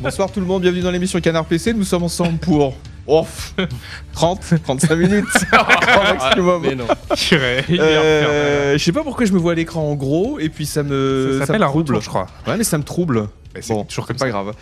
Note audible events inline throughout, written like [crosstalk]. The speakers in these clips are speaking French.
Bonsoir tout le monde, bienvenue dans l'émission Canard PC. Nous sommes ensemble pour. oh, 30, 35 [laughs] minutes Oh, grand maximum. Mais non. J'irais. hier faire, euh, Euh, je sais pas pourquoi je me vois à l'écran en gros et puis ça me. ça s'appelle me un trouble. rouble, je crois. Ouais, mais ça me trouble. Mais c'est Bon, toujours c'est comme pas ça. grave.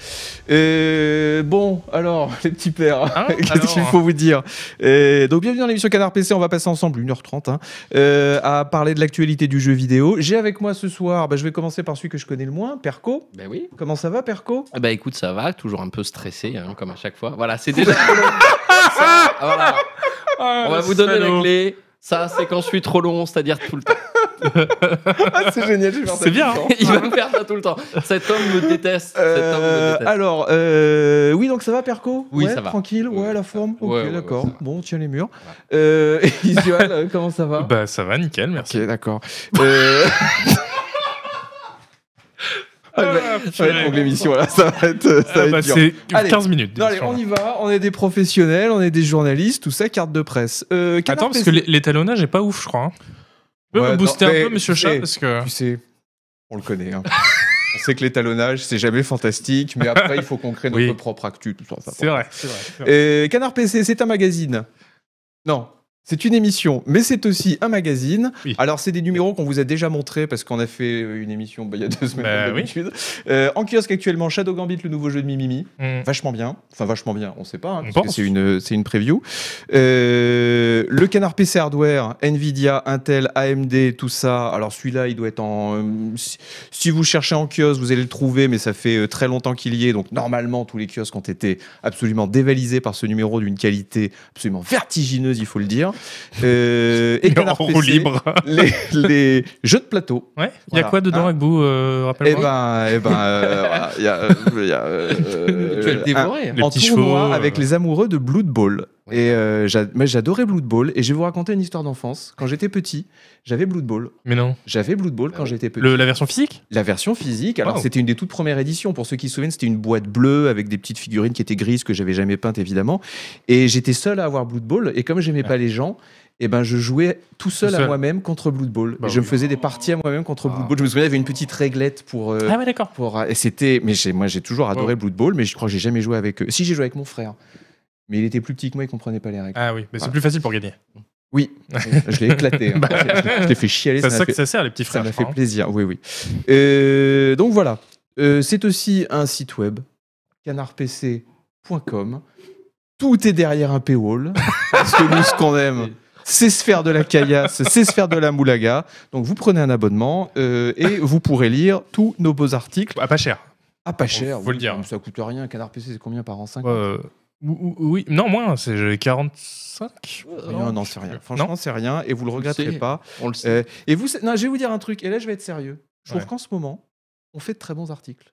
Euh, bon, alors, les petits pères, Hein, [laughs] qu'est-ce alors, qu'il hein. faut vous dire Euh, Donc, bienvenue dans l'émission Canard PC, on va passer ensemble 1h30 hein, euh, à parler de l'actualité du jeu vidéo. J'ai avec moi ce soir, bah, je vais commencer par celui que je connais le moins, Perco. Ben oui. Comment ça va, Perco [laughs] Eh Ben écoute, ça va, toujours un peu stressé, hein, comme à chaque fois. Voilà, c'est [laughs] déjà. Ça, voilà. Ah, On va vous donner la clé. Ça, c'est quand je suis trop long, c'est-à-dire tout le temps. Ah, C'est génial, je vais faire ça C'est bien, tout le temps. [laughs] Il [laughs] va me faire ça tout le temps. ah, Cet homme me déteste. Cet homme me Euh, déteste. alors, euh, oui, donc ça va, Perco Oui, Ouais, ça va. Tranquille, ouais, Ouais, la ça forme. va. Ok, Ouais, ouais, ouais, d'accord. ça va. bon, on tient les murs. Euh, [laughs] Isual, euh, comment ça va Bah ça va, nickel, merci. Ok, [laughs] d'accord. Euh... [laughs] Ah, bah, ça Ah, va purée. être longue l'émission, voilà, ça va être, euh, ça va Ah, être bah, dur. c'est Allez. 15 minutes. Non, allez, on y va, on est des professionnels, on est des journalistes, tout ça, carte de presse. Euh, Canard Attends, parce que PC, l'é- l'étalonnage est pas ouf, je crois. hein. Tu peux Ouais, me non, booster un mais peu, monsieur tu chat, sais, parce que. Tu sais, on le connaît. [laughs] hein. on sait que l'étalonnage, c'est jamais fantastique, mais après, il faut qu'on crée notre Oui. propre actu. Tout ça, ça, C'est vrai. Euh, Canard PC, c'est un magazine. Non. C'est une émission, mais c'est aussi un magazine. Oui. Alors, c'est des numéros qu'on vous a déjà montrés parce qu'on a fait euh, une émission bah, il y a deux semaines Bah, comme oui. d'habitude. Euh, en kiosque actuellement, Shadow Gambit, le nouveau jeu de Mimimi. Mm. Vachement bien. Enfin, vachement bien, on sait pas, hein, On parce que pense. c'est une, c'est une preview. Euh, le Canard PC Hardware, Nvidia, Intel, AMD, tout ça. Alors, celui-là, il doit être en. euh, si- si vous cherchez en kiosque, vous allez le trouver, mais ça fait euh, très longtemps qu'il y est. Donc, normalement, tous les kiosques ont été absolument dévalisé par ce numéro d'une qualité absolument vertigineuse, il faut le dire. [laughs] Euh, et Mais En Canard roue PC, libre. [laughs] Les, les jeux de plateau. Ouais. Il y a Voilà. quoi dedans, Ah. Agbou euh, Eh Rappelle-moi. ben, eh ben, euh, voilà, il y a, il y a, euh, [laughs] tu vas le ah, un- dévorer. Les en petits tournoi chevaux, avec euh. les amoureux de Blood Bowl. Ouais. Et euh, j'a- mais j'adorais Blood Bowl et je vais vous raconter une histoire d'enfance. Quand j'étais petit, j'avais Blood Bowl. Mais non. J'avais Blood Bowl Ah quand oui. j'étais petit. Le- la version physique La version physique, alors Wow. c'était une des toutes premières éditions. Pour ceux qui se souviennent, c'était une boîte bleue avec des petites figurines qui étaient grises que j'avais jamais peintes évidemment. Et j'étais seul à avoir Blood Bowl. Et comme j'aimais pas les gens, et ben je jouais tout seul, Tout seul. à moi-même contre Blood Bowl. Bah Et je me oui. faisais des parties à moi-même contre Blood Ah. Bowl. Je me souviens, il y avait une petite réglette pour. euh, Ah ouais, d'accord. pour et c'était. Mais j'ai- moi j'ai toujours adoré Blood Bowl, mais je crois que j'ai jamais joué avec eux. Si j'ai joué avec mon frère, mais il était plus petit que moi, il comprenait pas les règles. Ah oui, mais c'est Voilà. plus facile pour gagner. Oui, [laughs] je l'ai éclaté. [laughs] hein. je l'ai fait chialer. C'est ça m'a Ah. Bah, ça que fait- ça sert, les petits ça frères. m'a je crois, fait hein. plaisir, oui, oui. Euh, donc voilà, Euh, c'est aussi un site web, canardpc.com. Tout est derrière un paywall, parce que nous, ce [laughs] qu'on aime, c'est se faire de la caillasse, c'est se faire de la moulaga. Donc vous prenez un abonnement euh, et vous pourrez lire tous nos beaux articles Ah, pas cher. à pas cher. faut le dire. Ça coûte rien, Canard PC, c'est combien par an 5 Euh, ou- ou- oui, non, moins, c'est j'ai 45 Rien, non, c'est rien. Franchement, c'est rien et vous le regretterez C'est- pas. On le sait. Euh, et vous, sa- non, je vais vous dire un truc, et là je vais être sérieux. Je trouve Ouais. qu'en ce moment, on fait de très bons articles.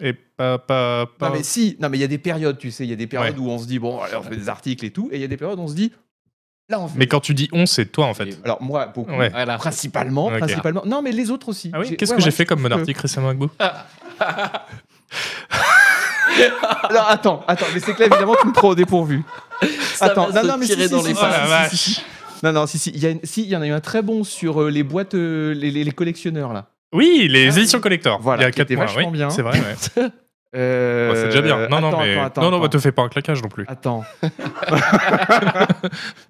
Et pas. pas, pas- Non mais si, non mais il y a des périodes, tu sais, il y a des périodes où on se dit bon, allez, on fait des articles et tout, et il y a des périodes où on se dit là on fait. Mais quand tu dis on, c'est toi en fait. Et- Alors moi beaucoup, Ouais. Voilà. principalement, Ok. principalement. Non mais les autres aussi. Ah oui, J'ai- qu'est-ce ouais, que ouais, Ah, j'ai fait [laughs] comme je mon trouve article récemment, Agbou que- Alors attends, attends, mais c'est que là évidemment tu me prends au dépourvu. Ça attends, va non, se non, mais tirer si, dans si, les si, Oh la pattes. vache. Non non, si si, il y, a une- si, il y en a eu un très bon sur euh, les boîtes, euh, les, les- les collectionneurs là. Oui, les éditions collector. Ah, Voilà, il y a qui 4 était mois, vachement oui. bien. C'est vrai, ouais. Euh, [laughs] Bah, c'est déjà bien. Non, non, attends, mais. attends, attends, non, non, bah, attends. te fais pas un claquage non plus. Attends. [laughs]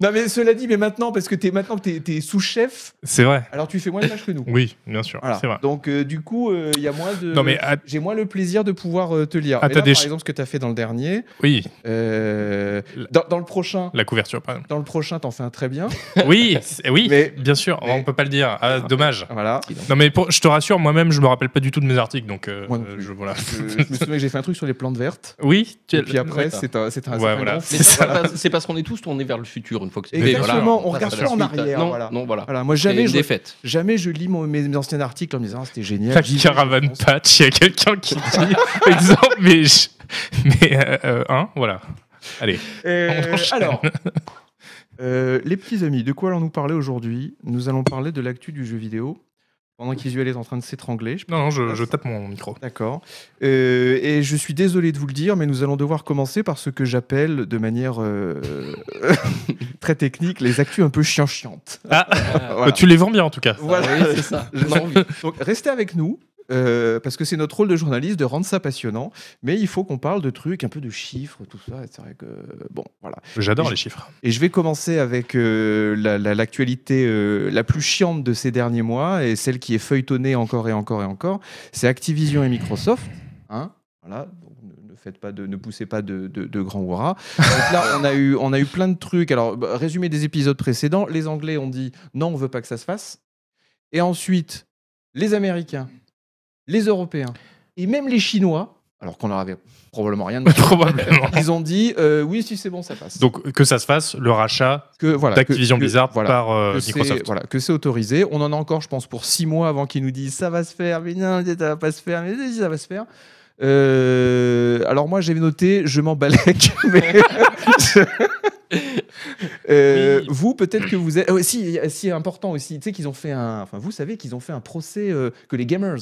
non, mais cela dit, mais maintenant, parce que t'es maintenant que t'es- t'es sous-chef, C'est vrai. alors tu fais moins de tâches que nous. Oui, bien sûr. Voilà. C'est vrai. Donc, euh, du coup, euh, il y a moins de. Non, mais. ah, J'ai moins le plaisir de pouvoir euh, te lire. Ah, Et t'as là, des par ch- exemple, ce que t'as fait dans le dernier, oui, euh, dans, dans le prochain, la couverture, par exemple. dans le prochain, t'en fais un très bien. [laughs] Oui, c'est- oui, Mais- bien sûr. mais- On peut pas le dire. Ah, dommage. [laughs] Voilà. Non, mais pour- je te rassure, moi-même, je me rappelle pas du tout de mes articles, donc. euh, Moi non plus. je, voilà. Je, je me souviens que j'ai fait un truc sur les plantes vertes. Oui, tu Et puis après, ouais. c'est un, c'est un, Ouais, c'est un voilà. grand- Mais ça, c'est parce- c'est parce qu'on est tous tournés vers le futur une fois que c'est fait, Exactement, voilà. on regarde passe à pas en suite. arrière, Non, voilà. non, voilà. Voilà, moi Jamais jamais une je, [laughs] défaite. jamais je lis mon- mes, mes anciens articles en me disant ah, c'était génial. La j'y vais, caravane j'y pense. patch, il y a quelqu'un qui dit [laughs] exemple, mais. je- Mais. euh, euh, hein, voilà. Allez. Euh, On enchaîne. alors, euh, les petits amis, de quoi allons-nous parler aujourd'hui Nous allons parler de l'actu du jeu vidéo. Pendant qu'Isuel est en train de s'étrangler, je- Non, non, je, je tape mon micro. d'accord. Euh, et je suis désolé de vous le dire, mais nous allons devoir commencer par ce que j'appelle de manière euh, [laughs] très technique les actus un peu chiant-chiantes. Euh, Tu les vends bien en tout cas. Voilà. [laughs] Ah oui, c'est ça. On a envie. Donc, restez avec nous. euh, parce que c'est notre rôle de journaliste de rendre ça passionnant, mais il faut qu'on parle de trucs, un peu de chiffres, tout ça. et C'est vrai que bon, voilà. J'adore Et les chiffres. Et je vais commencer avec euh, la- la- l'actualité euh, la plus chiante de ces derniers mois et celle qui est feuilletonnée encore et encore et encore. C'est Activision et Microsoft. Hein voilà. donc ne- ne faites pas de, ne poussez pas de, de, de grands hurrahs. Donc là, on a eu, on a eu plein de trucs. Alors, bah, résumé des épisodes précédents, les Anglais ont dit non, on veut pas que ça se fasse. Et ensuite, les Américains, les Européens et même les Chinois, alors qu'on leur avait probablement rien [laughs] demandé, [laughs] Probablement. ils ont dit euh, oui, si c'est bon, ça passe. Donc que ça se fasse, le rachat que voilà, que- d'Activision que- Blizzard voilà, par euh, que c'est Microsoft. voilà, que c'est autorisé. On en a encore, je pense, pour six mois avant qu'ils nous disent ça va se faire, mais non, ça va pas se faire, mais si, ça va se faire. Euh, alors moi j'avais noté je m'en balèque [laughs] mais Euh, Oui. vous peut-être que vous êtes Ah ouais, si si important aussi tu sais qu'ils ont fait un enfin vous savez qu'ils ont fait un procès euh, que les gamers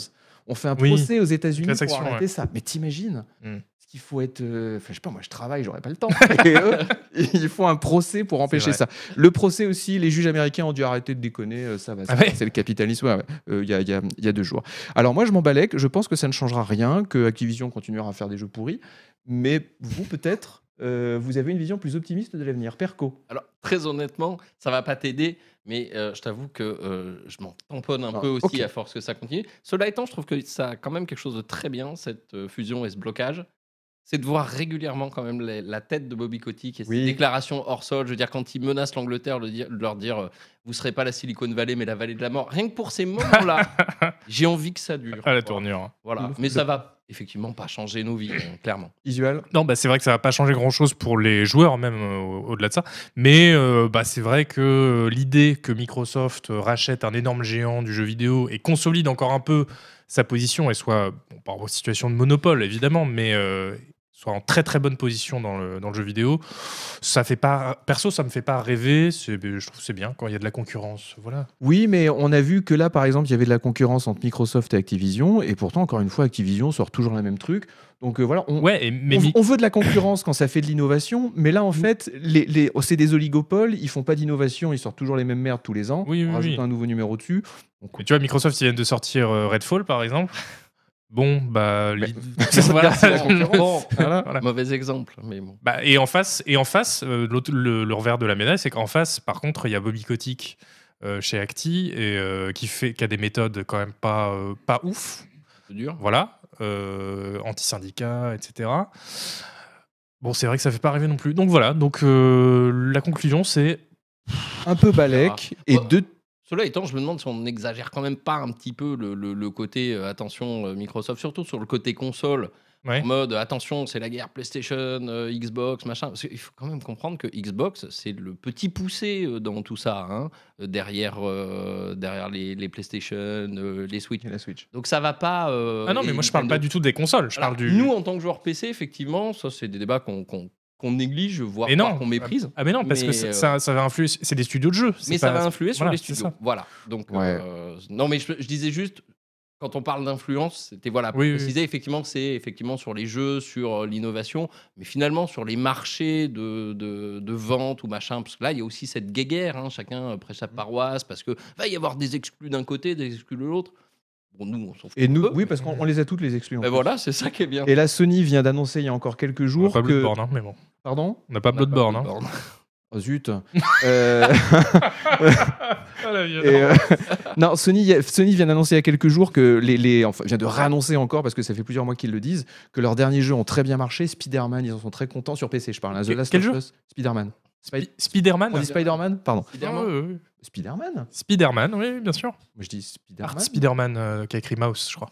ont fait un Oui. procès aux États-Unis Class pour action, arrêter ça mais t'imagines Hmm. ce qu'il faut être euh, enfin je sais pas moi je travaille j'aurais pas le temps [laughs] et eux ils font un procès pour empêcher vrai. ça le procès aussi, les juges américains ont dû arrêter de déconner, euh, ça va, ça Ah va, ouais c'est le capitalisme, ouais, ouais, euh, il y, a, il y a- il y a deux jours. Alors moi, je m'en balèque, je pense que ça ne changera rien, que Activision continuera à faire des jeux pourris, mais vous, peut-être, euh, vous avez une vision plus optimiste de l'avenir. Perco. Alors, très honnêtement, ça va pas t'aider, mais euh, je t'avoue que euh, je m'en tamponne un Ah, peu aussi ok. à force que ça continue. Cela étant, je trouve que ça a quand même quelque chose de très bien, cette euh, fusion et ce blocage. C'est de voir régulièrement quand même les- la tête de Bobby Kotick et ses Oui. déclarations hors sol. Je veux dire, quand il menace l'Angleterre de, dire- de leur dire euh, Vous serez pas la Silicon Valley, mais la vallée de la mort », rien que pour [laughs] ces moments-là, j'ai envie que ça dure. À la Voilà. tournure. Voilà. Le- Mais ça va effectivement pas changer nos vies, hein, clairement. Isual Non, bah, c'est vrai que ça va pas changer grand chose pour les joueurs, même euh, au- au-delà de ça. Mais euh, bah, c'est vrai que euh, l'idée que Microsoft euh, rachète un énorme géant du jeu vidéo et consolide encore un peu sa position et soit, bon, pas en situation de monopole évidemment, mais euh, soit en très très bonne position dans le, dans le jeu vidéo, ça fait pas. Perso, ça me fait pas rêver. C'est- Je trouve que c'est bien quand il y a de la concurrence. Voilà. Oui, mais on a vu que là, par exemple, il y avait de la concurrence entre Microsoft et Activision, et pourtant, encore une fois, Activision sort toujours le même truc. Donc euh, voilà, on, Ouais, et, mais on, Mi- Mm. on veut de la concurrence quand ça fait de l'innovation, mais là, en fait, les, les- oh, c'est des oligopoles, ils font pas d'innovation, ils sortent toujours les mêmes merdes tous les ans. Oui, oui, on rajoute oui. un nouveau numéro dessus. Mais tu vois, Microsoft, ils viennent de sortir euh, Redfall, par exemple. Bon, bah, [laughs] l'idée- Voilà. regarde, c'est la concurrence. Bon, Voilà. [laughs] voilà. Mauvais exemple, mais bon. Bah, et en face, et en face euh, l'autre- le, le revers de la médaille, c'est qu'en face, par contre, il y a Bobby Kotick euh, chez Acti et, euh, qui, fait, qui a des méthodes quand même pas, euh, pas ouf, C'est dur. voilà, euh, anti-syndicat, etc. Bon, c'est vrai que ça fait pas rêver non plus. Donc voilà, donc euh, la conclusion, c'est Un peu balèque Ah. et Bah. Bon. deux. Cela étant, je me demande si on n'exagère quand même pas un petit peu le, le- le côté euh, attention euh, Microsoft, surtout sur le côté console, Ouais. en mode attention, c'est la guerre PlayStation, euh, Xbox, machin. Parce qu'il faut quand même comprendre que Xbox, c'est le petit poussé euh, dans tout ça, hein, euh, derrière, euh, derrière les, les PlayStation, euh, les Switch. Et la Switch. Donc ça va pas. euh, ah non, mais et moi je parle Nintendo. pas du tout des consoles, je Alors, parle du Nous, en tant que joueurs PC, effectivement, ça, c'est des débats qu'on qu'on- qu'on néglige, voire Et non. voire qu'on méprise. ah mais non parce mais, que ça, euh, ça, ça va influer, c'est des studios de jeux. c'est mais ça pas- va influer sur voilà, les c'est studios. ça. Voilà. Donc, Ouais. euh, non, mais je, je disais juste, quand on parle d'influence, c'était voilà, pour Oui, oui, préciser, effectivement, c'est effectivement sur les jeux, sur euh, l'innovation, mais finalement sur les marchés de, de, de vente ou machin, parce que là, il y a aussi cette guéguerre, hein, chacun euh, prêche sa Mmh. paroisse, parce que va y avoir des exclus d'un côté, des exclus de l'autre. Bon, nous, on s'en fout. Et nous, Oh. un peu. oui, parce qu'on on les a toutes les exclusions. Mais voilà, c'est ça qui est bien. Et là, Sony vient d'annoncer il y a encore quelques On n'a jours pas que. Bloodborne, hein, mais bon, Pardon on n'a pas On n'a pas Bloodborne. hein. Bloodborne. Oh, [laughs] Zut. Euh, Ah, la et, euh, [laughs] non, Sony, Sony vient d'annoncer il y a quelques jours que les, les enfin, vient de réannoncer encore parce que ça fait plusieurs mois qu'ils le disent que leurs derniers jeux ont très bien marché. Spider-Man, ils en sont très contents sur PC. Je parle. hein, The Quel- Last quel of jeu Us, Spider-Man. Spi- Spider-Man on dit Spider-Man Pardon. Ah, Évidemment. ouais, ouais, ouais. Spider-Man Moi, Spider-Man, oui, bien sûr. je dis Art Spider-Man. Spider-Man euh, qui a écrit Mouse, je crois.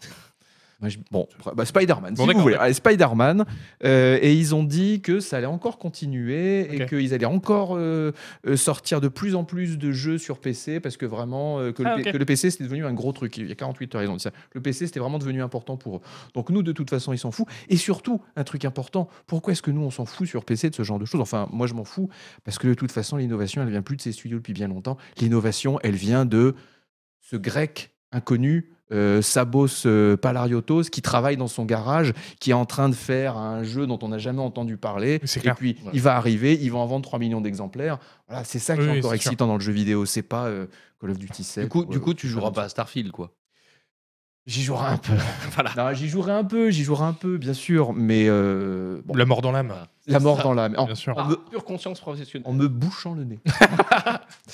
Moi, je- Bon, bah, Spider-Man, Bon, si vous d'accord, voulez. d'accord. Allez, Spider-Man. Euh, et ils ont dit que ça allait encore continuer et Ok. qu'ils allaient encore euh, euh, sortir de plus en plus de jeux sur PC parce que vraiment, euh, que, Ah, le, P- ok. que le PC, c'était devenu un gros truc. Il y a 48 heures, ils ont dit ça. Le PC, c'était vraiment devenu important pour eux. Donc nous, de toute façon, ils s'en foutent. Et surtout, un truc important, pourquoi est-ce que nous, on s'en fout sur PC de ce genre de choses Enfin, moi, je m'en fous parce que de toute façon, l'innovation, elle vient plus de ces studios depuis bien longtemps. L'innovation, elle vient de ce grec inconnu, euh, Sabos euh, Palariotos, qui travaille dans son garage, qui est en train de faire un jeu dont on n'a jamais entendu parler. Oui, c'est Et clair. puis, Ouais. il va arriver, il va en vendre 3 millions d'exemplaires. Voilà, c'est ça qui Oui, est oui, encore c'est excitant dans le jeu vidéo. C'est pas euh, Call of Duty 7. Du coup, ou, euh, du coup, tu ce genre joueras de pas à Starfield, quoi. J'y jouerai un peu. [laughs] Voilà. Non, j'y jouerai un peu, j'y jouerai un peu, bien sûr, mais euh, bon, La mort dans l'âme, la mort ça. dans l'âme. En, bien sûr. Ah. Par pure conscience professionnelle. en me bouchant le nez. [laughs]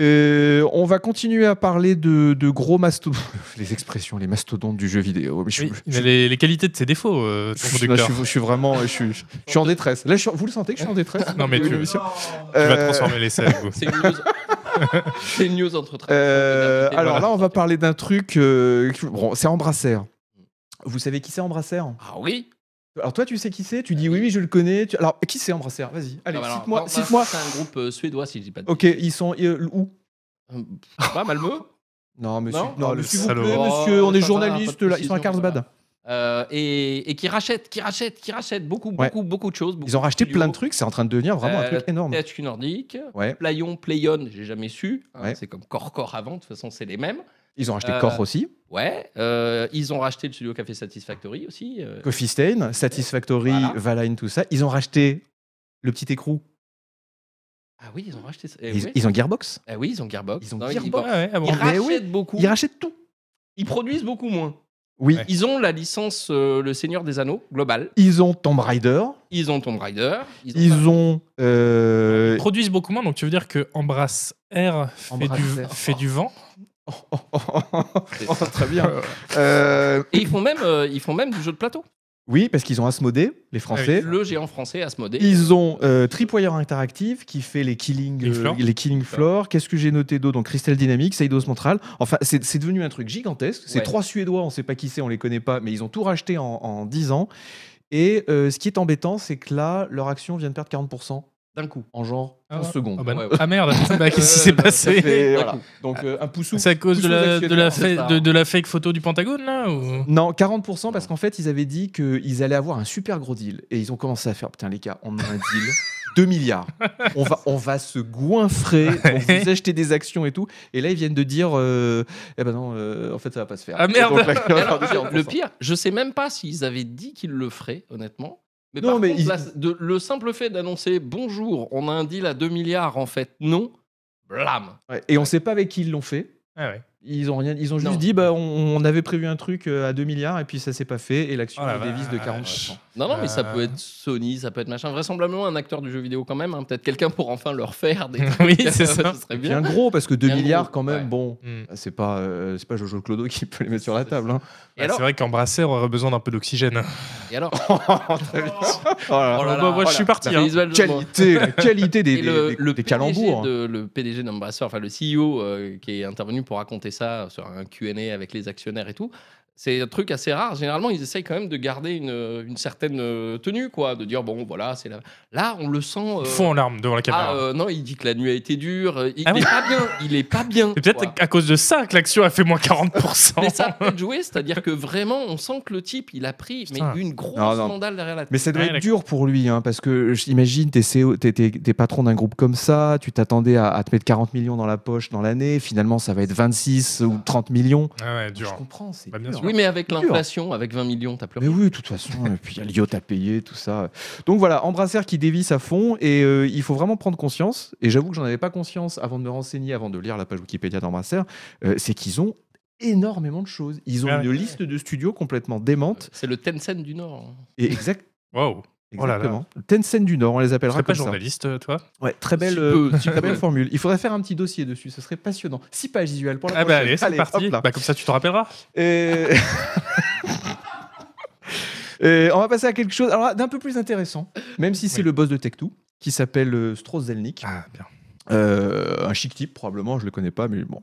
Euh, on va continuer à parler de, de gros mastodontes. [laughs] Les expressions, les mastodontes du jeu vidéo. Mais je, Oui, je- mais les, les qualités de ses défauts, euh, je- ton je- je- producteur. je- je suis vraiment. Je suis, je suis en détresse. Là, je suis- vous le sentez que je suis en détresse Non, mais tu- Oui, monsieur. Tu vas Euh, transformer les selles, vous. C'est une [laughs] news. C'est une news entre très. Euh, Voilà. alors là, on va parler d'un truc. euh, que- bon, c'est Embrasseur. Vous savez qui c'est Embrasseur Ah oui Alors toi, tu sais qui c'est Tu dis oui, oui, je le connais. Tu- Alors qui c'est Embrasseur Vas-y, allez, Ah bah alors, cite-moi. Norma, Cite-moi. C'est un groupe euh, suédois, si je dis pas de Ok, ils sont euh, où bêtises. Euh, Pas Malmeux Non, monsieur. Non Non, Ah, Oh, le s'il vous plaît, salaud. monsieur, Oh, on est ça va, journaliste pas de là. Ils sont à précision, Carlsbad. ça Euh, et, et qui rachète, qui rachète, qui rachète beaucoup, Ouais. beaucoup, beaucoup de choses. beaucoup Ils ont racheté studios. plein de trucs. C'est en train de devenir vraiment un Euh, truc énorme. THQ Nordique, Ouais. Playon, Playon, j'ai jamais su. hein, Ouais. C'est comme Corcor avant, de toute façon, c'est les mêmes. Ils ont racheté euh, Corp aussi, Ouais, euh, ils ont racheté le studio Café Satisfactory aussi. euh, Coffee Stain, Satisfactory, Voilà. Valheim, tout ça. Ils ont racheté le petit écrou. Ah oui, ils ont racheté ça. Eh Ils, oui. ils ont Gearbox. Eh oui, ils ont Gearbox. Ils ont Non, Gearbox. Ils, Ah ouais, ah bon. ils Mais rachètent oui. beaucoup. Ils rachètent tout. Ils produisent beaucoup moins. Oui. Ouais. [laughs] Ils ont la licence euh, Le Seigneur des Anneaux globale. Ils ont Tomb Raider. Ils ont Tomb Raider. Ils ont. euh, [laughs] Ils produisent beaucoup moins, donc tu veux dire que Embrasse Air fait, Embrasse du, Air. fait du vent Oh, très bien. Euh, Et ils font même, euh, ils font même du jeu de plateau. Oui, parce qu'ils ont Asmodée, les Français. Le géant français Asmodée. Ils ont euh, Tripwire Interactive qui fait les Killing, Les euh, Floors. les killing Floor. Qu'est-ce que j'ai noté d'autre Donc Crystal Dynamics, Eidos Montreal. Enfin, c'est c'est devenu un truc gigantesque. C'est Ouais. trois Suédois, on ne sait pas qui c'est, on les connaît pas, mais ils ont tout racheté en, en 10 ans. Et euh, ce qui est embêtant, c'est que là, leur action vient de perdre 40% d'un coup. en genre 15 Ah ouais. secondes. Ah, bah non. Ouais, ouais. Ah merde, bah, qu'est-ce qui Euh, s'est bah, Ça passé fait, D'un voilà. coup. Donc euh, un poussou. C'est à cause de Tous nos la, de, la actionnaires, c'est fa- ça. de, de la fake photo du Pentagone là ou... Non, 40% parce qu'en fait, ils avaient dit qu'ils allaient avoir un super gros deal. Et ils ont commencé à faire Putain, les gars, on a un deal. 2 milliards. On va, on va se goinfrer. On vous acheter des actions et tout. Et là, ils viennent de dire euh, Eh ben non, euh, en fait, ça va pas se faire. Ah, merde. Et donc, là, ils ont perdu Le 40%. pire, je sais même pas s'ils avaient dit qu'ils le feraient, honnêtement. Mais Non, par mais contre, ils- là, de- le simple fait d'annoncer bonjour, on a un deal à 2 milliards, en fait, non, blam. Ouais, Et on sait pas avec qui ils l'ont fait. Ah ouais. Ils ont, rien, ils ont juste Non. dit bah, on, on avait prévu un truc euh, à 2 milliards et puis ça s'est pas fait. Et l'action Oh la elle dévisse de vache. 40%. Non, non, mais ça Euh. peut être Sony, ça peut être machin. Vraisemblablement un acteur du jeu vidéo quand même, hein. peut-être quelqu'un pour enfin leur faire des trucs. [laughs] Oui, [laughs] c'est ça. Ce serait Et bien. un gros, parce que 2 Bien gros, milliards, quand même, ouais. bon, Hmm. c'est pas, euh, c'est pas Jojo Clodo qui peut les mettre sur la C'est table. hein. Et Bah, alors, C'est vrai qu'Embrasseur aurait besoin d'un peu d'oxygène. et alors Très bien. Oh là là. Oh là Bah, là, moi je oh suis parti. la hein. visual de moi. qualité, la qualité des, Et des- le, des- le des PDG calembours. hein. de- le PDG d'Embrasseur, enfin le CEO euh, qui est intervenu pour raconter ça sur un Q&A avec les actionnaires et tout, c'est un truc assez rare. Généralement, ils essayent quand même de garder une, une certaine euh, tenue, quoi, de dire bon, voilà, c'est là. Là, on le sent. euh, Ils font en larmes devant la ah, caméra. euh, non, il dit que la nuit a été dure. euh, Il, Ah il oui. est pas bien. Il est pas bien. [laughs] C'est peut-être quoi. à cause de ça que l'action a fait moins 40%. Mais ça peut jouer, c'est-à-dire que vraiment, on sent que le type, il a pris mais Putain. une grosse Non, non. scandale derrière la tête. Mais ça doit Ouais, être d'accord. dur pour lui, hein, parce que j'imagine, t'es CEO, t'es, t'es- t'es patron d'un groupe comme ça, tu t'attendais à, à te mettre 40 millions dans la poche dans l'année, finalement ça va être 26 ou 30 millions. Ah ouais, Je dur. comprends, c'est Bah, bien dur. sûr. Oui, mais avec Dur. l'inflation, avec 20 millions, t'as plus Mais rien. oui, de toute façon, et puis il y a l'iot à payer, tout ça. Donc voilà, Embrasseur qui dévisse à fond, et euh, il faut vraiment prendre conscience, et j'avoue que j'en avais pas conscience avant de me renseigner, avant de lire la page Wikipédia d'Embrasseur, euh, c'est qu'ils ont énormément de choses. Ils ont Ah ouais. une liste de studios complètement démente, C'est le Tencent du Nord. hein. et exact, Wow. Oh là là. exactement. Tencent du Nord, on les Tu appellera serais pas comme ça. journaliste, euh, toi Ouais, très belle, Si euh, peu, [laughs] si très peu. belle formule. Il faudrait faire un petit dossier dessus, ce serait passionnant. Six pages visuelles pour la Ah bah prochaine. allez, c'est parti. hop là. Bah, comme ça, tu te rappelleras. [laughs] Et- Et on va passer à quelque chose alors là, d'un peu plus intéressant, même si c'est Oui. le boss de Tech2 qui s'appelle euh, Strauss Zelnick, Ah, bien. Euh, un chic type probablement, je le connais pas, mais bon.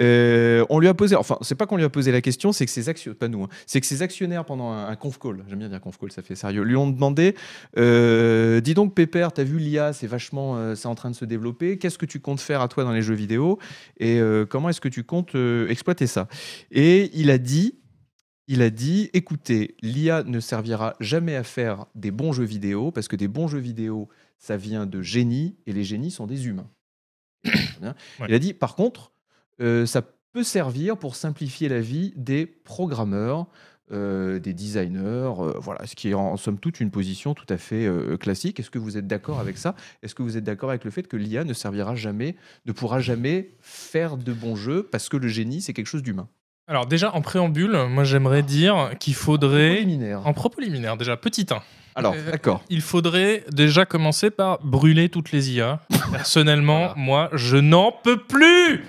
Euh, on lui a posé, enfin c'est pas qu'on lui a posé la question, c'est que ses actionnaires, pas nous, hein, c'est que ses actionnaires pendant un, un conf call, j'aime bien dire conf call, ça fait sérieux, lui ont demandé, euh, dis donc Pépère, t'as vu l'IA, c'est vachement, euh, c'est en train de se développer, qu'est-ce que tu comptes faire à toi dans les jeux vidéo et euh, comment est-ce que tu comptes euh, exploiter ça Et il a dit, il a dit, écoutez, l'IA ne servira jamais à faire des bons jeux vidéo parce que des bons jeux vidéo, ça vient de génies et les génies sont des humains. Très bien. Ouais. Il a dit, par contre, euh, ça peut servir pour simplifier la vie des programmeurs. euh, des designers, euh, voilà, ce qui est en, en somme toute une position tout à fait euh, classique. Est-ce que vous êtes d'accord avec ça Est-ce que vous êêtes d'accord avec le fait que l'IA ne servira jamais ne pourra jamais faire de bons jeux parce que le génie, c'est quelque chose d'humain. Alors déjà, en préambule, moi j'aimerais dire qu'il faudrait... Préliminaire. En propos liminaire, déjà, petit 1. Alors, Euh, d'accord. Il faudrait déjà commencer par brûler toutes les [laughs] IA. Personnellement, Voilà. moi, je n'en peux plus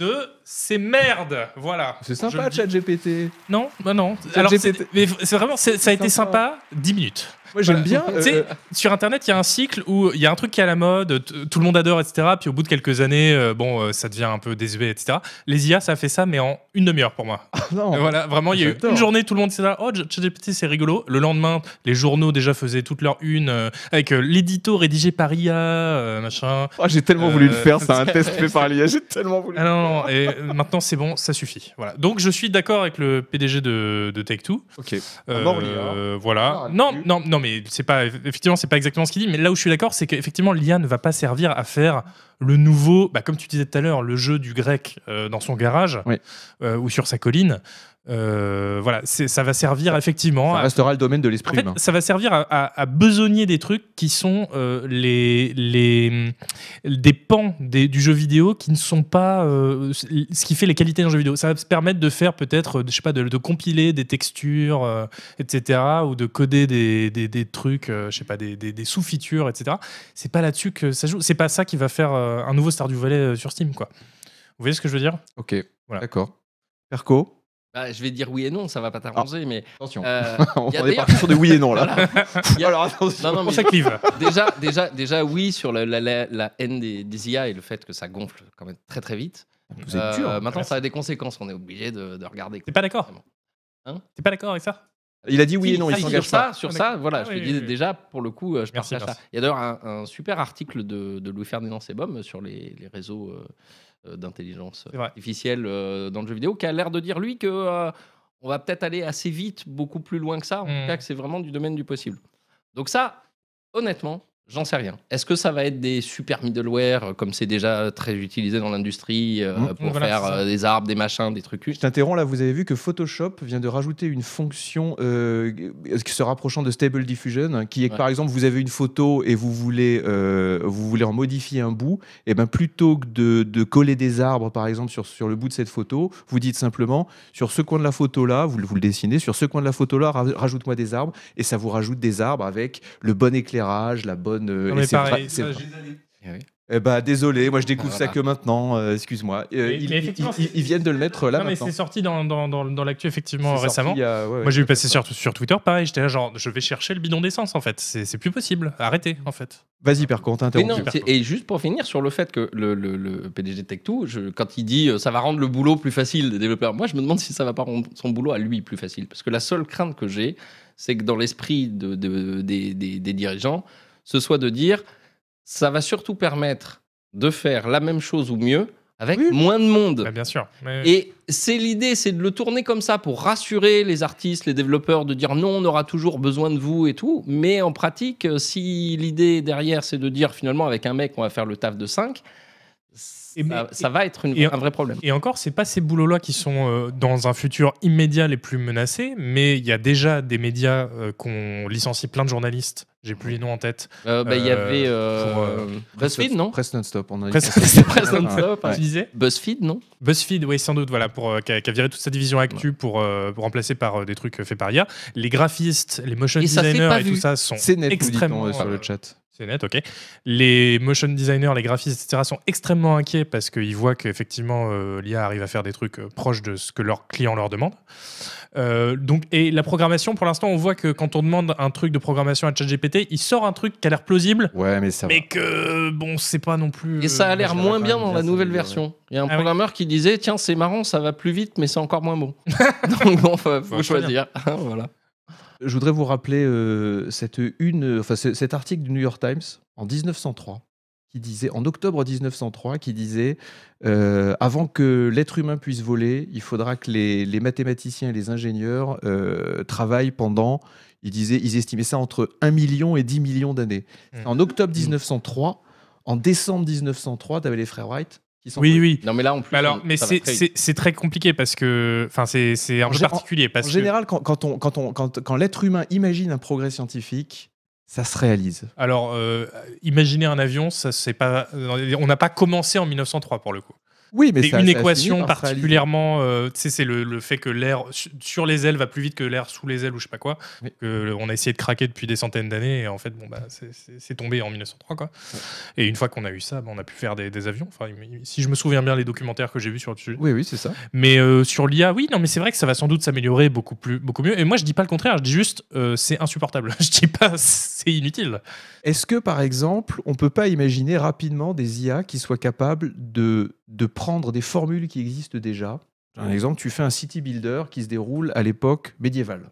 de ces merdes. Voilà. C'est Je le sympa, dis. ChatGPT. Non, non, non. Chat Alors, GPT. c'est mais c'est vraiment, c'est- ça a été Sympa. sympa 10 minutes. Moi, j'aime bien. Tu sais, euh, [laughs] sur Internet, il y a un cycle où il y a un truc qui est à la mode, t- tout le monde adore, etc. Puis au bout de quelques années, euh, bon, euh, ça devient un peu désuet, etc. Les IA, ça a fait ça, mais en une demi-heure pour moi. euh, non. Et [laughs] voilà, vraiment, il y a eu J'adore. une journée, tout le monde s'est dit Oh, ChatGPT, c'est rigolo. Le lendemain, les journaux déjà faisaient toute leur une euh, avec euh, l'édito rédigé par IA, euh, machin. Ah, j'ai tellement voulu le Euh, faire, c'est un test fait par l'IA, [laughs] j'ai tellement voulu. Ah non, non, non, et maintenant c'est bon, ça suffit. Voilà. Donc je suis d'accord avec le PDG de, de Take-Two. Ok. Euh, mort l'IA. voilà. Ah, Non, tu- non, non, mais c'est pas effectivement, c'est pas exactement ce qu'il dit. Mais là où je suis d'accord, c'est qu'effectivement, l'IA ne va pas servir à faire le nouveau, bah, comme tu disais tout à l'heure, le jeu du grec euh, dans son garage Oui. euh, ou sur sa colline. Euh, voilà, c'est- ça va servir effectivement Ça à restera le domaine de en l'esprit fait, humain. ça va servir à, à- à besogner des trucs qui sont euh, les, les, des pans des- du jeu vidéo qui ne sont pas euh, ce qui fait les qualités d'un jeu vidéo. Ça va se permettre de faire peut-être, euh, je sais pas, de, de compiler des textures, euh, etc., ou de coder des, des- des trucs, euh, je sais pas, des, des- des sous-features, etc. C'est pas là-dessus que ça joue. C'est pas ça qui va faire euh, un nouveau Stardew Valley euh, sur Steam, quoi. Vous voyez ce que je veux dire Ok, Voilà. d'accord. Perco, Bah, je vais dire oui et non, ça va pas t'arranger, [laughs] mais attention. euh, On y a est d'ailleurs- parti sur des oui et non Ah. Oh là. voilà. [laughs] Il y a- Alors attention. Non, non, Pour mais ça clive. déjà, déjà, déjà, oui sur la, la- la- la haine des, des IA et le fait que ça gonfle quand même très très vite. Vous êtes Euh, dur. hein. Maintenant, Merci. ça a des conséquences. On est obligé de, de regarder. T'es pas d'accord Hein T'es pas d'accord avec ça Il a dit oui et non, Ah, il si, sur s'engage pas. ça, sur Ah, ça, voilà, Ah, je oui, te oui, dis oui. déjà pour le coup, euh, je Merci, partage ça. merci. Il y a d'ailleurs un, un super article de, de Louis Ferdinand Sebum sur les, les réseaux euh, euh, d'intelligence C'est vrai. artificielle euh, dans le jeu vidéo qui a l'air de dire lui que euh, on va peut-être aller assez vite, beaucoup plus loin que ça. En Mm. tout cas, que c'est vraiment du domaine du possible. Donc ça, honnêtement, j'en sais rien. Est-ce que ça va être des super middleware euh, comme c'est déjà très utilisé dans l'industrie euh, Mm. pour Hmm. Voilà, faire c'est ça. euh, des arbres, des machins, des trucs Je t'interromps là, vous avez vu que Photoshop vient de rajouter une fonction euh, qui se rapprochant de Stable Diffusion, qui est que Ouais. par exemple vous avez une photo et vous voulez, euh, vous voulez en modifier un bout, et ben plutôt que de, de coller des arbres par exemple sur, sur le bout de cette photo, vous dites simplement sur ce coin de la photo là, vous, le- vous le dessinez, sur ce coin de la photo là, ra- rajoute-moi des arbres, et ça vous rajoute des arbres avec le bon éclairage, la bonne. euh, Non, et mais c'est pareil, vra- c'est ça, vra- j'ai- Eh ben, désolé, moi je découvre Voilà. ça que maintenant, euh, excuse-moi. Euh, Mais- ils, mais ils- effectivement, ils- ils viennent de le mettre là non, mais maintenant. c'est sorti dans, dans, dans, dans l'actu effectivement C'est sorti récemment. il y a- ouais, ouais. Moi j'ai vu passer sur, sur Twitter, pareil, j'étais là genre je vais chercher le bidon d'essence en fait, c'est c'est plus possible, arrêtez en fait. Vas-y, par contre, Mais interrompu. non, Super c'est- cool. et juste pour finir sur le fait que le, le- le PDG de Tech2, je- quand il dit euh, ça va rendre le boulot plus facile des développeurs, moi je me demande si ça va pas rendre son boulot à lui plus facile. Parce que la seule crainte que j'ai, c'est que dans l'esprit de- de- des, des- des dirigeants, ce soit de dire ça va surtout permettre de faire la même chose ou mieux avec Oui. moins de monde. Bah, bien sûr. Mais- Euh. Et c'est l'idée, c'est de le tourner comme ça pour rassurer les artistes, les développeurs, de dire non, on aura toujours besoin de vous et tout. Mais en pratique, euh, si l'idée derrière, c'est de dire finalement avec un mec, on va faire le taf de 5, ça, Et mais- ça va être une- et- un vrai problème. Et encore, c'est pas ces boulots-là qui sont euh, dans un futur immédiat les plus menacés, mais il y a déjà des médias euh, qu'on licencie plein de journalistes, j'ai plus les noms en tête. Euh, bah, Il y Euh, avait euh, pour, euh, BuzzFeed, [laughs] non Presse non-stop. On a Presse- dit- Presse Ouais. non-stop, Ouais. Tu disais BuzzFeed, non BuzzFeed, oui, sans doute, voilà, pour, euh, qui, a, qui a viré toute sa division actu pour, euh, pour remplacer par euh, des trucs euh, faits par IA. Les graphistes, les motion Et ça, c'est designers pas et vu. tout ça sont C'est net, nous dit-on extrêmement euh, sur euh, le chat. C'est net, ok. Les motion designers, les graphistes, etc. sont extrêmement inquiets parce qu'ils voient qu'effectivement euh, l'IA arrive à faire des trucs euh, proches de ce que leurs clients leur demandent. Euh, donc, et la programmation, pour l'instant, on voit que quand on demande un truc de programmation à ChatGPT, il sort un truc qui a l'air plausible, Ouais, mais ça va. mais que bon, c'est pas non plus. Et ça euh, a l'air moi, je moins verrais bien pas dans une la IA, ça nouvelle me dirait. version. Il y a un Ah oui. programmeur qui disait tiens, c'est marrant, ça va plus vite, mais c'est encore moins bon. [laughs] Donc bon, faut, faut Bah, très choisir. [laughs] voilà. Je voudrais vous rappeler euh, cette une, euh, enfin, ce- cet article du New York Times en 1903 qui disait, en octobre 1903, qui disait euh, avant que l'être humain puisse voler, il faudra que les, les mathématiciens et les ingénieurs euh, travaillent pendant, ils disaient, ils estimaient ça entre 1 million et 10 millions d'années. Mm. En octobre 1903, en décembre 1903, tu avais les frères Wright qui sont Oui, oui. Non, mais là, en plus. Mais alors, on- mais ça va c'est- très vite. c'est c'est très compliqué parce que, enfin, c'est c'est un En peu gé- en- particulier parce En que. général, quand, quand on, quand, on, quand, quand l'être humain imagine un progrès scientifique, ça se réalise. Alors, euh, imaginer un avion, ça c'est pas, on n'a pas commencé en 1903 pour le coup. Oui, mais C'est ça- une ça a équation fini par se réaliser. particulièrement. euh, tu sais, c'est le, le fait que l'air su- sur les ailes va plus vite que l'air sous les ailes ou je sais pas quoi. Oui. que le- on a essayé de craquer depuis des centaines d'années et en fait, bon, bah, c'est- c'est c'est tombé en 1903. Quoi. Et une fois qu'on a eu ça, bah, on a pu faire des, des avions. Enfin, il- si je me souviens bien les documentaires que j'ai vus sur le sujet. Oui, oui, c'est ça. Mais euh, sur l'IA, oui, non, mais c'est vrai que ça va sans doute s'améliorer beaucoup, plus, beaucoup mieux. Et moi, je dis pas le contraire, je dis juste euh, c'est insupportable. [laughs] je dis pas c'est inutile. Est-ce que, par exemple, on peut pas imaginer rapidement des IA qui soient capables de, de prendre des formules qui existent déjà Un exemple, tu fais un city builder qui se déroule à l'époque médiévale.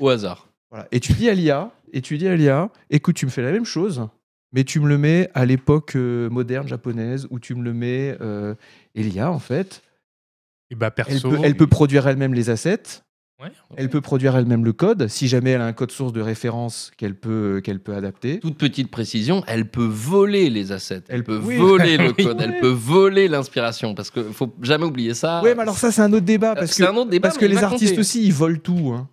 Au hasard. Voilà. Et tu dis à l'IA, et tu dis à l'IA, écoute, tu me fais la même chose, mais tu me le mets à l'époque euh, moderne japonaise, ou tu me le mets... euh, et l'IA, en fait, Et bah, elle perso. peut, elle peut produire elle-même les assets, Ouais. elle peut produire elle-même le code, si jamais elle a un code source de référence qu'elle peut, qu'elle peut adapter. Toute petite précision, elle peut voler les assets, elle, Elle- peut oui. voler le [laughs] Oui. code, elle Ouais. peut voler l'inspiration, parce qu'il faut jamais oublier ça. Euh, Ouais, mais alors ça, c'est un autre débat, parce que, c'est un autre débat, parce mais que il les va artistes compter. aussi, ils volent tout. hein.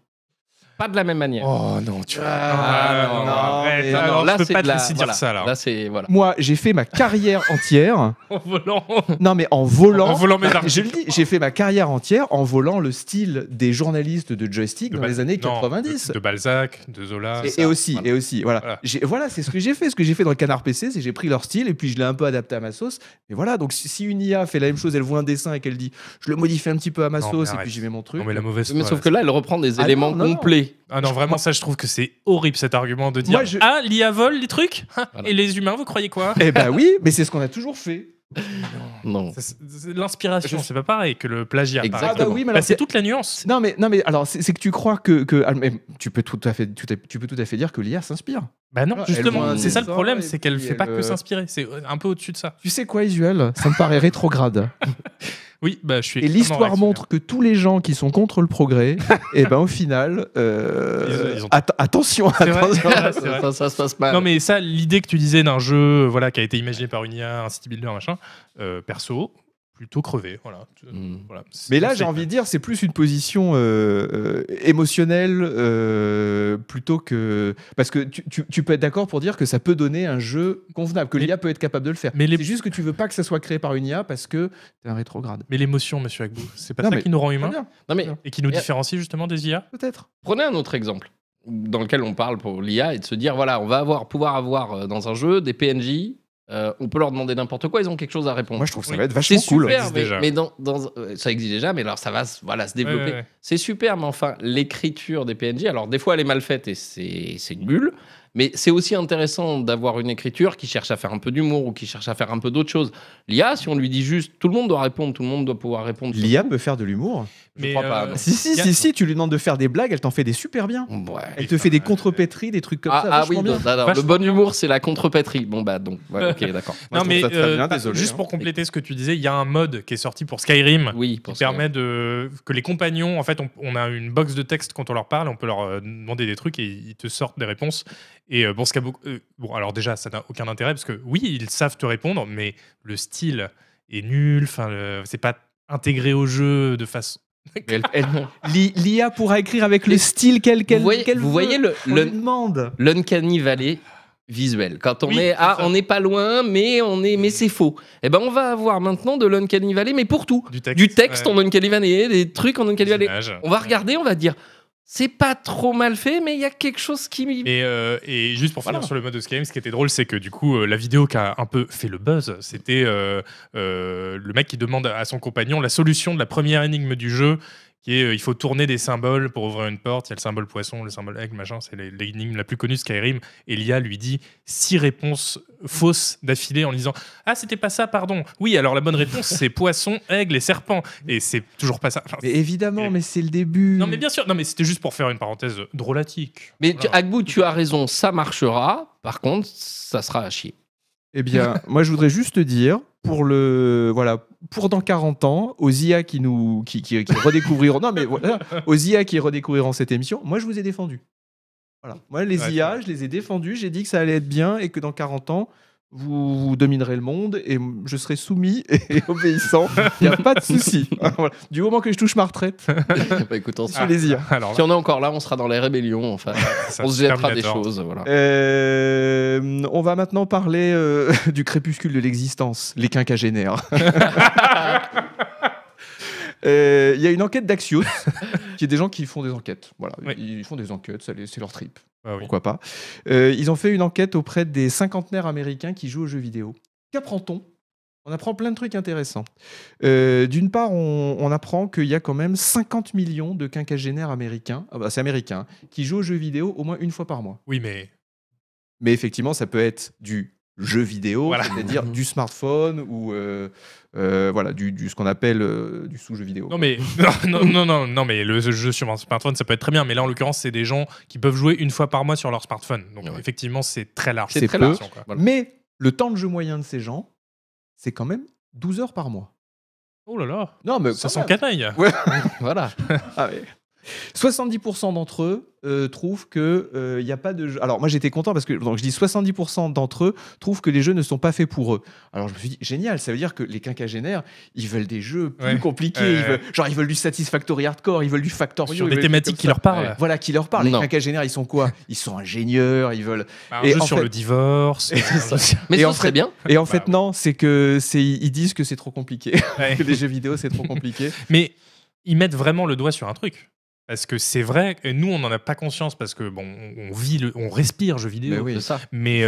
pas de la même manière. Oh non, tu Ah, non, non, arrête, mais- Non, non, alors, là, je peux c'est pas te de la- laisser dire voilà. ça là. Là, c'est voilà. Moi, j'ai fait ma carrière entière. en volant. Non, mais en volant. En volant mes articles. Je le dis, j'ai fait ma carrière entière en volant le style des journalistes de joystick De dans Ba- les années non, 90. De, de Balzac, de Zola. et, ça. et aussi, Voilà. et aussi, voilà. Voilà. J'ai- Voilà, c'est ce que j'ai fait. Ce que j'ai fait dans le canard PC, c'est j'ai pris leur style et puis je l'ai un peu adapté à ma sauce. Et voilà, donc si, si une IA fait la même chose, elle voit un dessin et qu'elle dit, je le modifie un petit peu à ma Non, mais sauce et arrête. puis j'y mets mon truc. Non, mais la mauvaise. Mais foi, sauf là. que là, elle reprend des Ah éléments non, non, non. complets. Ah non, vraiment, ça, je trouve que c'est horrible cet argument de dire Moi, je- Ah, l'IA vole les trucs Ah, Voilà. Et les humains, vous croyez quoi Eh ben oui, mais c'est ce qu'on a toujours fait. Non. Ça, [laughs] c'est- c'est- L'inspiration, c'est pas pareil que le plagiat. par Exactement. Ah exemple. bah oui, mais Bah, alors c'est toute la nuance. Non mais non mais alors c'est c'est que tu crois que, que- ah, mais tu peux tout à fait tout à- tu peux tout à fait dire que l'IA s'inspire. Bah Ah, non, elle voit justement, un c'est ça le dessin, problème, et c'est qu'elle puis fait pas elle, que euh, s'inspirer, c'est un peu au-dessus de ça. Tu sais quoi Isuel, ça me paraît [laughs] rétrograde. Oui, bah je suis. Et l'histoire montre que tous les gens qui sont contre le [laughs] progrès, et ben au final, euh, Ils- ils ont- atta- attention, C'est vrai, [laughs] attention. c'est vrai, c'est vrai. Ça, ça se passe mal. Non mais ça, l'idée que tu disais d'un jeu, euh, voilà, qui a été imaginé par une IA, un city builder, machin, euh, perso, plutôt crevé, voilà. Hmm. Voilà. C'est- Mais là, c'est- j'ai envie de dire, c'est plus une position euh, euh, émotionnelle euh, plutôt que parce que tu, tu- tu peux être d'accord pour dire que ça peut donner un jeu convenable, que Mais- l'IA peut être capable de le faire. mais les- c'est juste que tu veux pas que ça soit créé par une IA parce que t'es un rétrograde. Mais l'émotion, monsieur Agbou, c'est pas Non, ça mais- qui nous rend Très humains bien, Non, mais et qui nous Yeah. différencie justement des IA peut-être. Prenez un autre exemple dans lequel on parle pour l'IA et de se dire voilà, on va avoir, pouvoir avoir euh, dans un jeu des PNJ, euh, on peut leur demander n'importe quoi, ils ont quelque chose à répondre. Moi, je trouve que ça Oui. va être c'est vachement cool. Ça super, existe mais, déjà. mais dans, dans- euh, ça existe déjà, mais alors ça va se- voilà, se développer. Ouais, ouais, ouais. C'est super, mais enfin, l'écriture des PNJ, alors des fois elle est mal faite et c'est c'est nul, mais c'est aussi intéressant d'avoir une écriture qui cherche à faire un peu d'humour ou qui cherche à faire un peu d'autres choses. L'IA, si on lui dit juste tout le monde doit répondre, tout le monde doit pouvoir répondre. L'IA peut faire de l'humour. Je Mais, euh, crois pas, non. Si si Y a- si si, tu lui demandes de faire des blagues, elle t'en fait des super bien. Ouais. Elle te fait des contrepétries, des trucs comme euh, ah, ça. ah vachement oui, bien. non, non, non, le Vachement bon humour, c'est la contrepétrie. Bon, bah, donc, ouais, ok, [laughs] d'accord. Moi, non je mais trouve ça très euh, bien, bah, désolé, juste hein. pour compléter ce que tu disais, il y a un mode qui est sorti pour Skyrim Oui, pour qui ça. permet de que les compagnons, en fait, on, on a une box de texte quand on leur parle, on peut leur euh, demander des trucs et ils te sortent des réponses. Et euh, bon, ce qu'a beaucoup- euh, bon, alors déjà, ça n'a aucun intérêt parce que oui, ils savent te répondre, mais le style est nul. Enfin, le- c'est pas intégré au jeu de façon. [laughs] Elle- elle- L'i- L'IA pourra écrire avec le style qu'elle qu'elle vous voyez, qu'elle vous veut. voyez le, On le- lui demande. l'uncanny valley visuel. Quand on Oui, est c'est ah, ça. on n'est pas loin, mais on est, mais c'est faux. Eh ben, on va avoir maintenant de l'uncanny valley, mais pour tout. Du texte. Du texte ouais, en uncanny valley, des trucs en des uncanny valley. images. On va regarder, on va dire, c'est pas trop mal fait, mais il y a quelque chose qui m'y- Et, euh, et juste pour finir Voilà. sur le mode de Skyrim, ce qui était drôle, c'est que du coup, euh, la vidéo qui a un peu fait le buzz, c'était euh, euh, le mec qui demande à son compagnon la solution de la première énigme du jeu, qui est euh, il faut tourner des symboles pour ouvrir une porte. Il y a le symbole poisson, le symbole aigle, machin, c'est les- l'énigme la plus connue de Skyrim. Et l'IA lui dit six réponses fausses d'affilée en lui disant Ah, c'était pas ça, pardon. Oui, alors la bonne [laughs] réponse, c'est poisson, aigle et serpent. Et c'est toujours pas ça. Enfin, Mais évidemment, mais c'est le début. non, mais bien sûr, non, mais c'était juste pour faire une parenthèse drôlatique. Mais tu, Voilà. Agbou, tu as raison, ça marchera. Par contre, ça sera [laughs] à chier. Eh bien, moi, je voudrais juste te dire pour le voilà pour dans 40 ans aux IA qui nous qui, qui, qui redécouvriront non mais voilà, aux IA qui redécouvriront cette émission, moi je vous ai défendu. Voilà, moi les Ouais, c'est IA, vrai. je les ai défendus, j'ai dit que ça allait être bien et que dans 40 ans vous, vous dominerez le monde et je serai soumis et [laughs] obéissant. Il n'y a pas de [laughs] souci. Voilà. Du moment que je touche ma retraite, Ah. bah, écoute, on je sera- fais les IA. Alors, Si on est encore là, on sera dans les rébellions. Enfin, Ah, ça, on se jettera des Terminator. choses. Voilà. Euh, [laughs] on va maintenant parler euh, du crépuscule de l'existence, les quinquagénaires. [laughs] Euh, Il y a une enquête [laughs] d'Axios, qui est des gens qui font des enquêtes. Voilà, Oui. ils font des enquêtes, ça les- c'est leur trip. Ah oui. Pourquoi pas Euh, Ils ont fait une enquête auprès des cinquantenaires américains qui jouent aux jeux vidéo. Qu'apprend-on On apprend plein de trucs intéressants. Euh, D'une part, on, on apprend qu'il y a quand même 50 millions de quinquagénaires américains, ah bah, c'est américain, qui jouent aux jeux vidéo au moins une fois par mois. Oui, mais Mais effectivement, ça peut être du jeu vidéo, Voilà. c'est-à-dire du smartphone ou euh, euh, voilà, du, du- ce qu'on appelle euh, du sous-jeu vidéo. non, mais [laughs] non, non, non, non, mais le jeu sur un smartphone, ça peut être très bien. Mais là, en l'occurrence, c'est des gens qui peuvent jouer une fois par mois sur leur smartphone. Donc Ouais. effectivement, c'est très large. Ah C'est très peu. Quoi. Mais le temps de jeu moyen de ces gens, c'est quand même 12 heures par mois. Oh là là, Non, mais ça quand sent même. canaille. voilà. Ah ouais. 70% d'entre eux euh, trouvent que il n'y a pas de jeu. Alors moi j'étais content parce que donc je dis 70% d'entre eux trouvent que les jeux ne sont pas faits pour eux. Alors je me suis dit génial, ça veut dire que les quinquagénaires ils veulent des jeux plus Ouais. compliqués, Ouais, ils veulent- genre ils veulent du satisfactory hardcore, ils veulent du factorio, Sur ils des veulent trucs thématiques comme ça. qui leur parlent. Ouais. Voilà qui leur parle. Les Non. quinquagénaires ils sont [laughs] quoi Ils sont ingénieurs, ils veulent. Bah, Un Et jeu en sur fait- [laughs] le divorce. Et ça. un jeu- Mais Et ça en serait fait- bien. Et en fait Bah, non, c'est que c'est ils disent que c'est trop compliqué, [laughs] [laughs] Ouais. que les jeux vidéo c'est trop compliqué. Mais ils mettent vraiment le doigt sur un truc. Parce que c'est vrai, et nous on n'en a pas conscience parce que bon, on on vit, le- on respire jeux vidéo. Mais Mais, oui. C'est ça. euh,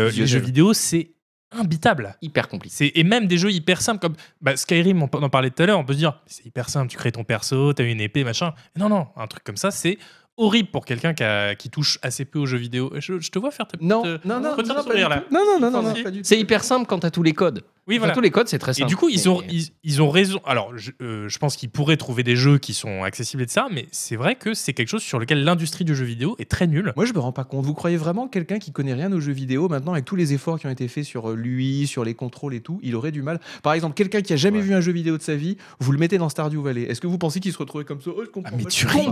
les Fusionnel. jeux vidéo, c'est imbitable. Hyper compliqué. C'est- Et même des jeux hyper simples comme bah, Skyrim, on, en parlait tout à l'heure, on peut se dire c'est hyper simple, tu crées ton perso, t'as une épée, machin. Non, non, un truc comme ça, c'est horrible pour quelqu'un qui, a- qui touche assez peu aux jeux vidéo. Je, je te vois faire tes Non, petites, euh, non, non, non, petites non, pas sourires, du là. tout. non, non, non, non, non, Si. pas du tout. C'est hyper simple quand t'as tous les codes. Oui, Quand voilà. Tous les codes, c'est très Et simple. du coup, ils Mais- ont, ils, ils ont raison. Alors, je, euh, je pense qu'ils pourraient trouver des jeux qui sont accessibles et de ça, mais c'est vrai que c'est quelque chose sur lequel l'industrie du jeu vidéo est très nulle. Moi, je me rends pas compte. Vous croyez vraiment que quelqu'un qui connaît rien aux jeux vidéo, maintenant, avec tous les efforts qui ont été faits sur euh, lui, sur les contrôles et tout, il aurait du mal Par exemple, quelqu'un qui a jamais Ouais. vu un jeu vidéo de sa vie, vous le mettez dans Stardew Valley. Est-ce que vous pensez qu'il se retrouverait comme ça Oh, je comprends. Ah, mais pas, tu [laughs] je comprends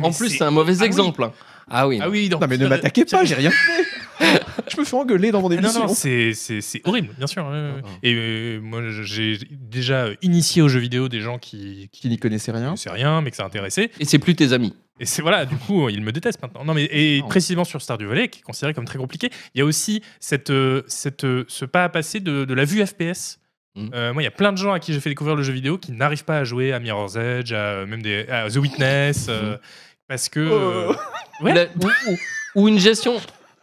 pas. Complètement. mais En plus, c'est- c'est un mauvais Ah oui. exemple. hein. Ah oui. Ah oui, Non, mais ne m'attaquez pas, j'ai rien fait. [laughs] je me fais engueuler dans mon Ah Non, émission. non, c'est c'est- c'est horrible, bien sûr. ouais, ouais, Ah, ouais. Et euh, moi, je- j'ai déjà euh, initié aux jeux vidéo des gens qui, qui qui n'y connaissait rien. connaissaient rien, mais que ça intéressait. Et c'est plus tes amis. Et c'est voilà, du coup, ils me détestent maintenant. Non, mais et Non. précisément sur Stardew Valley, qui est considéré comme très compliqué, il y a aussi cette, euh, cette, euh, ce pas à passer de, de la vue FPS. Mm. Euh, moi, il y a plein de gens à qui j'ai fait découvrir le jeu vidéo qui n'arrivent pas à jouer à Mirror's Edge, à, euh, même des, à The Witness, Mm-hmm. euh, parce que. Oh. euh, Ouais. Oh La- ou, ou une gestion,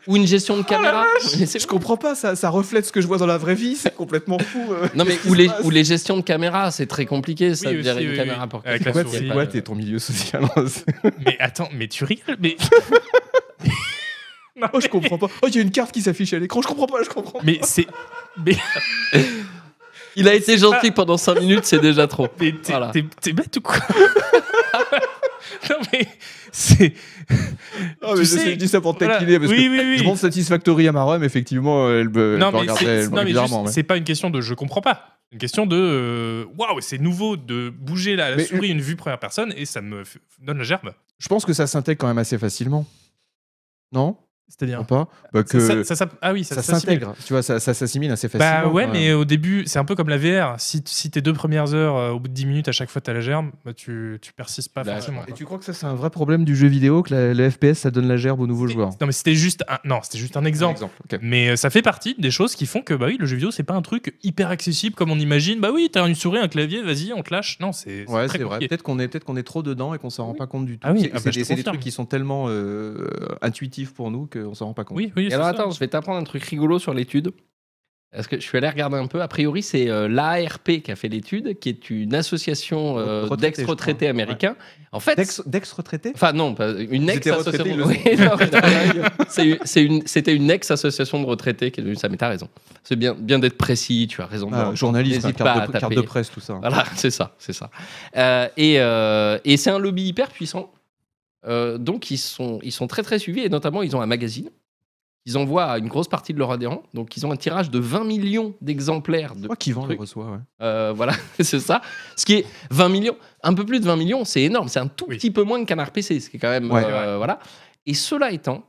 ou une gestion de caméra. Mais c'est- Je comprends pas, ça, ça reflète ce que je vois dans la vraie vie, c'est complètement fou. euh. non mais Qu'est-ce qui ou se les, passe ou les gestions de caméra, c'est très compliqué. Ça Oui, de gérer aussi, une oui, caméra oui. pour Avec quelqu'un la Quoi, qui souris. est c'est pas- quoi t'es ton milieu social [laughs] mais attends, mais tu rigoles Mais. Non, Oh, je comprends pas. Oh, il y a une carte qui s'affiche à l'écran, je comprends pas, je comprends. mais c'est. Mais, Il a été gentil pendant 5 minutes, c'est déjà trop. mais t'es Voilà. t'es- t'es bête ou [laughs] quoi Non, mais c'est. Ah, mais Tu je, sais, sais- je dis ça pour te voilà. taquiner parce que oui, oui, oui. Je montre Satisfactory à ma rhum, effectivement, euh, elle me, non, elle me mais regardait c'est- elle me non, mais regardait bizarrement, juste, ouais. c'est pas une question de je comprends pas. Une question de euh, waouh, c'est nouveau de bouger la, la Mais- souris une vue première personne et ça me f- donne la gerbe. Je pense que ça s'intègre quand même assez facilement. Non Ou C'est-à-dire pas Bah, que ça, ça, ça- ça- ah oui, ça, s'assimile. s'intègre, tu vois, ça, ça s'assimile assez facilement. Bah ouais, quand même. mais au début, c'est un peu comme la VR. Si, t- si tes deux premières heures, euh, au bout de 10 minutes, à chaque fois, t'as la gerbe, bah, tu, tu persistes pas Bah, euh, forcément. Et quoi. tu crois que ça, c'est un vrai problème du jeu vidéo, que la- le FPS, ça donne la gerbe aux nouveaux joueurs Non, mais c'était juste un, non, c'était juste un exemple. ok. Mais euh, ça fait partie des choses qui font que bah oui, le jeu vidéo c'est pas un truc hyper accessible comme on imagine. Bah oui, t'as une souris, un clavier, vas-y, on te lâche. Non, c'est c'est Ouais, très c'est vrai. compliqué. Peut-être qu'on est, peut qu'on est trop dedans et qu'on s'en rend pas compte du tout. Ah oui, c'est ah bah, c'est je des, te c'est des confirme. trucs qui sont tellement euh, intuitifs pour nous qu'on s'en rend pas compte. Oui, oui. Et c'est alors ça. attends, je vais t'apprendre un truc rigolo sur l'étude. Parce que je suis allé regarder un peu. A priori, c'est euh, l'ARP qui a fait l'étude, qui est une association euh, Retraités, d'ex-retraités je crois. américains. En fait, Dex, Dex [laughs] retraité Ah, Enfin non, pas- une Ils étaient retraités, ex-association. ils le [laughs] Oui, non, Ah, mais non. C'est- c'est une- C'était une ex-association de retraités qui est devenue ça, mais t'as raison. C'est bien, bien d'être précis, tu as raison. Ah, Bon, Journaliste, hein, n'hésite pas carte, à de, carte de taper. presse, tout ça. Voilà, [laughs] c'est ça, c'est ça. Euh, et euh, et c'est un lobby hyper puissant. Euh, donc ils sont, ils sont très très suivis et notamment ils ont un magazine. Ils envoient à une grosse partie de leurs adhérents. Donc ils ont un tirage de 20 millions d'exemplaires de Je crois qui vend le truc. reçoit, ouais. euh, voilà, [laughs] c'est ça. Ce qui est 20 millions, un peu plus de 20 millions, c'est énorme. C'est un tout Oui. euh, petit peu moins que Canard PC, ce qui est quand même. Ouais. euh, voilà. Et cela étant,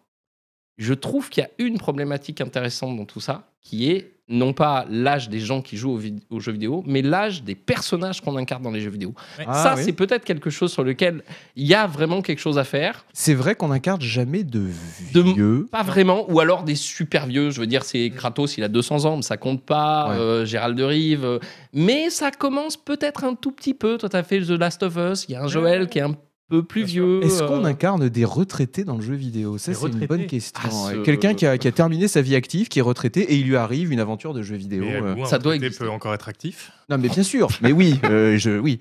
Je trouve qu'il y a une problématique intéressante dans tout ça, qui est non pas l'âge des gens qui jouent aux, vid- aux jeux vidéo, mais l'âge des personnages qu'on incarne dans les jeux vidéo. Ah ça, oui. c'est peut-être quelque chose sur lequel il y a vraiment quelque chose à faire. C'est vrai qu'on incarne jamais de De- vieux. Pas vraiment, ou alors des super vieux. Je veux dire, Mm. c'est Kratos, il a 200 ans, mais ça compte pas. Ouais. euh, Gérald de Rive. euh, mais ça commence peut-être un tout petit peu. Toi, t'as fait The Last of Us. Il y a un Joël qui est un peu plus Bien sûr. vieux. Est-ce qu'on euh, incarne des retraités dans le jeu vidéo Ça, Des c'est une retraités bonne question. Ah, ouais. ce- Quelqu'un qui [laughs] a, qui a terminé sa vie active, qui est retraité, et il lui arrive une aventure de jeu vidéo. Mais à euh. quoi un ça doit traité exister. peut encore être actif. Non, mais bien sûr. Mais oui, euh, je, oui.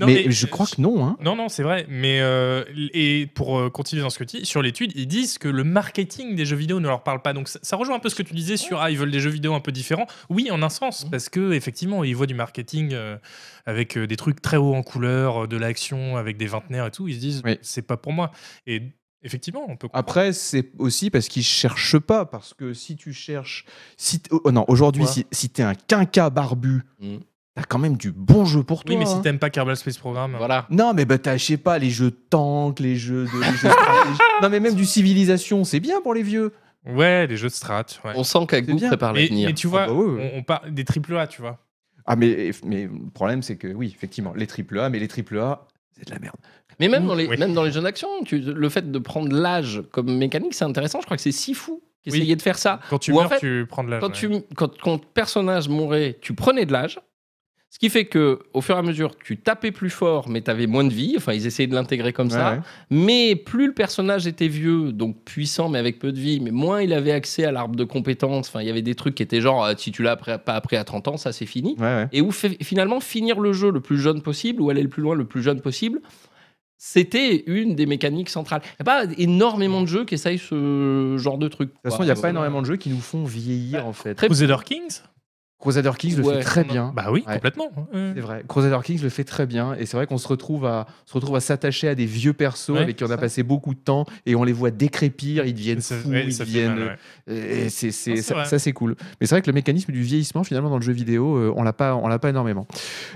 Non, mais, mais- je crois que non. Hein. Non, non, c'est vrai. Mais euh, et pour euh, continuer dans ce que tu dis, sur l'étude, ils disent que le marketing des jeux vidéo ne leur parle pas. Donc ça, ça rejoint un peu ce que tu disais sur ah, ils veulent des jeux vidéo un peu différents. Oui, en un sens, parce que effectivement, ils voient du marketing euh, avec euh, des trucs très hauts en couleur, euh, de l'action, avec des vingtenaires et tout. Ils se disent Oui. c'est pas pour moi. Et effectivement, on peut. comprendre. Après, c'est aussi parce qu'ils cherchent pas. Parce que si tu cherches. Si t- oh, non, aujourd'hui, Quoi si, si t'es un quinca barbu, Mm. t'as quand même du bon jeu pour toi. oui, mais hein. si t'aimes pas Kerbal Space Program, Voilà. Non, mais bah, t'as, je sais pas, les jeux tank, les jeux de. les jeux de [laughs] stratégie. non, mais même du civilisation, c'est bien pour les vieux. ouais, les jeux de strat. ouais. On sent C'est qu'Agou bien. prépare Mais, l'avenir. mais tu vois, bah ouais, ouais. on, on parle des triple A, tu vois. Ah, mais, mais le problème, c'est que oui, effectivement, les AAA, mais les AAA, c'est de la merde. Mais même dans les, Oui. même dans les jeux d'action, tu- le fait de prendre l'âge comme mécanique, c'est intéressant. Je crois que c'est si fou Oui. d'essayer de faire ça. Quand tu Ou en meurs, fait, tu prends de la. Quand, tu, quand ton personnage mourait, tu prenais de l'âge. Ce qui fait que, au fur et à mesure, tu tapais plus fort, mais tu avais moins de vie. Enfin, ils essayaient de l'intégrer comme ça. Ouais, ouais. Mais plus le personnage était vieux, donc puissant, mais avec peu de vie, mais moins il avait accès à l'arbre de compétences. Enfin, il y avait des trucs qui étaient genre, euh, si tu l'as après- pas après à 30 ans, ça c'est fini. Ouais, ouais. Et où fait- finalement, finir le jeu le plus jeune possible, ou aller le plus loin le plus jeune possible, c'était une des mécaniques centrales. Il n'y a pas énormément de jeux qui essayent ce genre de truc. De toute façon, il n'y a pas énormément de jeux qui nous font vieillir, Bah, en fait. Très- Crusader Kings Crusader Kings le Ouais. fait très bien. Bah oui, Ouais. complètement. Euh, C'est vrai. Crusader Kings le fait très bien. Et c'est vrai qu'on se retrouve à on se retrouve à s'attacher à des vieux persos Ouais, avec qui on a ça. passé beaucoup de temps et on les voit décrépir, ils deviennent Ça- fous, ouais, ils ça fait mal, deviennent. euh, ouais. et c'est, c'est- Non, c'est ça, vrai. ça, c'est cool. Mais c'est vrai que le mécanisme du vieillissement finalement dans le jeu vidéo, euh, on l'a pas, on l'a pas énormément.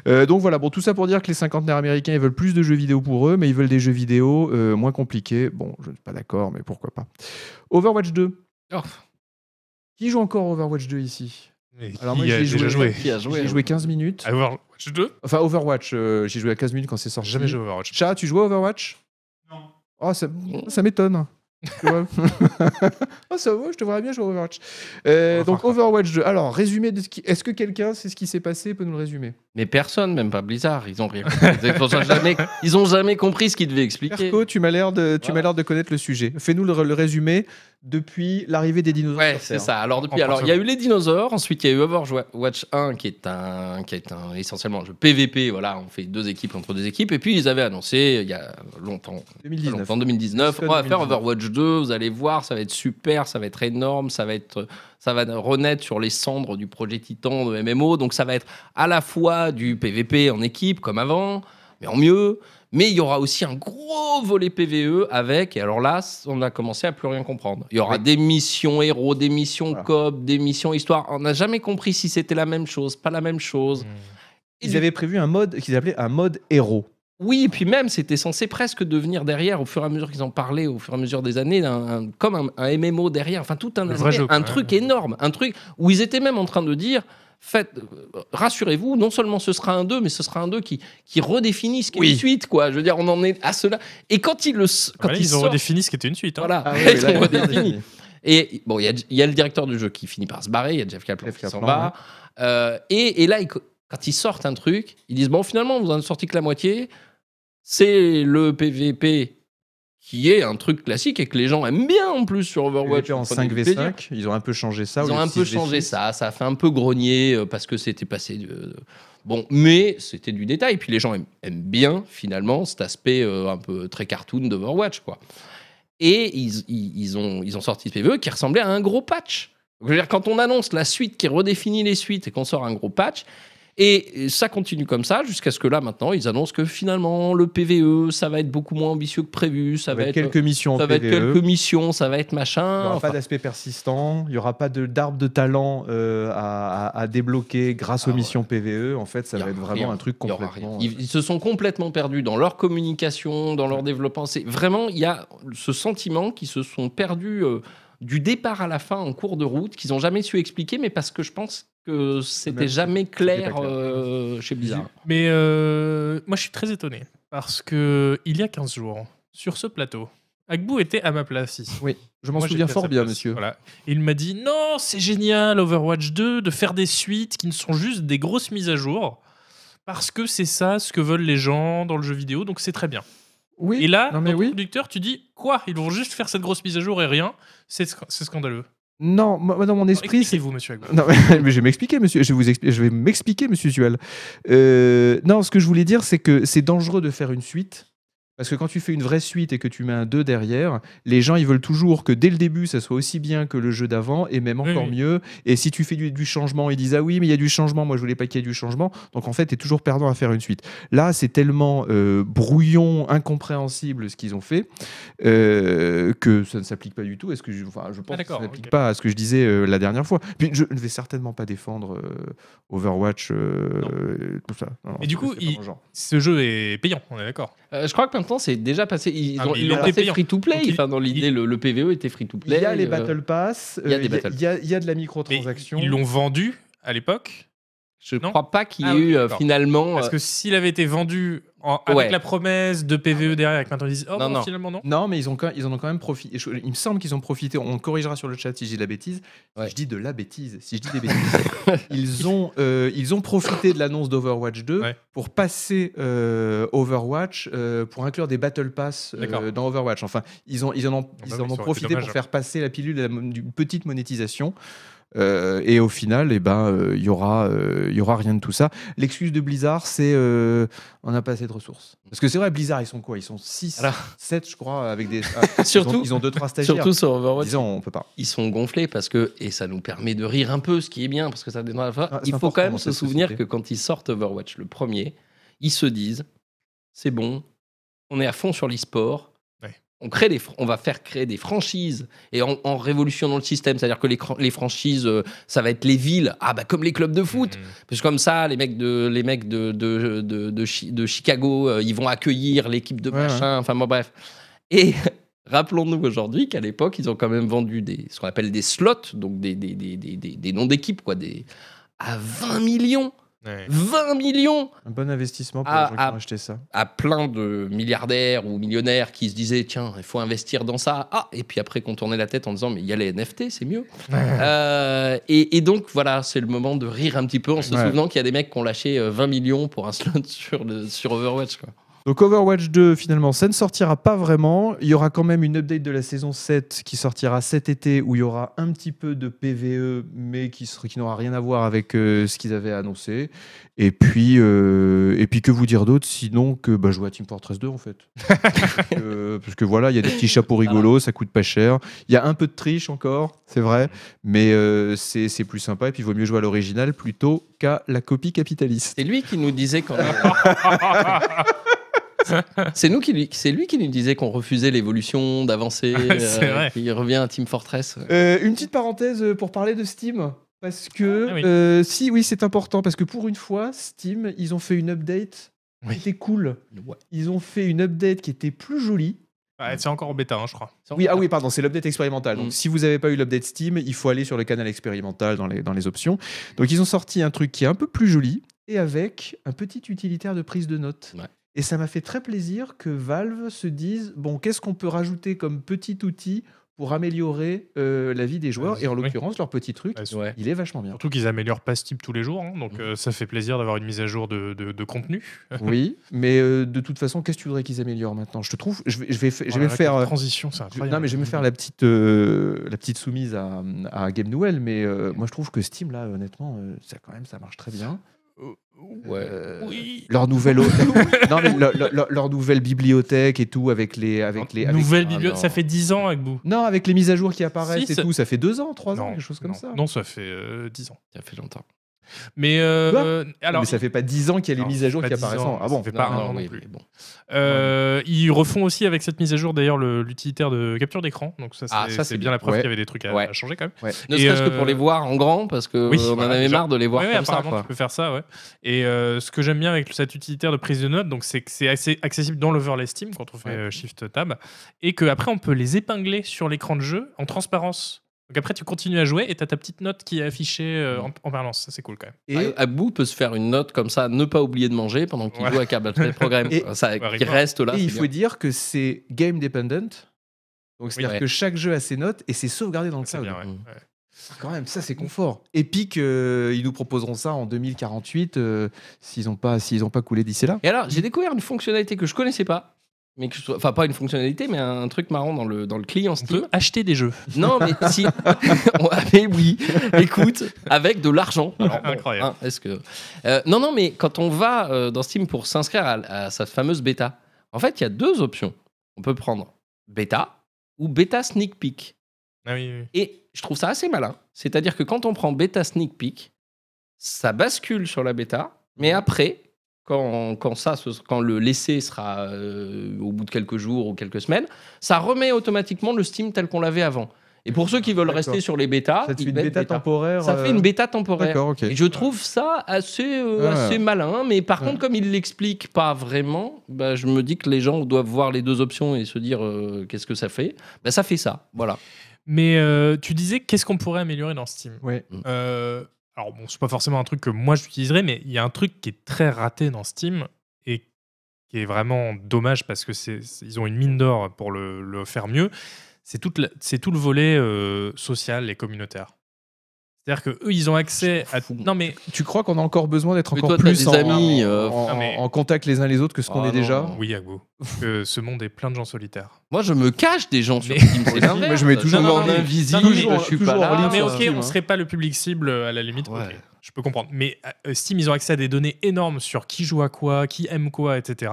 Euh, donc voilà. Bon, tout ça pour dire que les cinquantenaires américains ils veulent plus de jeux vidéo pour eux, mais ils veulent des jeux vidéo euh, moins compliqués. Bon, je ne suis pas d'accord, mais pourquoi pas. Overwatch 2. Oh. Qui joue encore Overwatch 2 ici Mais Alors qui moi, j'y ai a déjà joué. Ah, joué. Qui a joué, hein. J'ai joué 15 minutes. Overwatch 2 Enfin, Overwatch, euh, j'ai joué à 15 minutes quand c'est sorti. Jamais joué à Overwatch. Chat, tu joues à Overwatch Non. Oh, ça, ça m'étonne. Tu vois [laughs] oh, ça va, je te verrais bien jouer à Overwatch. Euh, On va donc, faire Overwatch 2. Alors, résumé de ce qui. Est-ce que quelqu'un sait ce qui s'est passé peut nous le résumer Mais personne, même pas Blizzard, ils ont rien. compris. Ils ont jamais, ils ont jamais compris ce qu'ils devaient expliquer. Perco, tu m'as l'air de, tu Voilà. m'as l'air de connaître le sujet. Fais-nous le, le résumé depuis l'arrivée des dinosaures. Ouais, sur c'est Terre. ça. Alors depuis, En alors il y a principe. eu les dinosaures, ensuite il y a eu Overwatch 1 qui est un, qui est un essentiellement un jeu PVP. Voilà, on fait deux équipes contre deux équipes. Et puis ils avaient annoncé il y a longtemps, pas 2019. longtemps, 2019, Jusqu'à on va faire 2019. Overwatch 2. Vous allez voir, ça va être super, ça va être énorme, ça va être, ça va renaître sur les cendres du projet Titan de MMO. Donc ça va être à la fois du PVP en équipe comme avant, mais en mieux. Mais il y aura aussi un gros volet PVE avec, et alors là, on a commencé à plus rien comprendre. Il y aura Oui. des missions héros, des missions Voilà. coop, des missions histoire. On n'a jamais compris si c'était la même chose, pas la même chose. Ils avaient prévu un mode qu'ils appelaient un mode héros. Oui, et puis même, c'était censé presque devenir derrière, au fur et à mesure qu'ils en parlaient, au fur et à mesure des années, un- un- comme un, un MMO derrière, enfin tout un, Le vrai aspect, jeu, quoi, un ouais. truc énorme, un truc où ils étaient même en train de dire, faites, euh, rassurez-vous, non seulement ce sera un 2, mais ce sera un 2 qui, qui redéfinit ce qu'est Oui. une suite, quoi. Je veux dire, on en est à cela. Et quand ils le, s- quand Voilà, Ah, ils, bah ils ont sortent- redéfini ce qui était une suite. hein. voilà, Ah ouais, [laughs] ils là, ont là, redéfini. là, Et bon, il y a- il y, a le directeur du jeu qui finit par se barrer, il y a Jeff Kaplan Jeff qui s'en Kaplan, va. Euh, et, et là, ils co- quand ils sortent un truc, ils disent Bon, finalement, on vous en a sorti que la moitié. C'est le PVP qui est un truc classique et que les gens aiment bien en plus sur Overwatch. PVP en Vous prenez 5v5, du plaisir. ils ont un peu changé ça. au Ils lieu ont de un peu 6v6. changé ça, ça a fait un peu grogner euh, parce que c'était passé. de- Bon, mais c'était du détail. Puis les gens aiment, aiment bien finalement cet aspect euh, un peu très cartoon d'Overwatch, quoi. Et ils, ils- ils ont, ils ont sorti ce PVE qui ressemblait à un gros patch. Donc, je veux dire, quand on annonce la suite qui redéfinit les suites et qu'on sort un gros patch, et et ça continue comme ça jusqu'à ce que là maintenant ils annoncent que finalement le PVE ça va être beaucoup moins ambitieux que prévu, ça, va être, quelques missions en E. ça va être PVE. quelques missions, ça va être Il n'y machin. aura Enfin, pas d'aspect persistant, il n'y aura pas de- d'arbre de, talent euh, à, à- à débloquer grâce Ah aux ouais. missions PVE. En fait, ça Y va a être vraiment rien. un truc Il y aura rien. complètement. euh, Ils, ils se sont complètement perdus dans leur communication, dans leur développement. C'est vraiment il y a ce sentiment qu'ils se sont perdus euh, du départ à la fin en cours de route qu'ils n'ont jamais su expliquer, mais parce que je pense que c'était Ouais, jamais clair, clair. euh, chez Blizzard. Mais euh, moi, je suis très étonné parce que il y a 15 jours, sur ce plateau, Agbu était à ma place ici. Je m'en Moi, souviens j'étais à fort sa bien, place. monsieur. Voilà. Il m'a dit non, c'est génial Overwatch 2 de faire des suites qui ne sont juste des grosses mises à jour parce que c'est ça ce que veulent les gens dans le jeu vidéo, donc c'est très bien. Oui. Et là, non mais dans ton oui. producteur, tu dis quoi Ils vont juste faire cette grosse mise à jour et rien C'est sc- c'est scandaleux. Non, moi, dans mon esprit, c'est vous, monsieur Agbu. [laughs] Non, mais, mais je vais m'expliquer, monsieur. Je, vais vous expli- je vais m'expliquer, monsieur Sual. Euh, non, ce que je voulais dire, c'est que c'est dangereux de faire une suite. Parce que quand tu fais une vraie suite et que tu mets un 2 derrière, les gens, ils veulent toujours que dès le début, ça soit aussi bien que le jeu d'avant et même Oui, encore oui. mieux. Et si tu fais du, du changement, ils disent Ah oui, mais il y a du changement. Moi, je voulais pas qu'il y ait du changement. Donc en fait, tu es toujours perdant à faire une suite. Là, c'est tellement euh, brouillon, incompréhensible ce qu'ils ont fait euh, que ça ne s'applique pas du tout. Est-ce que je, enfin, je pense que ça Ah, d'accord, s'applique ok. pas à ce que je disais euh, la dernière fois. Puis je ne vais certainement pas défendre euh, Overwatch, euh, Non. euh, tout ça. Non, non, Et du c'est- coup, c'est pas il- mon genre. Ce jeu est payant, on est d'accord. Euh, je crois que maintenant c'est déjà passé. Ils Ah, ont, mais ils il l'ont était passé payant. free to play. Donc, il- Enfin, dans l'idée, le, le PVE était free to il play. y a les euh, Battle Pass, euh, il y a des il y a- Battle il y a- il y a de la Mais microtransaction. ils l'ont vendu à l'époque Je ne Non crois pas qu'il y ait Ah, ok, eu euh, d'accord. finalement. Parce euh, que s'il avait été vendu en- avec Ouais. Ah la promesse de PVE derrière, et que maintenant ils disent oh Non, non, non. finalement non. Non, mais ils, ont quand, ils en ont quand même profité. Je- Il me semble qu'ils ont profité. On corrigera sur le chat si je dis de la bêtise. Si Ouais. je dis de la bêtise, si je dis des bêtises. ils, ont, euh, ils ont profité de l'annonce d'Overwatch 2 Ouais. pour passer euh, Overwatch, euh, pour inclure des Battle Pass euh, D'accord. dans Overwatch. Enfin, ils, ont, ils en ont, ils bah en oui, ça ont aurait été profité dommage. pour faire passer la pilule à la mon- d'une petite monétisation. Euh, et au final, eh ben, euh, il y aura, euh, il y aura rien de tout ça. L'excuse de Blizzard, c'est euh, on n'a pas assez de ressources. Parce que c'est vrai, Blizzard, ils sont quoi Ils sont 6, Alors- 7, je crois, avec [laughs] des. ah, Surtout- Ils ont 2-3 stagiaires. Surtout sur Overwatch, Disons, on peut pas. ils sont gonflés parce que, et ça nous permet de rire un peu, ce qui est bien, parce que ça démarre à la fin. Ah, c'est il faut important quand même dans se cette souvenir société. que quand ils sortent Overwatch le premier, ils se disent c'est bon, on est à fond sur l'e-sport. Ouais. On, crée des, fr- on va faire créer des franchises et en, en révolutionnant le système, c'est-à-dire que les, cran- les franchises, euh, ça va être les villes, ah bah comme les clubs de foot, Hmm. Parce que comme ça, les mecs de, les mecs de, de, de, de Chi- de Chicago, euh, ils vont accueillir l'équipe de Ouais, machin, enfin bon, bref. Et [laughs] rappelons-nous aujourd'hui qu'à l'époque, ils ont quand même vendu des, ce qu'on appelle des slots, donc des, des, des, des, des- des noms d'équipe, quoi, des, à 20 millions, Hmm, Ouais. 20 millions Un bon investissement pour Ah, les gens qui ah. ont acheté ça. à plein de milliardaires ou millionnaires qui se disaient tiens il faut investir dans ça ah et puis après qu'on tournait la tête en disant mais il y a les NFT c'est mieux Euh, et, et donc voilà c'est le moment de rire un petit peu en se Ouais. souvenant qu'il y a des mecs qui ont lâché euh, 20 millions pour un slot [laughs] sur le, sur Overwatch quoi. Donc Overwatch 2, finalement, ça ne sortira pas vraiment. Il y aura quand même une update de la saison 7 qui sortira cet été où il y aura un petit peu de PVE, mais qui, sera- qui n'aura rien à voir avec euh, ce qu'ils avaient annoncé. Et puis, euh, et puis que vous dire d'autre sinon que bah, jouer à Team Fortress 2 en fait. parce, que, parce que voilà, il y a des petits chapeaux rigolos, ça coûte pas cher. Il y a un peu de triche encore, c'est vrai, mais euh, c'est c'est plus sympa. Et puis il vaut mieux jouer à l'original plutôt qu'à la copie capitaliste. c'est lui qui nous disait quand [laughs] c'est nous qui lui- c'est lui qui nous disait qu'on refusait l'évolution d'avancer [laughs] C'est vrai. il revient à Team Fortress Euh, une petite parenthèse pour parler de Steam. Parce que, Ah oui. euh, si, oui, c'est important. Parce que pour une fois, Steam, ils ont fait une update Oui. qui était cool. Ouais. Ils ont fait une update qui était plus jolie. Ouais, c'est encore en bêta, hein, je crois. Oui, ah oui, pardon, c'est l'update expérimental. Mm. Donc, si vous n'avez pas eu l'update Steam, il faut aller sur le canal expérimental dans les, dans les options. Donc, ils ont sorti un truc qui est un peu plus joli et avec un petit utilitaire de prise de notes. Ouais. Et ça m'a fait très plaisir que Valve se dise bon, qu'est-ce qu'on peut rajouter comme petit outil pour améliorer euh, la vie des joueurs Euh, Et en oui. l'occurrence, leur petit truc, Ouais, Ouais. il est vachement [laughs] bien. Surtout qu'ils améliorent pas ce type tous les jours, hein, donc Mhm. euh, ça fait plaisir d'avoir une mise à jour de, de- de contenu. oui, mais euh, de toute façon, qu'est-ce que tu voudrais qu'ils améliorent maintenant Je te trouve, je vais, je vais, fa- je Oh vais là là, faire. quelle euh, transition, c'est je- incroyable. non, mais je vais me faire la petite, euh, la petite soumise à, à Game Noël, mais euh, moi je trouve que Steam, là, honnêtement, euh, ça, quand même, ça marche très bien. Ouais. Euh, Oui. Leur [laughs] nouvelle, non, mais leur, leur- leur nouvelle bibliothèque et tout, avec les. Avec les avec- Nouvelle Ah, bibliothèque, non. ça fait 10 ans, Agbou. Non, avec les mises à jour qui apparaissent Si, et ça- tout, ça fait deux ans, trois ans, Non, quelque chose comme non, ça. Non, ça fait euh, 10 ans. ça fait longtemps Mais euh, alors, mais ça fait pas 10 ans qu'il y a les alors, mises à jour pas qui 10 apparaissent. ans, Ah bon ça fait pas Non, un non, an oui, non plus. mais bon. euh, ils refont aussi avec cette mise à jour d'ailleurs le- l'utilitaire de capture d'écran. Donc ça, c'est Ah, ça, c'est c'est bien la preuve Ouais. qu'il y avait des trucs à, Ouais. à changer quand même. Ne Et, serait-ce que euh, pour les voir en grand, parce que oui, on en voilà, avait déjà. marre de les voir Ouais, ouais, comme ça. apparemment quoi. tu peux faire ça, ouais. Et euh, ce que j'aime bien avec cet utilitaire de prise de notes, donc c'est que c'est assez accessible dans l'overlay Steam quand on fait Ouais. euh, Shift Tab, et que après on peut les épingler sur l'écran de jeu en transparence. Donc après tu continues à jouer et t'as ta petite note qui est affichée euh, en, en permanence. Ça c'est cool quand même. Et- À- Abou peut se faire une note comme ça, ne pas oublier de manger pendant qu'il Voilà. joue à [laughs] câble après le programme. Et- bah, ça, Ouais, qui rigolo. reste là. Et c'est il faut bien. dire que c'est game dependent. Donc c'est-à-dire ouais. que chaque jeu a ses notes et c'est sauvegardé dans le C'est cloud. bien. ouais. Mm. Ouais. Ah, Quand même, ça c'est confort. Epic, euh, ils nous proposeront ça en 2048 euh, s'ils n'ont pas, s'ils ont pas coulé d'ici là. Et alors, j'ai découvert une fonctionnalité que je connaissais pas. Mais que je- enfin, pas une fonctionnalité, mais un truc marrant dans le, dans le client On Steam. peut acheter des jeux. Non, [laughs] mais si. [laughs] Ouais, mais oui, écoute, avec de l'argent. Alors, bon, Incroyable. hein, Est-ce que. Euh, non, non, mais quand on va euh, dans Steam pour s'inscrire à, à sa fameuse bêta, en fait, il y a deux options. On peut prendre bêta ou bêta sneak peek. Ah oui, oui, oui. Et je trouve ça assez malin. C'est-à-dire que quand on prend bêta sneak peek, ça bascule sur la bêta, mais après, quand, quand, ça, se- quand le laissé sera euh, au bout de quelques jours ou quelques semaines, ça remet automatiquement le Steam tel qu'on l'avait avant. Et pour ceux qui veulent D'accord. rester sur les bêtas, ça te ils fait Ah, une mettent bêta temporaire. Ça fait une euh, bêta temporaire. D'accord, ok. Et je trouve ça assez, euh, Ouais. assez malin, mais par Ouais. contre, comme il l'explique pas vraiment, bah, je me dis que les gens doivent voir les deux options et se dire euh, qu'est-ce que ça fait. Bah, ça fait ça, voilà. Mais euh, tu disais qu'est-ce qu'on pourrait améliorer dans Steam Ouais. Euh, alors bon, c'est pas forcément un truc que moi j'utiliserais, mais il y a un truc qui est très raté dans Steam et qui est vraiment dommage parce que c'est c'est- ils ont une mine d'or pour le, le faire mieux. C'est toute la- c'est tout le volet euh, social et communautaire. C'est-à-dire que eux, ils ont accès Je m'en à. fous. Non mais Tu crois qu'on a encore besoin d'être Mais encore toi, t'as plus des en, amis, euh, en- Ah, mais- en contact les uns les autres que ce qu'on Ah, est non. déjà oui, Agbo, que ce monde est plein de gens solitaires. Moi, je me cache des gens sur Mais- Steam, [laughs] c'est Moi, l'inverse. je mets toujours me mets en en ligne. invisible, Non, non, je mais- suis toujours pas en là. ligne mais sur ok, Steam, on hein. serait pas le public cible euh, à la limite. Ouais. ok, je peux comprendre. Mais euh, Steam, ils ont accès à des données énormes sur qui joue à quoi, qui aime quoi, etc.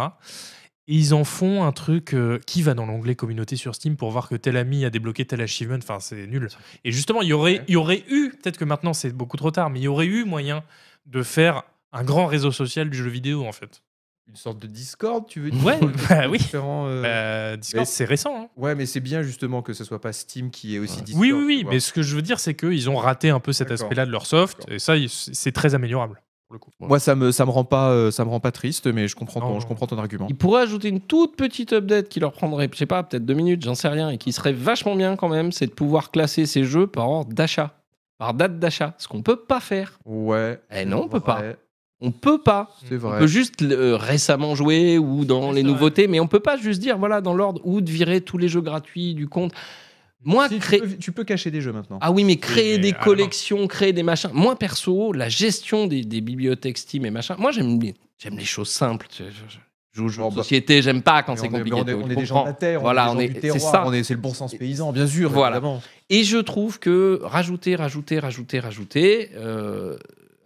Et ils en font un truc euh, qui va dans l'onglet communauté sur Steam pour voir que tel ami a débloqué tel achievement. Enfin, c'est nul. Et justement, il y aurait, il y aurait eu, peut-être que maintenant c'est beaucoup trop tard, mais il y aurait eu moyen de faire un grand réseau social du jeu vidéo en fait. Une sorte de Discord, tu veux dire Ouais, bah oui. Différents, euh, Bah, Discord, mais- c'est récent. hein. Ouais, mais c'est bien justement que ce soit pas Steam qui est aussi Discord. Oui, oui, tu oui. vois. Mais ce que je veux dire, c'est qu'ils ont raté un peu cet D'accord. aspect-là de leur soft. D'accord. Et ça, il- c'est très améliorable. Moi, ça me, ça me rend pas, euh, ça me rend pas triste, mais je comprends Non, ton, non. je comprends ton argument. Ils pourraient ajouter une toute petite update qui leur prendrait, je sais pas, peut-être deux minutes, j'en sais rien, et qui serait vachement bien quand même, c'est de pouvoir classer ces jeux par ordre d'achat, par date d'achat, ce qu'on peut pas faire. Ouais. Eh non, on peut Ouais, pas. On peut pas. C'est vrai. On peut juste euh, récemment jouer ou Oui, dans les c'est vrai. nouveautés, mais on peut pas juste dire voilà dans l'ordre ou de virer tous les jeux gratuits du compte. Moi, Si, créer tu, peux, tu peux cacher des jeux maintenant. ah oui, mais créer mais des à la main. collections, créer des machins. Moi, perso, la gestion des, des bibliothèques Steam et machin, moi, j'aime les, j'aime les choses simples. Je, je- je joue aux jeux Bon, de bah, société, j'aime pas quand Mais c'est on est- compliqué. On est, tu on est des comprends. gens de la terre, Voilà, on on est est- des gens du c'est terroir, ça. on est- c'est le bon sens paysan, bien sûr. Voilà. évidemment. Et je trouve que rajouter, rajouter, rajouter, rajouter, euh,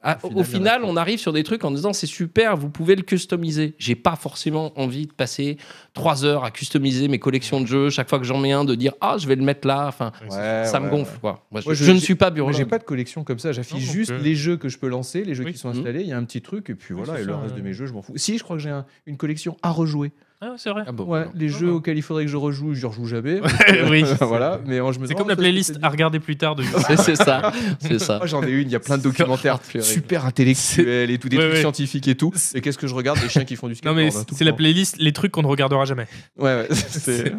à- Au final, il y en au a final, trop. on arrive sur des trucs en disant c'est super, vous pouvez le customiser. J'ai pas forcément envie de passer trois heures à customiser mes collections de jeux chaque fois que j'en mets un, de dire ah je vais le mettre là. Enfin, Ouais, ça ouais, me ouais. gonfle. Quoi. Moi, je, Moi, je- je ne j'ai- suis pas bureau. Moi, j'ai pas de collection comme ça. J'affiche Non, non juste plus. les jeux que je peux lancer, les jeux Oui. qui sont Mhm. installés. Il y a un petit truc, et puis Oui, voilà. c'est et le ça, reste ouais. de mes jeux, je m'en fous. Si, je crois que j'ai un- une collection à rejouer. Ah, c'est vrai. Ouais, les Ah, jeux ouais. auxquels il faudrait que je rejoue, je ne rejoue jamais. [laughs] oui. voilà. Mais euh, je me C'est dis, comme oh, la ça, playlist c'était à regarder plus tard de C'est c'est ça, c'est ça. Moi, Ah, j'en ai une, il y a plein de C'est documentaires horrible. super intellectuels et tout, des Ouais, trucs ouais. scientifiques et tout. C'est- Et qu'est-ce que je regarde Des chiens qui font du Non skateboard. mais hein, tout c'est le la temps. playlist les trucs qu'on ne regardera jamais. [laughs] Ouais, ouais. c'est-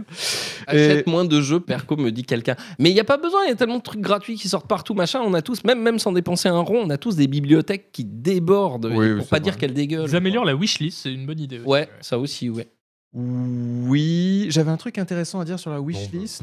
Achète [laughs] Et- moins de jeux, Perco me dit quelqu'un. Mais il n'y a pas besoin, il y a tellement de trucs gratuits qui sortent partout, machin. On a tous, même, même sans dépenser un rond, on a tous des bibliothèques qui Oui, débordent. et oui, pour c'est pas vrai. dire qu'elles dégueulent. Ils améliorent la wishlist, c'est une bonne idée. aussi. Ouais, ça aussi, ouais. Oui, j'avais un truc intéressant à dire sur la wishlist.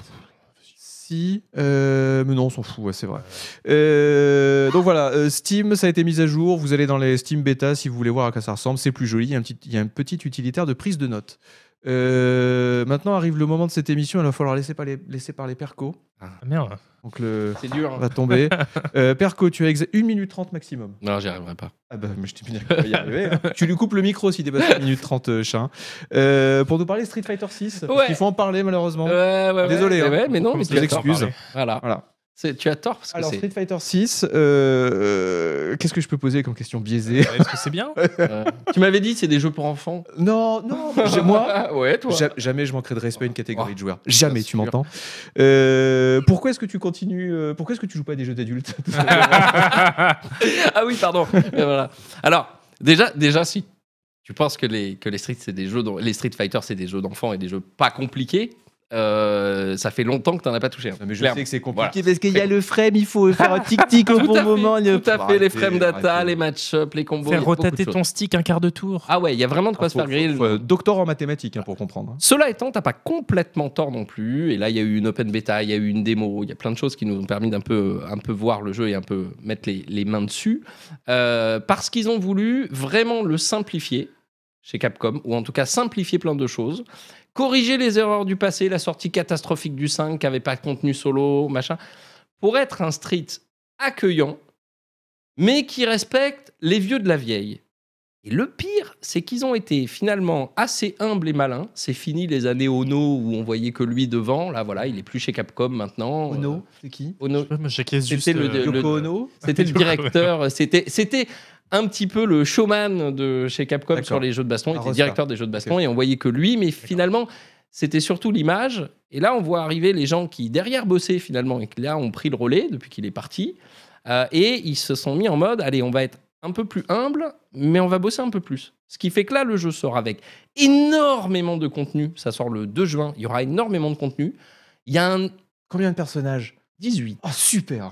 Si, euh, mais non, on s'en fout, ouais, c'est vrai. Euh, donc voilà, euh, Steam, ça a été mis à jour. Vous allez dans les Steam Beta si vous voulez voir à quoi ça ressemble. C'est plus joli. Il y a un petit, il y a un petit utilitaire de prise de notes. Euh, maintenant arrive le moment de cette émission. Il va falloir laisser parler, laisser parler Perco. Ah, merde. Donc le C'est dur. hein. va tomber. Euh, Perco, tu as exa- 1 minute 30 maximum. Non, j'y arriverai pas. Ah bah, mais je t'ai bien dit qu'on va y arriver. [laughs] hein. tu lui coupes le micro s'il dépasse 1 minute 30, euh, chat. Euh, pour nous parler Street Fighter 6, Ouais. Euh, il faut en parler malheureusement. Ouais, ouais, ouais. Désolé, Mais hein. ouais, mais non, mais Des d'accord. excuses. Voilà. Voilà. C'est- Tu as tort parce que Alors, c'est- Street Fighter 6, euh, qu'est-ce que je peux poser comme question biaisée Est-ce que c'est bien euh, tu m'avais dit c'est des jeux pour enfants. [laughs] Ah, Non, non, Ah. j'ai- moi, ouais toi. ja- jamais je manquerai de respect à une catégorie Oh, de joueurs. Jamais, bien tu sûr. m'entends Euh, Pourquoi est-ce que tu continues euh, Pourquoi est-ce que tu joues pas à des jeux d'adultes [laughs] ah oui, pardon. Mais voilà. Alors, déjà, déjà, si tu penses que les, que les Street, c'est des jeux, d'en- les Street Fighter, c'est des jeux d'enfants et des jeux pas compliqués, euh, ça fait longtemps que t'en as pas touché. hein. Non, mais je Clairement. sais que c'est Voilà. compliqué parce qu'il y a le frame, il faut faire un [laughs] tic-tic au Tout bon à fait, moment. le- tout à fait, les Arrêtez, frames data, arrêtez. les match-ups, les combos. il y Faire a beaucoup de rotater choses. ton stick un quart de tour. Ah ouais, il y a vraiment de quoi se Faut- faire griller. le faut- faut- Docteur en mathématiques hein, pour comprendre. hein. Cela étant, t'as pas complètement tort non plus. Et là, il y a eu une open beta, il y a eu une démo, il y a plein de choses qui nous ont permis d'un peu, un peu voir le jeu et un peu mettre les, les mains dessus. Euh, parce qu'ils ont voulu vraiment le simplifier chez Capcom, ou en tout cas simplifier plein de choses, corriger les erreurs du passé, la sortie catastrophique du 5 qui avait pas de contenu solo, machin, pour être un street accueillant, mais qui respecte les vieux de la vieille. Et le pire, c'est qu'ils ont été finalement assez humbles et malins. C'est fini les années Ono où on voyait que lui devant. Là, voilà, il est plus chez Capcom maintenant. Ono, c'est qui Euh, Ono, C'était C'était le- euh, le- Yoko Ono c'était le Yoko Ono. directeur. C'était, c'était un petit peu le showman de chez Capcom D'accord. sur les jeux de baston. Il Un était roster. directeur des jeux de baston et on voyait que lui. Mais finalement, c'était surtout l'image. Et là, on voit arriver les gens qui derrière bossaient finalement et qui là ont pris le relais depuis qu'il est parti. Euh, et ils se sont mis en mode, allez, on va être un peu plus humble, mais on va bosser un peu plus. Ce qui fait que là, le jeu sort avec énormément de contenu. Ça sort le 2 juin. Il y aura énormément de contenu. Il y a un Combien de personnages 18. Oh, super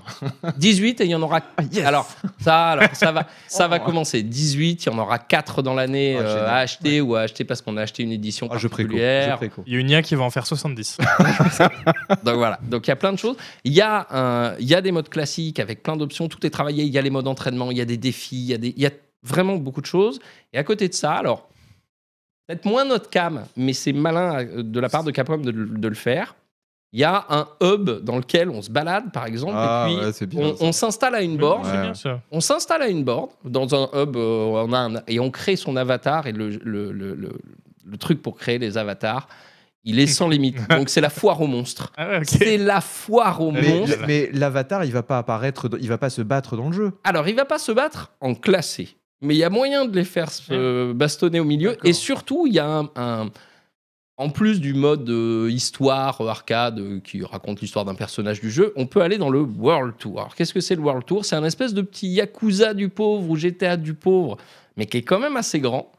18 et il y en aura Ah, yes alors, ça, alors, [laughs] ça va, ça va Oh. commencer. 18, il y en aura 4 dans l'année Ah, euh, génial. à acheter ou à acheter parce qu'on a acheté une édition Ah, je préco. Je particulière. préco. Il y a une IA qui va en faire 70. [laughs] Donc voilà, donc il y a plein de choses. Il y, a un- il y a des modes classiques avec plein d'options, tout est travaillé. Il y a les modes entraînement, il y a des défis, il y a, des, il y a vraiment beaucoup de choses. Et à côté de ça, alors, peut-être moins notre cam, mais c'est malin euh, de la part de Capcom de, de le faire. Il y a un hub dans lequel on se balade, par exemple, Ah, et puis ouais, c'est bien. on, ça. on s'installe à une borne. Ouais. C'est bien ça. On s'installe à une borne dans un hub euh, on a un- et on crée son avatar et le, le- le- le- le truc pour créer les avatars, il est sans limite. Donc c'est la foire aux monstres. Ah ouais, ok. C'est la foire aux Mais, monstres. Eh, mais l'avatar, il va pas apparaître, dans- il va pas se battre dans le jeu. Alors il va pas se battre en classé, mais il y a moyen de les faire se bastonner au milieu. D'accord. Et surtout, il y a un, un- en plus du mode euh, histoire euh, arcade euh, qui raconte l'histoire d'un personnage du jeu, on peut aller dans le World Tour. Alors qu'est-ce que c'est le World Tour C'est un espèce de petit Yakuza du pauvre ou GTA du pauvre, mais qui est quand même assez grand,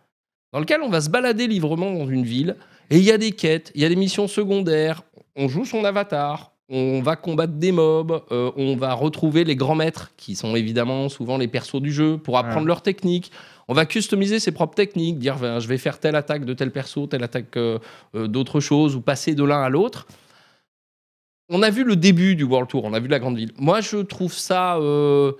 dans lequel on va se balader librement dans une ville. Et il y a des quêtes, il y a des missions secondaires, on joue son avatar, on va combattre des mobs, euh, on va retrouver les grands maîtres, qui sont évidemment souvent les persos du jeu, pour apprendre leurs techniques. On va customiser ses propres techniques, dire ben, je vais faire telle attaque de tel perso, telle attaque euh, euh, d'autre chose, ou passer de l'un à l'autre. On a vu le début du World Tour, on a vu la grande ville. Moi, je trouve ça. euh,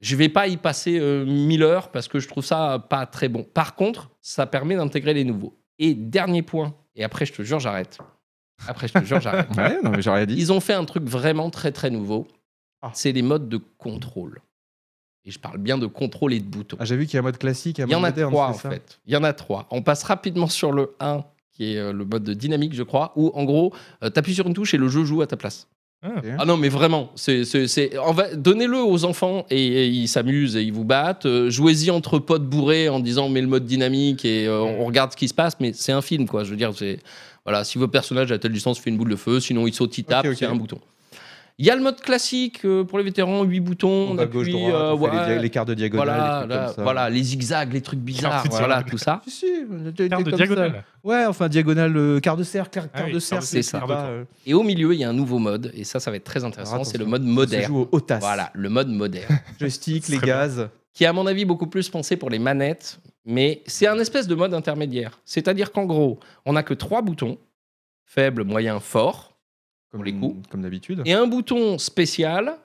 je vais pas y passer euh, 1000 heures parce que je trouve ça pas très bon. Par contre, ça permet d'intégrer les nouveaux. Et dernier point, et après, je te jure, j'arrête. Après, je te jure, j'arrête. [laughs] Ouais, non, mais j'ai rien dit. Ils ont fait un truc vraiment très très nouveau. Ah. C'est les modes de contrôle. Et je parle bien de contrôle et de boutons. Ah, j'ai vu qu'il y a un mode classique, un Il y en mode a moderne, trois en c'est ça fait. Il y en a trois. On passe rapidement sur le 1, qui est euh, le mode de dynamique, je crois, où en gros, tu t'appuies sur une touche et le jeu joue à ta place. Ah non, mais vraiment, c'est, c'est, c'est- on va- donnez-le aux enfants et, et ils s'amusent et ils vous battent. Euh, jouez-y entre potes bourrés en disant on met le mode dynamique et euh, on regarde ce qui se passe, mais c'est un film, quoi. Je veux dire, c'est, voilà, si vos personnages à telle distance fait une boule de feu, sinon ils sautent, ils tapent, ok. c'est un bouton. Il y a le mode classique euh, pour les vétérans, 8 boutons, On on va gauche, appuie, droite, euh, on fait les, ouais, dia- les quarts de diagonale, voilà, les trucs là, comme ça. voilà, les zigzags, les trucs bizarres, Quarts de voilà, diagonale. tout ça. Si, si, on a déjà été Quart de comme ça. diagonale. Ouais, enfin, diagonale, euh, quart de cercle, quart, Ah quart oui, de quart de cercle. cercle, etc. Bah, quart de tour. Euh, Et au milieu, il y a un nouveau mode, et ça, ça va être très intéressant, Alors, c'est le attention, mode on se moderne. joue au, au tas. Voilà, le mode moderne. Joystick, les Très bien. gaz. qui est à mon avis beaucoup plus pensé pour les manettes, mais c'est un espèce de mode intermédiaire. C'est-à-dire qu'en gros, on n'a que trois boutons, faible, moyen, fort, Comme les coups. Comme d'habitude. et un bouton spécial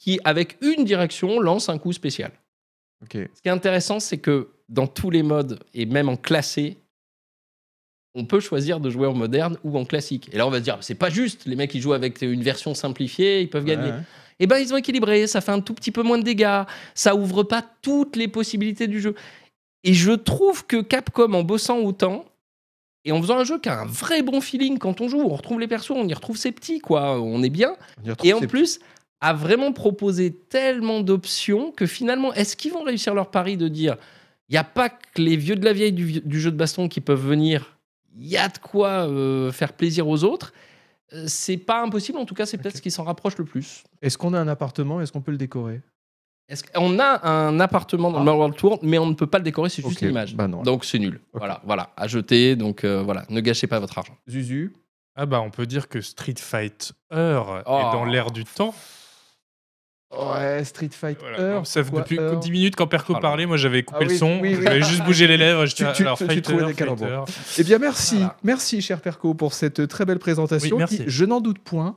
qui, avec une direction, lance un coup spécial. Ok. Ce qui est intéressant, c'est que dans tous les modes, et même en classé, on peut choisir de jouer en moderne ou en classique. Et là, on va se dire, c'est pas juste, les mecs, ils jouent avec une version simplifiée, ils peuvent gagner. Ouais, ouais. Eh ben, ils ont équilibré, ça fait un tout petit peu moins de dégâts, ça ouvre pas toutes les possibilités du jeu. Et je trouve que Capcom, en bossant autant, et en faisant un jeu qui a un vrai bon feeling quand on joue, on retrouve les persos, on y retrouve ses petits, quoi, on est bien. On y retrouve Et en ces- plus, a vraiment proposé tellement d'options que finalement, est-ce qu'ils vont réussir leur pari de dire il n'y a pas que les vieux de la vieille du, du jeu de baston qui peuvent venir, il y a de quoi euh, faire plaisir aux autres Euh, C'est pas impossible, en tout cas, c'est peut-être ce qui s'en rapproche le plus. Est-ce qu'on a un appartement Est-ce qu'on peut le décorer Est-ce qu'on a un appartement dans le World Tour, mais on ne peut pas le décorer, c'est juste Ok, une image. bah non. Donc c'est nul. Ok. Voilà, voilà, à jeter. Donc euh, voilà, ne gâchez pas votre argent. Zuzu Ah bah on peut dire que Street Fighter est Oh. dans l'air du temps. Ouais, Street Fighter. Voilà. Donc, ça fait pourquoi depuis heure 10 minutes quand Perco Ah là. parlait, moi j'avais coupé Ah le oui, son, oui, oui. j'avais juste bougé les lèvres, je Tu- disais tu- alors tu Fighter, trouvais des calabres. Fighter. Eh bien, merci. Voilà. Merci, cher Perco, pour cette très belle présentation Oui, merci. Ah qui, je n'en doute point,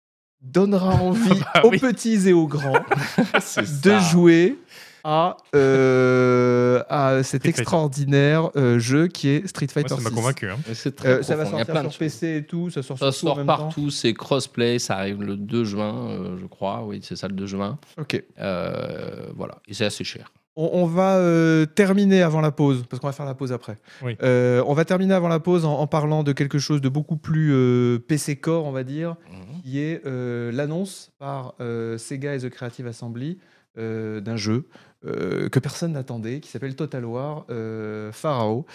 [laughs] donnera envie aux bah oui. petits et aux grands [laughs] C'est de ça. jouer à, euh, à cet Street Fighter. extraordinaire euh, jeu qui est Street Moi, Fighter ça m'a 6. convaincu. hein. Mais C'est très Euh, ça va profond, il y a plein sortir de sur choses. PC et tout, ça sort, Ça sur tout en sort même partout, c'est crossplay, ça arrive le 2 juin, euh, je crois. Oui, c'est ça le 2 juin. temps. Ok. Euh, voilà, et c'est assez cher. On, on va euh, terminer avant la pause, parce qu'on va faire la pause après. Oui. Euh, on va terminer avant la pause en, en parlant de quelque chose de beaucoup plus euh, PC Core, on va dire, Mhm. qui est euh, l'annonce par euh, Sega et The Creative Assembly euh, d'un jeu euh, que personne n'attendait, qui s'appelle Total War euh, Pharaoh.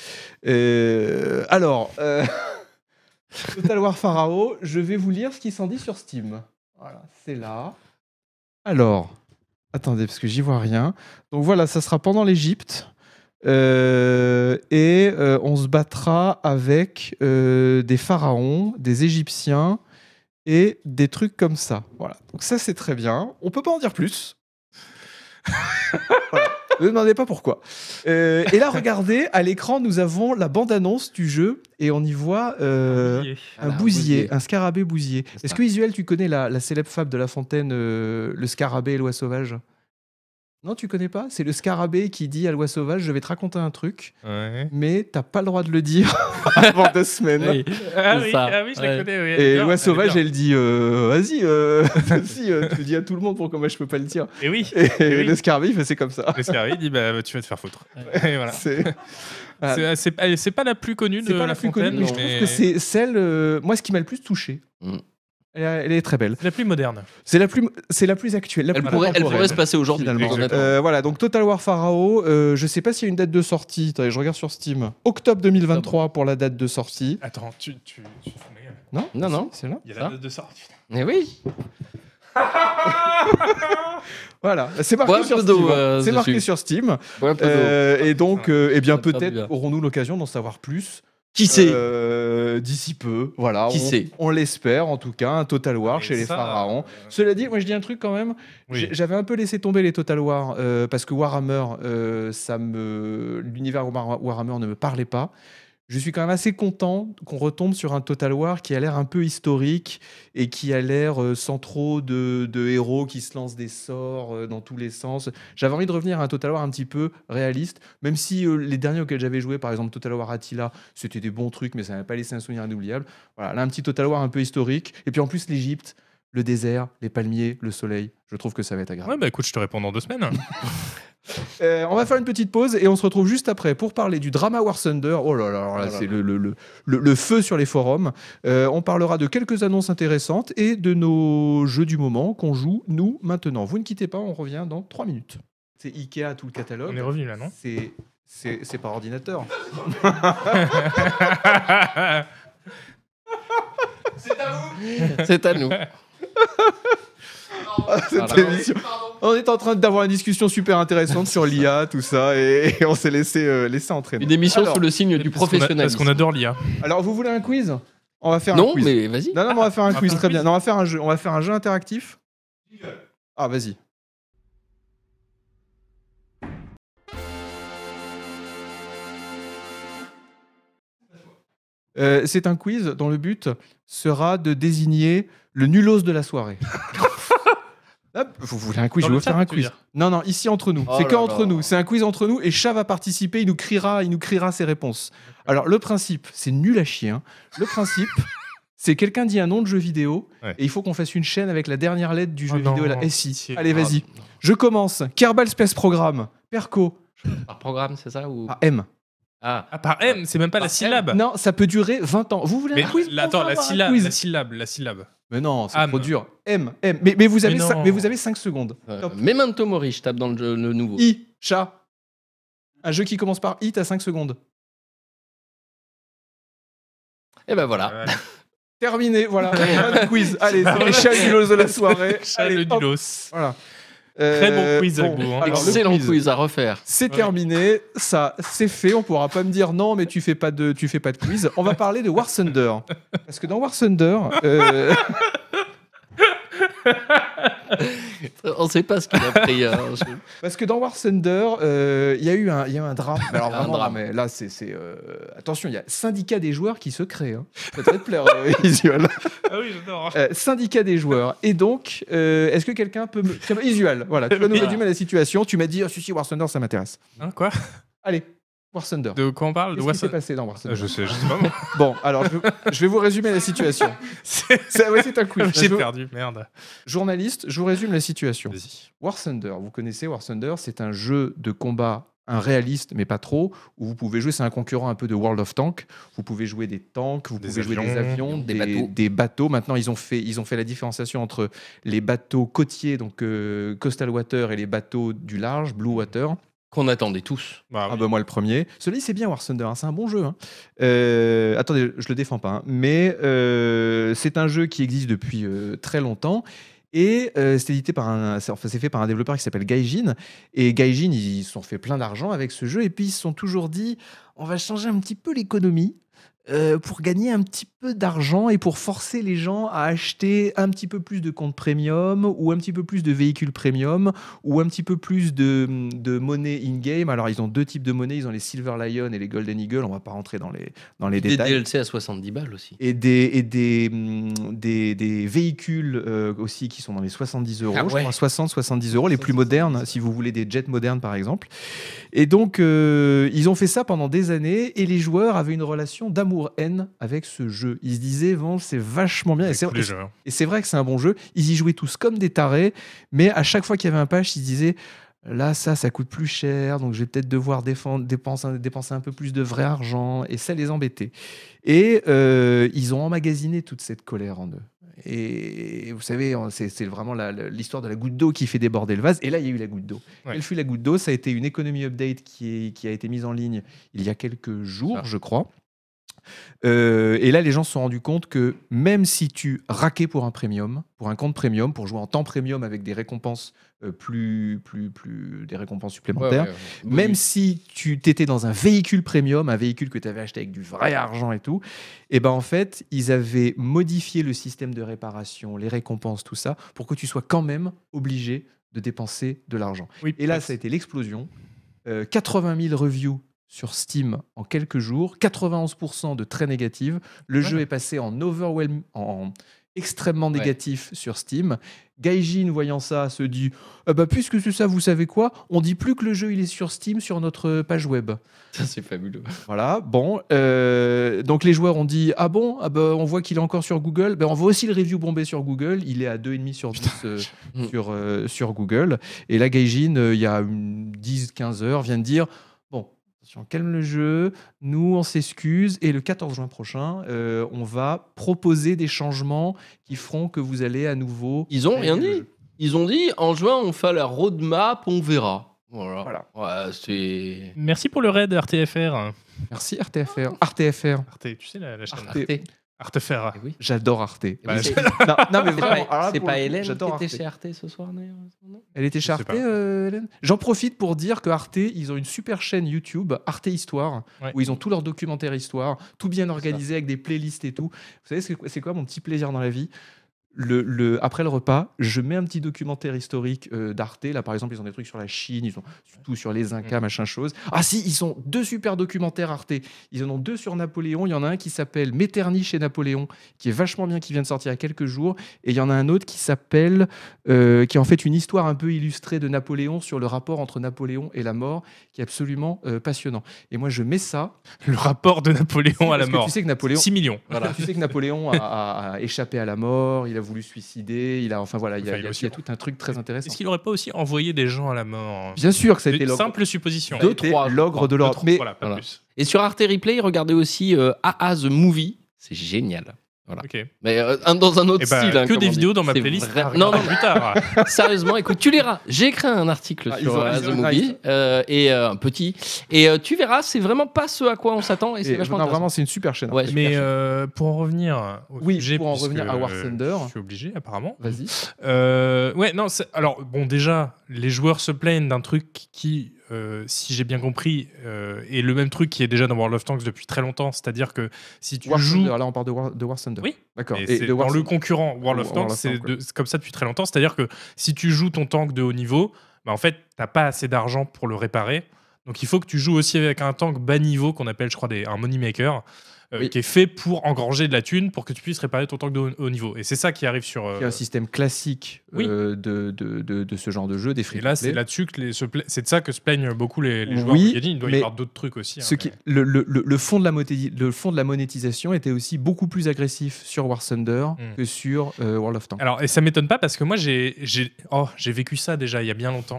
Euh, alors, euh, [laughs] Total War Pharaoh, je vais vous lire ce qui s'en dit sur Steam. Voilà, c'est là. Alors, attendez, parce que j'y vois rien. Donc voilà, ça sera pendant l'Égypte. Euh, et euh, on se battra avec euh, des pharaons, des Égyptiens et des trucs comme ça. Voilà. Donc ça c'est très bien. On peut pas en dire plus. [laughs] Voilà. Ne me demandez pas pourquoi. Euh, et là, regardez, à l'écran, nous avons la bande-annonce du jeu et on y voit euh, un bousier, Voilà, Ah, bah, bousier. un scarabée bousier. C'est Est-ce ça. que Visuel, tu connais la, la célèbre fable de La Fontaine, euh, le scarabée et l'oie sauvage Non, tu connais pas C'est le scarabée qui dit à l'oie sauvage Je vais te raconter un truc, Ouais. mais t'as pas le droit de le dire [laughs] avant deux semaines. [laughs] Ah, C'est oui, ça. ah oui, je la Ouais. connais. oui, elle est Et bien, elle l'oie est sauvage, bien. elle dit euh, Vas-y, euh, [laughs] si, euh, tu le dis à tout le monde pourquoi moi je peux pas le dire. [laughs] Et oui. Et, oui. le scarabée, il fait C'est comme ça. Le Scarabée dit bah tu vas te faire foutre. [laughs] Et voilà. C'est Ah. C'est- C'est elle- c'est pas la plus connue de c'est pas la, la plus Fontaine, connue, mais je trouve que c'est celle, euh, moi, ce qui m'a le plus touché. Mm. Elle, elle est très belle. la plus moderne. C'est la plus, c'est la plus actuelle. la Elle plus pourrait, elle contemporaine. pourrait se passer aujourd'hui. finalement. honnêtement. Euh, voilà, donc Total War Pharaoh, euh, je sais pas s'il y a une date de sortie. Attendez, je regarde sur Steam. Octobre 2023 pour la date de sortie. Attends, tu tu. tu te fous de ma gueule. Non Non, non. C'est là. Il y a Ça la date de sortie. Mais Eh oui, Voilà, c'est marqué Ouais, sur pseudo, Steam. euh, c'est marqué dessus. sur Steam. Ouais, un peu d'eau. Euh, et Ah. donc, euh, eh bien, Ça me tape peut-être bien. aurons-nous l'occasion d'en savoir plus. qui sait euh, D'ici peu. Voilà. Qui on, sait On l'espère, en tout cas, un Total War Et chez les ça, pharaons. euh, Cela dit, moi je dis un truc quand même. oui. J'ai- J'avais un peu laissé tomber les Total War euh, parce que Warhammer, euh, ça me, l'univers War- Warhammer ne me parlait pas. Je suis quand même assez content qu'on retombe sur un Total War qui a l'air un peu historique et qui a l'air euh, sans trop de, de héros qui se lancent des sorts euh, dans tous les sens. J'avais envie de revenir à un Total War un petit peu réaliste, même si euh, les derniers auxquels j'avais joué, par exemple Total War Attila, c'était des bons trucs, mais ça m'a pas laissé un souvenir inoubliable. Voilà, là un petit Total War un peu historique. Et puis en plus l'Égypte, le désert, les palmiers, le soleil. Je trouve que ça va être agréable. Ouais bah écoute, je te réponds dans deux [laughs] semaines. Euh, on va faire une petite pause et on se retrouve juste après pour parler du drama War Thunder. Oh là là, alors là, Oh là c'est là. le, le- le- le- le feu sur les forums. Euh, on parlera de quelques annonces intéressantes et de nos jeux du moment qu'on joue nous maintenant. Vous ne quittez pas, on revient dans 3 minutes. C'est Ikea tout le On est catalogue. revenu là, non C'est c'est c'est par ordinateur. C'est [laughs] à nous. Ah, Cette Voilà. émission. On est en train d'avoir une discussion super intéressante sur l'IA, tout ça, et, et on s'est laissé euh, laisser entraîner. Une émission Alors, sous le signe Parce qu'on du a- Parce professionnalisme. qu'on adore l'IA. Alors, vous voulez un quiz On va faire un Non, quiz. mais vas-y. Non, non, mais on va faire un Ah, quiz, un très quiz. bien. Non, on va faire un jeu, on va faire un jeu interactif. Ah, vas-y. Euh, c'est un quiz dont le but sera de désigner le nullos de la [laughs] soirée. Hop, vous voulez un quiz Dans Je vais le vous faire chat, un tu veux quiz. dire Non, non, ici entre nous. Oh c'est que là entre là. nous. C'est un quiz entre nous et Chat va participer. Il nous criera, il nous criera ses réponses. Alors le principe, c'est nul à chier. hein. Le principe, c'est quelqu'un dit un nom de jeu vidéo Ouais. et il faut qu'on fasse une chaîne avec la dernière lettre du jeu Oh vidéo et non, la SI. pitié. Ah, Allez, vas-y. Je commence. Kerbal Space Program. Perco. Par programme, c'est ça ou... Ah, M. Ah. Ah par M, Ah c'est même pas la syllabe. Non, ça peut durer 20 ans. Vous voulez Mais un quiz la- attends, On va la avoir un syllabe, quiz. la syllabe, la syllabe. Mais non, c'est Ah, trop mais- dur. M, M. Mais, mais vous avez Mais cin- non. mais vous avez 5 secondes. Euh, Top. Memento Mori, je tape dans le, jeu- le nouveau. I, chat. Un jeu qui commence par I, t'as 5 secondes. Et ben voilà. Voilà. Terminé, [laughs] voilà. Fin du quiz. Allez, c'est les chats nulos de la soirée. Chat Allez, le hop, Dulos. Voilà. Très bon Euh, quiz, Agbo, hein. alors, le Excellent quiz. quiz. à refaire. C'est Ouais. terminé, ça c'est fait. On pourra pas me dire non, mais tu fais pas de, tu fais pas de quiz. On va parler de War Thunder parce que dans War Thunder, euh, [laughs] On sait pas ce qu'il a pris. hein. [laughs] Je- parce que dans War Thunder, euh, il y a eu un, il y a eu un drame. Mais alors Un vraiment, drame. mais là c'est, c'est, euh, attention, il y a syndicat des joueurs qui se crée. Hein. Ça va te plaire, [laughs] euh, Isual. Ah oui, j'adore. Euh, syndicat des joueurs. Et donc, euh, est-ce que quelqu'un peut me, Tiens, Isual, voilà, tu vas nous Oui. résumer la situation. Tu m'as dit, oh, si si, War Thunder, ça m'intéresse. Hein, quoi Allez, War Thunder. De quoi on parle De Qu'est-ce qui s'est Wasson passé dans War Thunder Je sais, je sais pas. moi. Bon, alors je, je vais vous résumer la situation. [laughs] C'est- Ah C'est ouais, c'est un quiz. [laughs] J'ai Je- perdu, merde. Journaliste, je vous résume la situation. Vas-y. War Thunder, vous connaissez War Thunder, c'est un jeu de combat, un réaliste, mais pas trop, où vous pouvez jouer, c'est un concurrent un peu de World of Tanks, vous pouvez jouer des tanks, vous Des pouvez jouer des avions, avions, des des, bateaux. des bateaux. Maintenant, ils ont, fait, ils ont fait la différenciation entre les bateaux côtiers, donc euh, Coastal Water, et les bateaux du large, Blue Water. Qu'on attendait tous. Bah, Ah bah moi le premier. Celui-là c'est bien War Thunder, hein, c'est un bon jeu. hein. Euh, attendez, je le défends pas, hein, mais euh, c'est un jeu qui existe depuis euh, très longtemps. Et euh, c'est édité par un, c'est- enfin, c'est fait par un développeur qui s'appelle Gaijin. Et Gaijin, ils se sont fait plein d'argent avec ce jeu. Et puis ils se sont toujours dit, on va changer un petit peu l'économie euh, pour gagner un petit peu d'argent et pour forcer les gens à acheter un petit peu plus de comptes premium ou un petit peu plus de véhicules premium ou un petit peu plus de, de monnaie in-game. Alors, ils ont deux types de monnaie. Ils ont les Silver Lion et les Golden Eagle. On va pas rentrer dans les, dans les Des détails DLC à 70 balles aussi. et des, et des, hum, des, des véhicules euh, aussi qui sont dans les 70 euros, Ah je ouais. crois 60, 70 euros, les plus 70, modernes, si vous voulez des jets modernes par exemple. Et donc, euh, ils ont fait ça pendant des années et les joueurs avaient une relation d'amour-haine avec ce jeu. Ils se disaient, bon, c'est vachement bien. Et avec c'est tous les jeux, hein. et c'est vrai que c'est un bon jeu. Ils y jouaient tous comme des tarés, mais à chaque fois qu'il y avait un patch, ils se disaient là, ça, ça coûte plus cher, donc je vais peut-être devoir défendre- dépenser, dépenser un peu plus de vrai argent, et ça les embêtait. Et euh, ils ont emmagasiné toute cette colère en eux. Et vous savez, on- c'est c'est vraiment la- la- l'histoire de la goutte d'eau qui fait déborder le vase. Et là, il y a eu la goutte d'eau. Ouais. Quelle fut la goutte d'eau Ça a été une économie update qui, est- qui a été mise en ligne il y a quelques jours, Ah. je crois. Euh, et là, les gens se sont rendus compte que même si tu raquais pour un premium, pour un compte premium, pour jouer en temps premium avec des récompenses euh, plus, plus, plus, des récompenses supplémentaires, même si tu t'étais dans un véhicule premium, un véhicule que tu avais acheté avec du vrai argent et tout, et ben en fait, ils avaient modifié le système de réparation, les récompenses, tout ça, pour que tu sois quand même obligé de dépenser de l'argent. Oui, Et là, ça a été l'explosion. Euh, 80 000 reviews sur Steam en quelques jours, 91% de très négatives. Le Ouais. jeu est passé en overwhelm, en extrêmement Ouais. négatif sur Steam. Gaijin, voyant ça, se dit Ah bah, puisque c'est ça, vous savez quoi On dit plus que le jeu il est sur Steam sur notre page web. Ça, c'est fabuleux. Voilà, bon. euh, donc les joueurs ont dit Ah bon ah bah, On voit qu'il est encore sur Google. Ben, on voit aussi le review bombé sur Google. Il est à 2,5 sur 10 euh, Mm. sur, euh, sur Google. Et là, Gaijin, euh, il y a 10-15 heures, vient de dire Bon, attention, calme le jeu. Nous, on s'excuse. Et le 14 juin prochain, euh, on va proposer des changements qui feront que vous allez à nouveau. Ils ont avec rien le dit. jeu. Ils ont dit en juin, on fait la roadmap, on verra. Voilà. Voilà. Ouais, c'est. Merci pour le raid RTFR. Merci, RTFR. RTFR. Arte, tu sais la, la chaîne Arte. Arte. Eh oui, RTFR. c'est- J'adore Arte. Bah, c'est- Non, non, Ah, mais c'est vraiment, pas- alors là, C'est pour pas le coup, Hélène qui j'adore était Arte. chez Arte ce soir, d'ailleurs, non Elle était chez Je sais Arte, pas. euh, Hélène J'en profite pour dire que Arte, ils ont une super chaîne YouTube, Arte Histoire, Ouais. où ils ont tous leurs documentaires histoire, tout bien organisé avec des playlists et tout. Vous savez, c'est- c'est quoi mon petit plaisir dans la vie le, le- après le repas, je mets un petit documentaire historique euh, d'Arte. Là, par exemple, ils ont des trucs sur la Chine, ils ont tout sur les Incas, machin chose. Ah si, ils ont deux super documentaires Arte. Ils en ont deux sur Napoléon. Il y en a un qui s'appelle Méternich chez Napoléon, qui est vachement bien, qui vient de sortir il y a quelques jours. Et il y en a un autre qui s'appelle euh, qui est en fait une histoire un peu illustrée de Napoléon sur le rapport entre Napoléon et la mort, qui est absolument euh, passionnant. Et moi, je mets ça. Le rapport de Napoléon à la parce que mort. Tu sais que Napoléon. 6 millions. Voilà. tu sais que Napoléon a, a- a échappé à la mort, il a voulu se suicider, il a enfin voilà, il y a, Enfin, il il y a- est il y a sûr. tout un truc très intéressant. Est-ce qu'il n'aurait pas aussi envoyé des gens à la mort hein Bien sûr que ça a Des- été l'ogre, Simple supposition. ça a Deux, été trois, l'ogre de l'ordre. Mais Voilà, pas Voilà. plus. Et sur Arte Replay, regardez aussi euh, AA The Movie. C'est génial. Ok. Et Mais euh, un- dans un autre Eh ben, bah, style. hein, que comme des on dit. vidéos dans ma C'est playlist. vrai- à Non, regarder non, plus tard. Sérieusement, écoute, tu liras. J'ai écrit un article Ah, ils sur ont- euh, ils The ont- Movie, euh, et euh, un petit. Et euh, tu verras, c'est vraiment pas ce à quoi on s'attend, et c'est Et, vachement non, intéressant. vraiment, c'est une super chaîne. Ouais, super Mais chouette. euh, pour en revenir au Oui, sujet, pour en puisque, revenir à War euh, Thunder. je suis obligé apparemment. Vas-y. Euh, ouais, non, c'est- alors bon, déjà, les joueurs se plaignent d'un truc qui, euh, si j'ai bien compris, euh, est le même truc qui est déjà dans World of Tanks depuis très longtemps. C'est-à-dire que si tu War joues. Thunder, là, on parle de War, de War Thunder. Oui. D'accord. Et c'est de War dans le Thunder. concurrent World of World Tanks, of c'est Tanks, ouais. de- c'est comme ça depuis très longtemps. C'est-à-dire que si tu joues ton tank de haut niveau, bah, en fait, t'as pas assez d'argent pour le réparer. Donc il faut que tu joues aussi avec un tank bas niveau qu'on appelle, je crois, des, un money maker, euh, Oui. qui est fait pour engranger de la thune pour que tu puisses réparer ton tank de haut, haut niveau. Et c'est ça qui arrive sur. euh, Qui est un système classique Oui. euh, de, de, de, de ce genre de jeu, des free et là, to c'est play. là-dessus que les, se pla- c'est de ça que se plaignent beaucoup les, les joueurs. Oui, de Genshin. il doit y mais avoir d'autres trucs aussi. hein, Ce qui, mais- le, le- le- le fond de la monéti- le fond de la monétisation était aussi beaucoup plus agressif sur War Thunder Mm. que sur euh, World of Tanks. Alors, et ça m'étonne pas parce que moi, j'ai, j'ai, oh, j'ai vécu ça déjà il y a bien [laughs] longtemps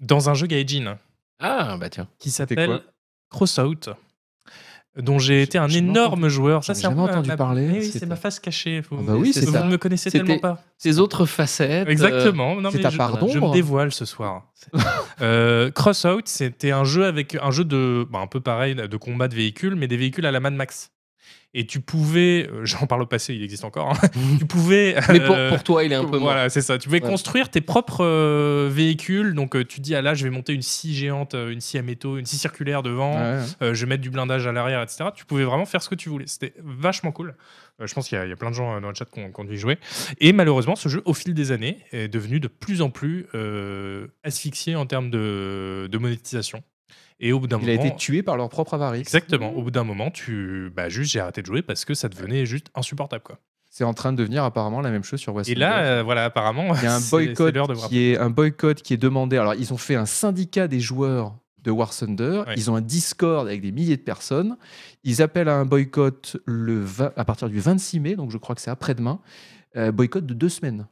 dans un jeu Gaijin. Ah, bah tiens. qui C'était s'appelle quoi Crossout, dont j'ai été un j'ai jamais énorme joueur. Ça, j'en ai c'est un jamais peu ma- entendu ma- parler, Eh oui, c'était- c'est ma face cachée. Faut- Ah bah oui, c'est vous ça. ne me connaissez C'était- tellement pas. Ces autres facettes. euh, Exactement. Non, c'est mais ta je, part je me d'ombre. dévoile ce soir. Euh, Crossout, c'était un jeu avec un jeu de, bah, un peu pareil, de combat de véhicules, mais des véhicules à la Mad Max. Et tu pouvais, euh, [laughs] j'en parle au passé, il existe encore. hein. [laughs] tu pouvais. [laughs] Mais pour, euh, pour toi, il est un peu mort. voilà, c'est ça. Tu pouvais Ouais. construire tes propres euh, véhicules. Donc, euh, tu dis, ah là, je vais monter une scie géante, euh, une scie à métaux, une scie circulaire devant. Ouais, ouais. Euh, je vais mettre du blindage à l'arrière, etc. Tu pouvais vraiment faire ce que tu voulais. C'était vachement cool. Euh, je pense qu'il y, a- il y a plein de gens euh, dans le chat qui ont, qui ont dû y jouer. Et malheureusement, ce jeu, au fil des années, est devenu de plus en plus euh, asphyxié en termes de, de monétisation. Et au bout d'un Il moment. a été tué par leur propre avarice. Exactement. Au bout d'un moment, tu, bah, juste, j'ai arrêté de jouer parce que ça devenait juste insupportable, quoi. C'est en train de devenir apparemment la même chose sur War Et Thunder. là, euh, voilà, apparemment, Il y a un [laughs] c'est- c'est boycott, l'heure de voir. qui est, un boycott qui est demandé. Alors, ils ont fait un syndicat des joueurs de War Thunder. Ouais. Ils ont un Discord avec des milliers de personnes. Ils appellent à un boycott le 20 à partir du 26 mai, donc je crois que c'est après-demain. Euh, boycott de deux semaines.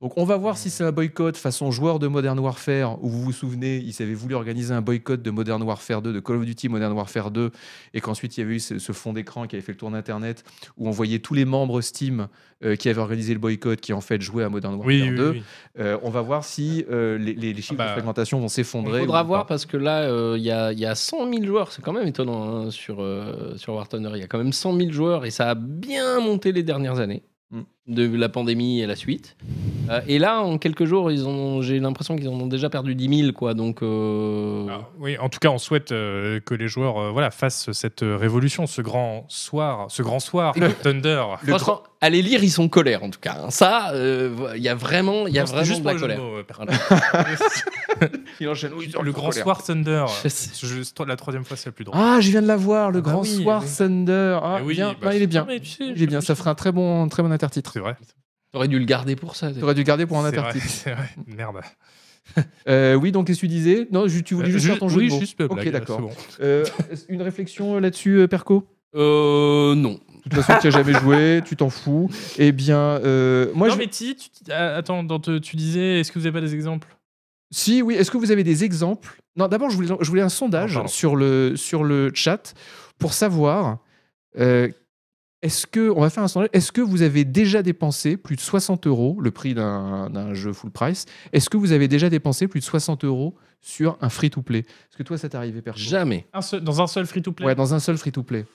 Donc, on va voir si c'est un boycott façon joueur de Modern Warfare, où vous vous souvenez, ils avaient voulu organiser un boycott de Modern Warfare 2, de Call of Duty Modern Warfare 2, et qu'ensuite il y avait eu ce, ce fond d'écran qui avait fait le tour d'Internet, où on voyait tous les membres Steam euh, qui avaient organisé le boycott, qui en fait jouaient à Modern Warfare Oui, oui, 2. oui. Euh, on va voir si euh, les, les- les chiffres Ah bah, de fréquentation vont Il s'effondrer. faudra ou voir pas. parce que là, euh, il y, a, il y a 100 000 joueurs. C'est quand même étonnant hein, sur, euh, sur War Thunder. Il y a quand même 100 000 joueurs et ça a bien monté les dernières années, Mm. de la pandémie et la suite. Euh, et là, en quelques jours, ils ont, j'ai l'impression qu'ils en ont déjà perdu 10 000. Quoi, donc, euh, Alors, Ah, oui, en tout cas, on souhaite euh, que les joueurs euh, voilà, fassent cette euh, révolution, ce grand soir, ce grand soir, Le- Thunder. franchement, allez lire, ils sont colères en tout cas. hein. Ça, euh, il y a vraiment, il y a Non, c'était vraiment juste de la pour le jeu colère. de mots, euh, pardon. Ah, en le grand colère. soir [laughs] Thunder. Je sais. Ce jeu- c'est la troisième fois, c'est la plus drôle. Ah, je viens de la voir, le Ah bah grand oui, soir oui. Thunder. Ah, Eh oui, bien. bah, Ah, il est bien. non, mais tu sais, Il est bien. Ça fera un très bon, très bon intertitre. C'est vrai. T'aurais dû le garder pour ça. Tu aurais dû garder C'est pour un vrai, intertitre. c'est vrai. Merde. Euh, oui, donc qu'est-ce que tu disais Non, ju- tu voulais Euh, juste faire ton jeu. oui, de mots. juste la blague, Ok, d'accord. c'est bon. Euh, est-ce- une réflexion euh, là-dessus, euh, Perco Euh, non. De toute façon, tu as jamais joué, tu t'en fous. Eh bien, euh, moi, non, je... mais Titi, tu- ah, attends, dans te- tu disais, est-ce que vous n'avez pas des exemples Si, oui. Est-ce que vous avez des exemples Non, d'abord, je voulais, je voulais un sondage pardon. sur, le, sur le chat pour savoir euh, est-ce que, on va faire un sondage, est-ce que vous avez déjà dépensé plus de 60 euros, le prix d'un d'un jeu full price Est-ce que vous avez déjà dépensé plus de 60 euros sur un free-to-play Est-ce que toi, ça t'est arrivé, Perco Jamais. Un seul- Dans un seul free-to-play Ouais, dans un seul free-to-play.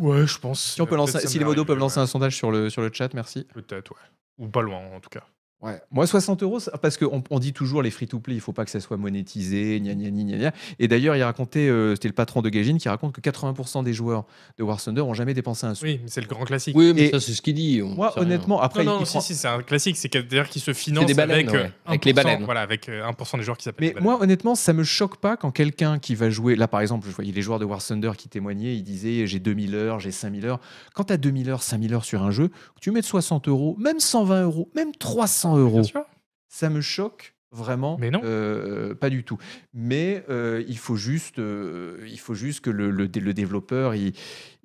Ouais, je pense. Si, on peut Peut-être lancer, ça si m'est les modos arrivé, peuvent lancer ouais. un sondage sur le, sur le chat, merci. Peut-être, ouais. Ou pas loin, en tout cas. Ouais. Moi, 60 euros, ça- parce qu'on on dit toujours les free-to-play, il faut pas que ça soit monétisé, gna gna gna gna gna. Et d'ailleurs, il racontait, euh, c'était le patron de Gagin qui raconte que 80% des joueurs de War Thunder ont jamais dépensé un sou. Oui, mais c'est le grand classique. Oui, mais Et- ça, c'est ce qu'il dit. on Moi, sait rien. honnêtement, après, non, non, il si, prend- si, c'est un classique. C'est qu'à- d'ailleurs qui se finance des avec, baleines, euh, ouais, avec les 1%, baleines. Voilà, avec euh, 1% des joueurs qui s'appellent. Mais les moi, honnêtement, ça me choque pas quand quelqu'un qui va jouer. Là, par exemple, je voyais les joueurs de War Thunder qui témoignaient, ils disaient j'ai 2000 heures, j'ai 5000 heures. Quand tu as 2000 heures, 5000 heures sur un jeu, que tu mets de 60 euros, même 120 euros, même 300 baleines. Bien euros. sûr. ça me choque vraiment Mais non. euh, pas du tout mais euh, il faut juste euh, il faut juste que le, le dé- le développeur il,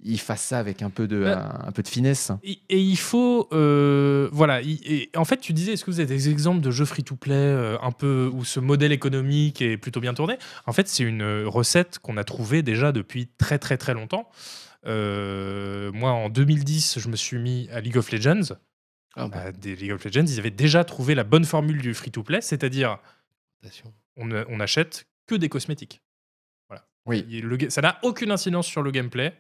il fasse ça avec un peu de Bah. un, un peu de finesse Et, et il faut. euh, voilà. i- Et, en fait, tu disais, est-ce que vous avez des exemples de jeux free-to-play euh, un peu où ce modèle économique est plutôt bien tourné En fait, c'est une euh, recette qu'on a trouvée déjà depuis très, très, très longtemps. Euh, moi, en 2010, je me suis mis à League of Legends. Ah bah, À des League of Legends, ils avaient déjà trouvé la bonne formule du free-to-play, c'est-à-dire attention. on, ne- on achète que des cosmétiques. Voilà. Oui. Il- le ga- ça n'a aucune incidence sur le gameplay.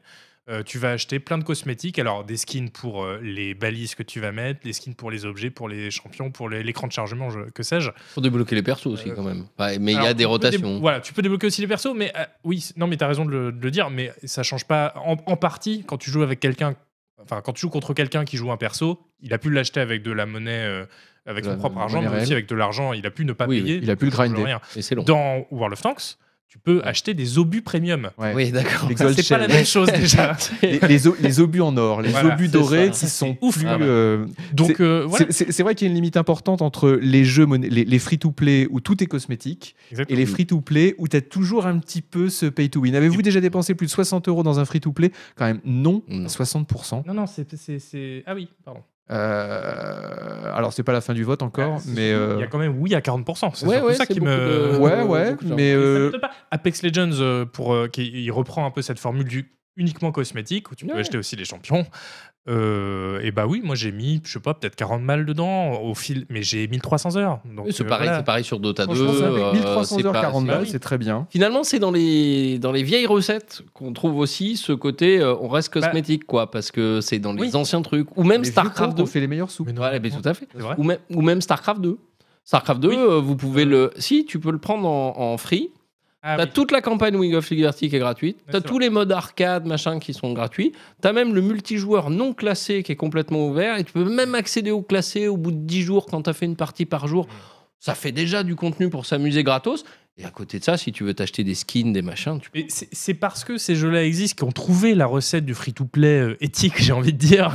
Euh, tu vas acheter plein de cosmétiques, alors des skins pour euh, les balises que tu vas mettre, les skins pour les objets, pour les champions, pour les- l'écran de chargement, je- que sais-je. Faut débloquer les persos aussi, Euh, quand même. Ouais, mais il y Alors, a tu des peux dé- rotations. Voilà, tu peux débloquer aussi les persos, mais euh, oui, c- non, mais t'as raison de le, de le dire, mais ça change pas. En, en partie, quand tu joues avec quelqu'un, enfin, quand tu joues contre quelqu'un qui joue un perso, il a pu l'acheter avec de la monnaie, euh, avec De son la propre argent, mais monnaie aussi réelle. avec de l'argent, il a pu ne pas Oui, payer. oui, il a pu le ça change grinder. rien. Et c'est long. Dans World of Tanks, tu peux acheter des obus premium. Ouais. Oui, d'accord. Les Ça, gold [laughs] C'est pas la shells. même chose [laughs] déjà. les, les o- les obus en or, les Voilà, obus c'est dorés ça. qui sont ouf. plus. Ah ouais. euh, Donc euh, voilà. c'est- C'est c'est vrai qu'il y a une limite importante entre les jeux, monna- les, les free-to-play où tout est cosmétique et Exactement. les free-to-play où tu as toujours un petit peu ce pay-to-win. Avez-vous déjà dépensé plus de 60 euros dans un free-to-play Quand même, non, Non. 60%. Non, non, c'est- c'est. c'est- Ah oui, pardon. Ah, Euh, alors, c'est pas la fin du vote encore, mais. euh, Il y a quand même oui à 40%. C'est Ouais, surtout ouais, ça c'est qui beaucoup me. [laughs] de- Ouais, ouais, beaucoup de gens. mais. Et ça euh, m'étonne pas. Apex Legends, euh, pour, euh, qui il reprend un peu cette formule du uniquement cosmétique, où tu peux Ouais. acheter aussi les champions. Euh, et bah oui, moi j'ai mis, je sais pas, peut-être 40 balles dedans, au fil, mais j'ai 1300 heures. Donc, Oui, c'est euh, pareil, voilà. c'est pareil sur Dota 2. franchement, ça fait euh, 1300 c'est heures, pas- 40 c'est- balles, c'est très bien. Finalement, c'est dans les, dans les vieilles recettes qu'on trouve aussi ce côté euh, on reste Bah. cosmétique, quoi, parce que c'est dans les Oui. anciens trucs. Ou même Les vieux StarCraft pauvres 2. ont fait les meilleurs soupes. Mais non, Ouais, mais tout à fait. c'est vrai. Ou même, ou même StarCraft 2. StarCraft 2, Oui. euh, vous pouvez le. Si, tu peux le prendre en, en free. Ah t'as oui. toute la campagne Wing of Liberty qui est gratuite. Ouais, t'as c'est tous les modes arcade, machin, qui sont gratuits. T'as même le multijoueur non classé qui est complètement ouvert. Et tu peux même accéder au classé au bout de 10 jours quand t'as fait une partie par jour. Mm. Ça fait déjà du contenu pour s'amuser gratos. Et à côté de ça, si tu veux t'acheter des skins, des machins, tu peux. Mais c'est- c'est parce que ces jeux-là existent qu'ils ont trouvé la recette du free-to-play euh, éthique, j'ai envie de dire.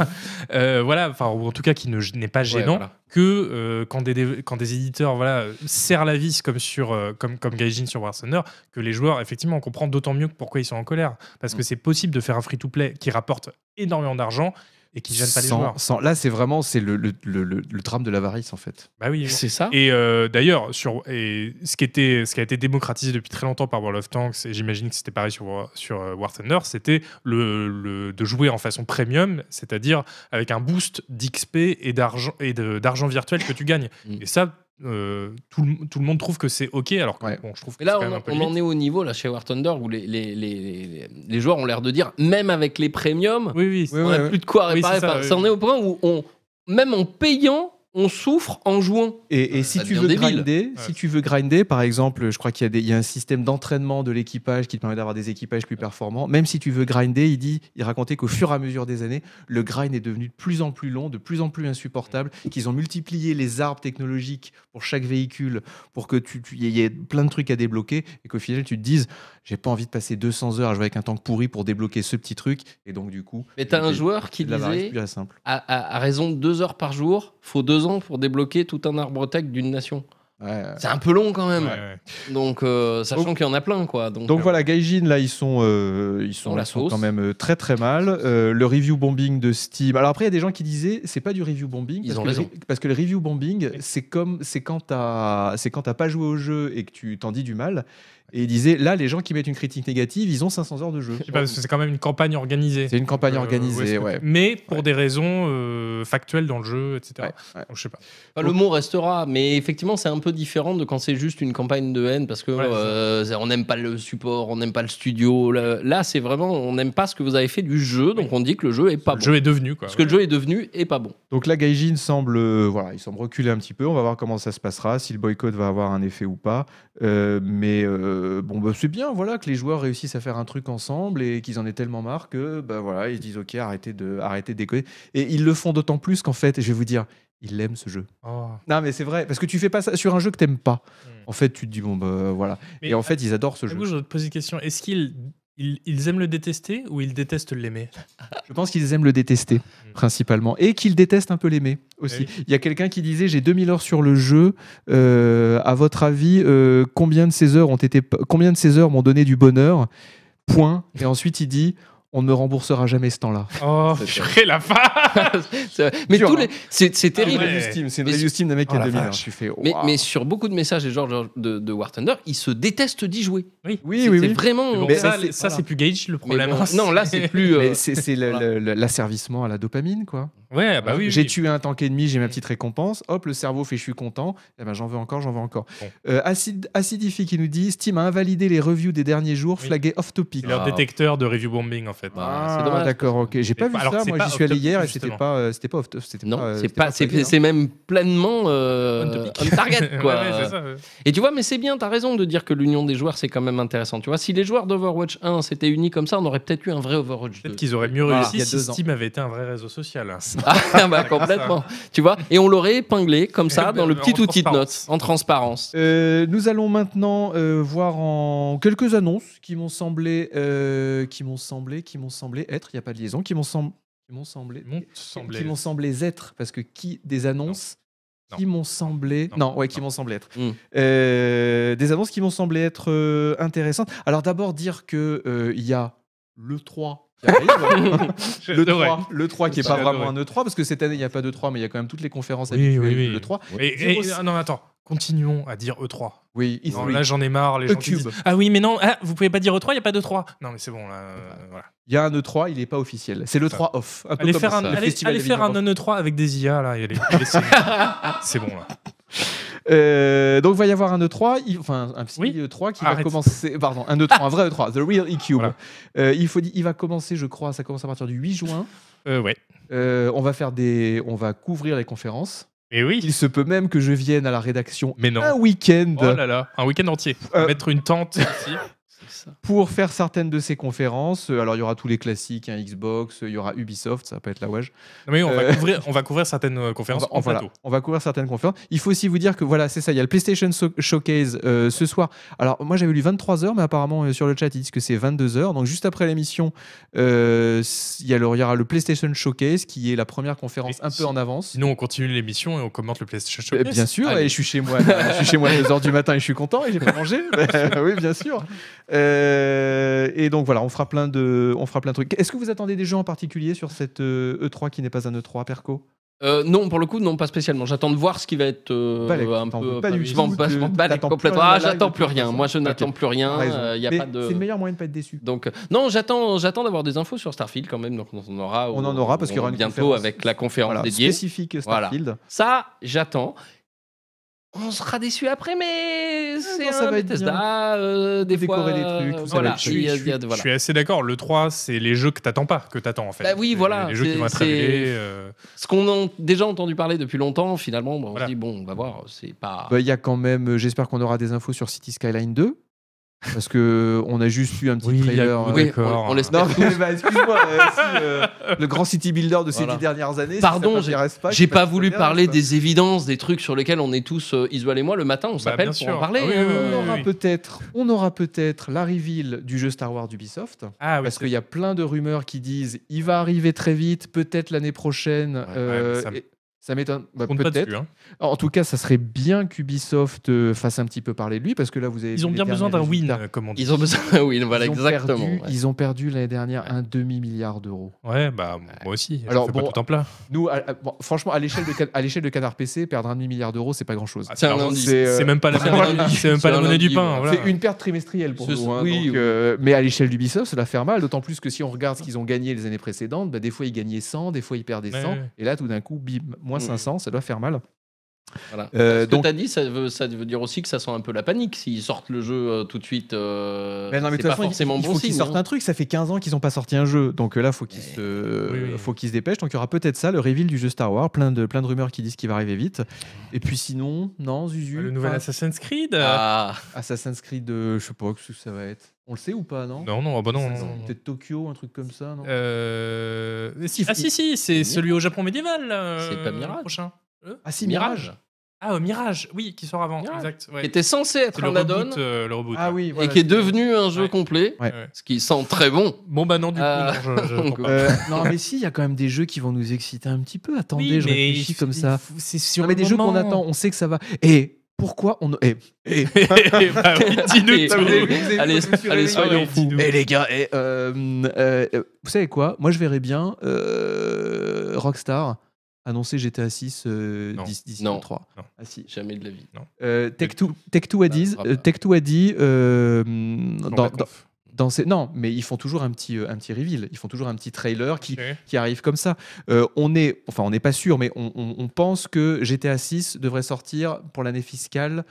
Euh, voilà, enfin, ou en tout cas qui ne- n'est pas Ouais, gênant. voilà. que euh, quand, des, dév- quand des éditeurs voilà, serrent la vis comme, sur, euh, comme, comme Gaijin sur War Thunder, que les joueurs, effectivement, on comprend d'autant mieux que pourquoi ils sont en colère. Parce Mm. que c'est possible de faire un free-to-play qui rapporte énormément d'argent et qui ne gêne pas les Sans- joueurs. sans- Là, c'est vraiment c'est le, le, le, le- le drame de l'avarice, en fait. Bah oui. C'est ça. Et euh, d'ailleurs, sur et ce qui était ce qui a été démocratisé depuis très longtemps par World of Tanks, et j'imagine que c'était pareil sur War- sur euh, War Thunder, c'était le, le- de jouer en façon premium, c'est-à-dire avec un boost d'XP et d'argent et de- d'argent virtuel que tu gagnes. Mm. Et ça. euh, tout, le, tout le monde trouve que c'est ok alors que Ouais. bon, je trouve que Mais c'est là, quand même on, un peu on limite. en est au niveau là, chez War Thunder où les, les, les- les- les joueurs ont l'air de dire, même avec les premiums, oui oui, Oui, on ouais, n'a ouais. plus de quoi Oui, réparer. c'est ça, Enfin, oui. ça en est au point où, on, même en payant, on souffre en jouant. Et, et si ça tu devient veux débile. grinder, Ouais. si tu veux grinder, par exemple, je crois qu'il y a, des, il y a un système d'entraînement de l'équipage qui te permet d'avoir des équipages plus performants. Même si tu veux grinder, il dit, il racontait qu'au fur et à mesure des années, le grind est devenu de plus en plus long, de plus en plus insupportable, qu'ils ont multiplié les arbres technologiques pour chaque véhicule pour que tu tu- il y ait plein de trucs à débloquer et qu'au final tu te dises, j'ai pas envie de passer 200 heures à jouer avec un tank pourri pour débloquer ce petit truc. Et donc du coup, Mais t'as un Des- joueur qui de l'avarice disait, pure et simple. à, à- à raison de deux heures par jour, faut deux ans pour débloquer tout un arbre tech d'une nation. Ouais. C'est un peu long quand même. Ouais, ouais. Donc, euh, sachant qu'il y en a plein, quoi. Donc, Donc euh, voilà, Gaijin, là, ils sont, euh, ils Dans sont, la ils sont sauce. quand même euh, très très mal. Euh, le review bombing de Steam. Alors après, il y a des gens qui disaient, c'est pas du review bombing. Ils parce ont que le raison. re- parce que le review bombing, c'est comme, c'est quand t'as, c'est quand t'as pas joué au jeu et que tu t'en dis du mal. Et ils disaient, là, les gens qui mettent une critique négative, ils ont 500 heures de jeu. Je sais pas, parce que c'est quand même une campagne organisée C'est une campagne Euh, où est-ce organisée, que- bah, ouais. mais pour Ouais. des raisons euh, factuelles dans le jeu etc Ouais, ouais. Donc, je sais pas Enfin, le mot restera, mais effectivement, c'est un peu différent de quand c'est juste une campagne de haine parce que Ouais, c'est ça. euh, on n'aime pas le support, on n'aime pas le studio. Là, là, c'est vraiment, on n'aime pas ce que vous avez fait du jeu, donc on dit que le jeu est pas le bon. jeu est devenu quoi Ce que le jeu est devenu est pas bon. [laughs] Donc là, Gaijin semble, euh, voilà, il semble reculer un petit peu. On va voir comment ça se passera, si le boycott va avoir un effet ou pas. Euh, mais euh, bon, bah, c'est bien, voilà, que les joueurs réussissent à faire un truc ensemble et qu'ils en aient tellement marre que, bah voilà, ils se disent ok, arrêtez de, arrêtez de déconner. Et ils le font d'autant plus qu'en fait, je vais vous dire, ils aiment ce jeu. Oh. Non, mais c'est vrai, parce que tu fais pas ça sur un jeu que t'aimes pas. Hmm. En fait, tu te dis bon bah voilà. Mais et en fait, ils adorent ce Du jeu. coup, je dois te poser une question. Est-ce qu'ils ils, ils aiment le détester ou ils détestent l'aimer Je pense qu'ils aiment le détester Mm. principalement et qu'ils détestent un peu l'aimer Eh aussi. Ah Il y a quelqu'un qui disait j'ai 2000 heures sur le jeu. Euh, à votre avis, euh, combien de ces heures ont été combien de ces heures m'ont donné du bonheur Point. Et ensuite il dit on ne me remboursera jamais ce temps-là. [laughs] Oh, C'est ça. purée, la fin C'est- mais Dur, tous hein. les, c'est, c'est C'est une terrible. ouais. review Steam, c'est une Mais- review Steam d'un mec qui Oh a la 2000. vache. Tu fais, Mais, waouh. mais sur beaucoup de messages des gens genre de, de War Thunder, ils se détestent d'y jouer. oui, c'est, oui, c'est oui. vraiment. Mais bon, Mais ça, c'est- c'est- ça, voilà. c'est plus Gage le Mais problème. bon, non, là [laughs] c'est plus. euh, Mais c'est c'est le- le- le- l'asservissement à la dopamine, quoi. Ouais, bah oui. j'ai oui. tué un tank ennemi, j'ai ma petite récompense. Hop, le cerveau fait je suis content. Eh ben, j'en veux encore, j'en veux encore. Bon. Euh, Acid, Acidifi qui nous dit Steam a invalidé les reviews des derniers jours, Oui. flagué off topic. C'est leur Ah. détecteur de review bombing en fait. Ah, Ah, c'est dommage. d'accord, ok. J'ai pas Mais vu pas- alors que ça. c'est Moi, pas j'y off suis allé topic, hier et justement. c'était pas, euh, c'était pas off. C'était Non, pas, euh, c'est c'était pas, c'est, prévu, hein. c'est même pleinement euh, On topic. on target [laughs] quoi. Ouais, ouais, c'est ça, ouais. Et tu vois, mais c'est bien, t'as raison de dire que l'union des joueurs c'est quand même intéressant. Tu vois, si les joueurs d'Overwatch 1 s'étaient unis comme ça, on aurait peut-être eu un vrai Overwatch 2. [laughs] Peut-être qu'ils auraient mieux Voilà. réussi Il y a si deux ans. Steam avait été un vrai réseau social. hein. Ah bah complètement, tu vois. Et on l'aurait épinglé comme ça dans le En petit outil de notes transparence. en transparence. Euh, nous allons maintenant euh, voir en quelques annonces qui m'ont semblé, euh, qui m'ont semblé, qui m'ont semblé être. Il n'y a pas de liaison. Qui m'ont sem- qui m'ont semblé, Mon qui semblait. [laughs] m'ont semblé être. Parce que qui des annonces Non. qui m'ont semblé, non, Non. ouais, qui Non. m'ont semblé être. Mm. Euh, des annonces qui m'ont semblé être euh, intéressantes. Alors d'abord dire que euh, il y a le 3 qui arrive. [laughs] le 3, le 3 qui est pas J'adorais. vraiment un E3 parce que cette année il n'y a pas de 3 mais il y a quand même toutes les conférences Oui, habituelles oui, oui. de 3. Et, et- ah non, attends. Continuons à dire E3. Oui, ils Non, ont là, j'en ai marre. Les gens qui E-Cube. disent, ah oui, mais non, ah, vous pouvez pas dire E3, il n'y a pas d'E3. Non, mais c'est bon, là. euh, voilà. Il y a un E3, il n'est pas officiel. C'est le 3 off. Un peu Allez comme faire ça, un, le allez, festival allez des faire un vidéos. non-E3 avec des IA, là. et allez- [laughs] allez, c'est c'est bon, là. Euh, donc, il va y avoir un E3, il- enfin, un petit Oui. E3 qui va Arrête. commencer. Pardon, un E3, un vrai E3, The Real E-Cube. Voilà. Euh, il, faut, di- il va commencer, je crois, ça commence à partir du 8 juin. Euh, ouais. Euh, on, va faire des, on va couvrir les conférences. Et oui. Il se peut même que je vienne à la rédaction Mais non. un week-end Oh là là, un week-end entier. Euh, Mettre une [laughs] tente ici. C'est ça. pour faire certaines de ces conférences. Euh, Alors, il y aura tous les classiques, hein, Xbox, il y aura Ubisoft, ça va pas être la WAG. Non, mais on va, Euh. couvrir, on va couvrir certaines euh, conférences on va, en voilà, plateau. on va couvrir certaines conférences. Il faut aussi vous dire que voilà, c'est ça. Il y a le PlayStation So- Showcase euh, ce soir. Alors, moi, j'avais lu 23h, mais apparemment, euh, sur le chat, ils disent que c'est 22h. Donc, juste après l'émission, euh, s- il y, a le- il y aura le PlayStation Showcase qui est la première conférence Et un si- peu en avance. Sinon, on continue l'émission et on commente le PlayStation Euh, Showcase. Bien sûr, Allez. et je suis chez moi, je suis chez moi à 2h du matin et je suis content et j'ai pas [laughs] mangé. Bah, oui, bien sûr. Euh, et donc voilà, on fera plein de, on fera plein de trucs. Est-ce que vous attendez des jeux en particulier sur cette euh, E3 qui n'est pas un E3, Perco Euh, non, pour le coup, non, pas spécialement. J'attends de voir ce qui va être euh, Balèque, un t'en peu. veux pas du je tout, m'en passe- tu- m'en balèque t'attends plus complètement. rien Ah, de la j'attends live, plus de toute rien. façon. Moi, je n'attends Ok. plus rien. Raison. euh, Il y a Mais pas de. C'est le meilleur moyen de pas être déçu. Donc euh, non, j'attends, j'attends d'avoir des infos sur Starfield quand même. Donc on en aura. On au- en aura parce qu'il y aura au- une bientôt conférence. avec la conférence Voilà, dédiée. spécifique Starfield. Ça, j'attends. On sera déçu après, mais c'est non, ça un va être Bethesda, euh, des Décorer fois, des trucs, euh, tout ça va voilà. être Je suis, il y a- je suis- il y a- je voilà. suis assez d'accord. Le 3, c'est les jeux que t'attends pas, que t'attends en fait. Bah oui, C'est voilà, Les jeux qui c'est- vont être c'est- révélés. euh, Ce qu'on a déjà entendu parler depuis longtemps, finalement, bon, on Voilà. se dit bon, on va voir. C'est pas. Bah, Il y a quand même, euh, j'espère qu'on aura des infos sur City Skyline 2. Parce que euh, on a juste eu un petit Oui, il y a- trailer. euh, oui, d'accord. on, [laughs] on Non, l'espère tous. mais bah, [laughs] excuse-moi, euh, si, euh, le grand city builder de ces Voilà. dix dernières années. si Pardon, ça t'intéresse J'ai c'est pas que voulu c'est bien, parler ça. des évidences, des trucs sur lesquels on est tous, euh, Isual et moi, le matin, on s'appelle bien pour sûr. en parler. Ah oui, oui, euh, On aura peut-être, on aura peut-être la reveal du jeu Star Wars d'Ubisoft. Ah oui, parce c'est- qu'il y a plein de rumeurs qui disent il va arriver très vite, peut-être l'année prochaine. euh, ouais, mais ça m- et- ça m'étonne. Bah, compte pas peut-être. dessus, hein. En tout cas, ça serait bien qu'Ubisoft euh, fasse un petit peu parler de lui parce que là, vous avez. Ils ont vu les bien besoin d'un derniers win, résultats. euh, comme on dit. Ils ont besoin. [laughs] oui, voilà, Ils ont exactement. perdu- ouais. Ils ont perdu l'année dernière Ouais. un demi milliard d'euros. Ouais, bah moi aussi. Alors, Alors, fait bon, pas tout en plat. Nous, à- à- bon, franchement, à l'échelle de, Can- à l'échelle de Canard PC, perdre un demi milliard d'euros, c'est pas grand-chose. Ah, c'est un alors, lundi. c'est, euh, c'est même pas [laughs] la c'est un monnaie, lundi. c'est même C'est pas la un monnaie du lundi, pain. voilà. voilà. C'est une perte trimestrielle pour Ce- nous. hein, oui, donc, oui. euh, mais à l'échelle d'Ubisoft, ça doit faire mal. D'autant plus que si on regarde ce qu'ils ont gagné les années précédentes, bah, des fois ils gagnaient 100, des fois ils perdaient Ouais, 100. ouais. Et là, tout d'un coup, bim, moins Mm. 500, ça doit faire mal. Voilà. Euh, Ce que donc- t'as dit, ça veut, ça veut dire aussi que ça sent un peu la panique. S'ils sortent le jeu euh, tout de suite, euh, Mais non, mais c'est de pas toute façon, il- forcément il, bon faut signe. qu'ils sortent hein. un truc. Ça fait 15 ans qu'ils n'ont pas sorti un jeu. Donc euh, là, faut qu'ils Mais- se, Oui, oui. faut qu'ils se dépêchent. Donc il y aura peut-être ça, le reveal du jeu Star Wars, plein de, plein de rumeurs qui disent qu'il va arriver vite. Et puis sinon, non, Zuzu, Le nouvel pas- Assassin's Creed euh, Ah, Assassin's Creed, euh, je sais pas ce que ça va être. On le sait ou pas, non, Non, non, ah bah non. Assassin's- non, non. Peut-être Tokyo, un truc comme ça, non Euh, Si, ah faut- si, si, c'est Mirage. celui au Japon médiéval. là, C'est pas euh, Mirage. le prochain. Ah si, Mirage. Ah, euh, Mirage, oui, qui sort avant. Mirage. Exact. ouais. Qui était censé être C'est le un add-on reboot. euh, le reboot, Ah ouais. oui, et voilà, qui est c'est- devenu un jeu Ouais. complet, Ouais. Ouais. ce qui sent très bon. Bon bah non, du coup, Euh, non, je- je comprends [laughs] donc, pas. [laughs] Euh, non, mais si, il y a quand même des jeux qui vont nous exciter un petit peu. Attendez, Oui, je mais réfléchis il- comme il ça. faut- C'est Non, sur mais le [laughs] des jeux qu'on moment. attend, on sait que ça va. Et pourquoi on. Eh, eh, [laughs] Bah oui, dis-nous Et- ça vous tout. est- vous est- Allez, vous est- allez, soyons Eh, fous. Eh les gars, eh, euh, euh, euh, vous savez quoi Moi je verrais bien euh, Rockstar annoncer GTA 6 euh, Non. 10, 10 Non. 3. Non. Ah si. Jamais de la vie. Euh, Tech Two Tech Two a Bah, dit, ça va euh, pas. Tech Two a dit euh, dans, Bon, bah, dans- conf. dans ces- non, mais ils font toujours un petit euh, un petit reveal, ils font toujours un petit trailer qui Ok. qui arrive comme ça. Euh, on est, enfin, on n'est pas sûr, mais on, on- on pense que GTA 6 devrait sortir pour l'année fiscale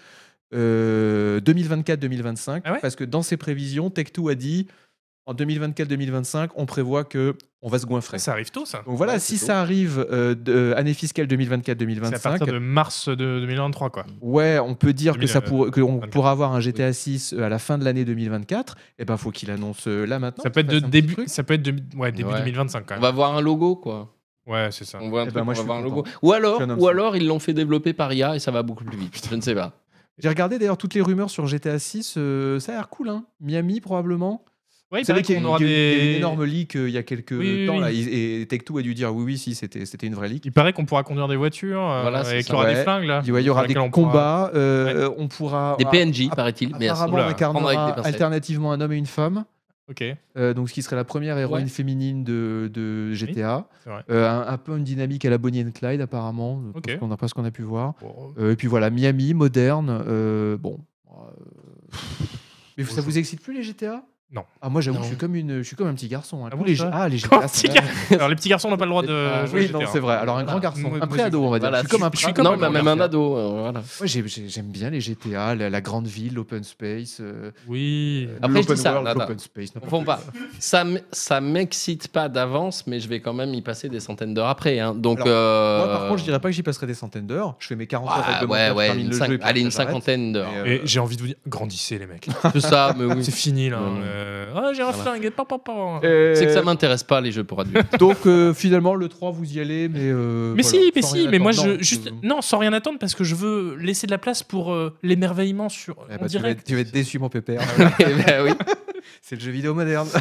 euh, 2024-2025, Ah ouais parce que dans ses prévisions, Tech2 a dit en 2024-2025, on prévoit que on va se goinfrer. Ah, Ça arrive tôt, ça. Donc voilà, Ouais, si c'est ça arrive euh, de- année fiscale C'est à partir 2024-2025. de mars de 2023, quoi. Ouais, on peut dire que ça 2000, pour, que on 24. pourra avoir un GTA 6 euh, à la fin de l'année 2024. Eh ben, faut qu'il annonce euh, là maintenant. ça peut être qu'il de fasse un petit début, truc. Bah, ça peut être de- ouais, début Ouais. 2025 quand On même. va voir un logo, quoi. Ouais, c'est ça. On voit un Eh ben, truc, moi, on je va suis voir un content. logo. Ou alors, Je suis un homme ou seul. alors ils l'ont fait développer par IA et ça va beaucoup plus vite. Je ne sais pas. J'ai regardé d'ailleurs toutes les rumeurs sur GTA 6, euh, ça a l'air cool, hein. Miami probablement. Ouais, il C'est vrai paraît qu'il y, a qu'on une- aura qu'il y a eu- qu'il y a eu des- une énorme leak euh, il y a quelques Oui, oui, temps oui. là, et et Tech2 a dû dire oui, oui, si, c'était c'était une vraie leak. Il paraît qu'on pourra conduire des voitures euh, Voilà, c'est et ça. qu'il y aura des Ouais. flingues là. Il y aura Sur des lesquelles on pourra- combats, euh, on pourra. Des ah, PNJ, ah, paraît-il. Mais à ce Apparemment, Oula. on Prendre avec incarnera des pincettes. alternativement un homme et une femme, Ok. euh, donc ce qui serait la première héroïne Ouais. féminine de, de GTA. c'est vrai. Euh, un, un peu une dynamique à la Bonnie and Clyde, apparemment, Ok. parce qu'on n'a pas ce qu'on a pu voir. Bon, Euh, et puis voilà, Miami, moderne. euh, bon. euh, Mais vous- ça vous excite plus les GTA Non. Ah moi j'avoue, Non. je suis comme une, je suis comme un petit garçon. hein. Ah Tous bon, les ça jeux- ah les Quand GTA. petit c'est- Alors les petits garçons n'ont pas le droit de Ah, jouer. oui, au non, GTA. c'est vrai. Alors un grand garçon, Moi- un moi, pré-ado, on va dire. Voilà, je suis comme un je suis pré- comme non, un mais grand même un garçon. ado. euh, voilà. Ouais, j'ai- j'ai- j'aime bien les GTA, la, la grande ville, l'open space, euh, Oui. euh, Après, je l'open dis ça, world, attends. l'open space. On n'importe comprend pas. Ça, m- ça m'excite pas d'avance, mais je vais quand même y passer des centaines d'heures après. hein. Donc, Alors, euh, quoi. Moi, par contre, je dirais pas que j'y passerai des centaines d'heures. Je fais mes 40 heures Ah, réglementaires, ouais, je ouais, termine une le cinq- jeu et puis allez, une après, j'arrête. cinquantaine d'heures. Mais, euh, Et j'ai envie de vous dire, grandissez les mecs. [laughs] Tout ça, mais [laughs] oui. C'est fini là. Non. euh, Ah, j'ai un Voilà. flingue. pa, pa, pa. Euh, C'est que ça m'intéresse pas les jeux pour [laughs] adultes. Donc euh, finalement, le 3, vous y allez, mais. euh, Mais voilà, si, mais sans si, rien mais moi attendre. Euh, je juste non sans rien attendre parce que je veux laisser de la place pour euh, l'émerveillement sur Eh en bah, tu, vas être, direct. tu vas être déçu, mon pépère. Eh ben oui. [laughs] C'est le jeu vidéo moderne. [laughs]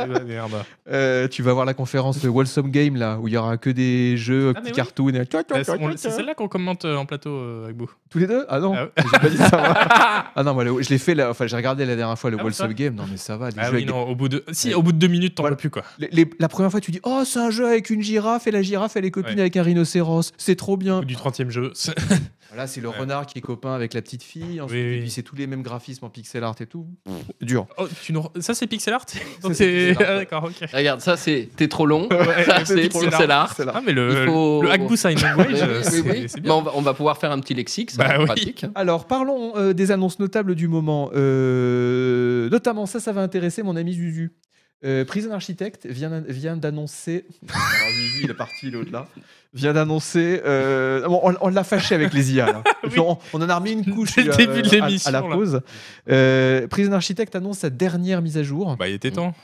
Ah, [laughs] merde. Euh, tu vas voir la conférence euh, Wholesome Game là où il y aura que des jeux euh, Ah, petits mais oui. cartoons et- Bah, c'est on- c'est celle-là qu'on commente euh, en plateau euh, avec Bou. tous les deux ah non Ah ouais. j'ai pas dit ça [laughs] moi. ah non moi le- je l'ai fait là enfin j'ai regardé la dernière fois le Ah, Wholesome ça. Game non mais ça va les Ah jeux oui, avec- non, au bout de si Ouais. au bout de deux minutes t'en Voilà. peux plus quoi. les- les- la première fois tu dis oh c'est un jeu avec une girafe et la girafe elle est copine Ouais. avec un rhinocéros c'est trop bien Ou du 30e jeu. [laughs] c'est- voilà c'est le Ouais. renard qui est copain avec la petite fille ensuite Oui, oui. et puis c'est tous les mêmes graphismes en pixel art et tout dur Oh, tu nous... Ça, c'est pixel [laughs] art c'est C'est- pixel art, ouais. Ah, [laughs] D'accord, ok. Regarde, ça c'est t'es trop long. [laughs] Ouais, ça c'est pixel pixel art. C'est là. Ah, mais le, Il faut- le [laughs] hackboo sign language, Oui, euh, oui, c'est oui. c'est Mais bien. on va, on va pouvoir faire un petit lexique, ça Bah va être oui. pratique. Alors parlons euh, des annonces notables du moment. Euh, notamment ça, ça va intéresser mon ami Zuzu. Euh, Prison Architect vient, vient d'annoncer. [laughs] Alors Zuzu, il est parti, l'autre là. Vient d'annoncer. euh, bon, on on l'a fâché avec les IA. [laughs] là. Et puis on, on en a remis une couche Dès le euh, début de à- l'émission, à, la là. pause. Euh, Prison Architect annonce sa dernière mise à jour. Bah, il était temps.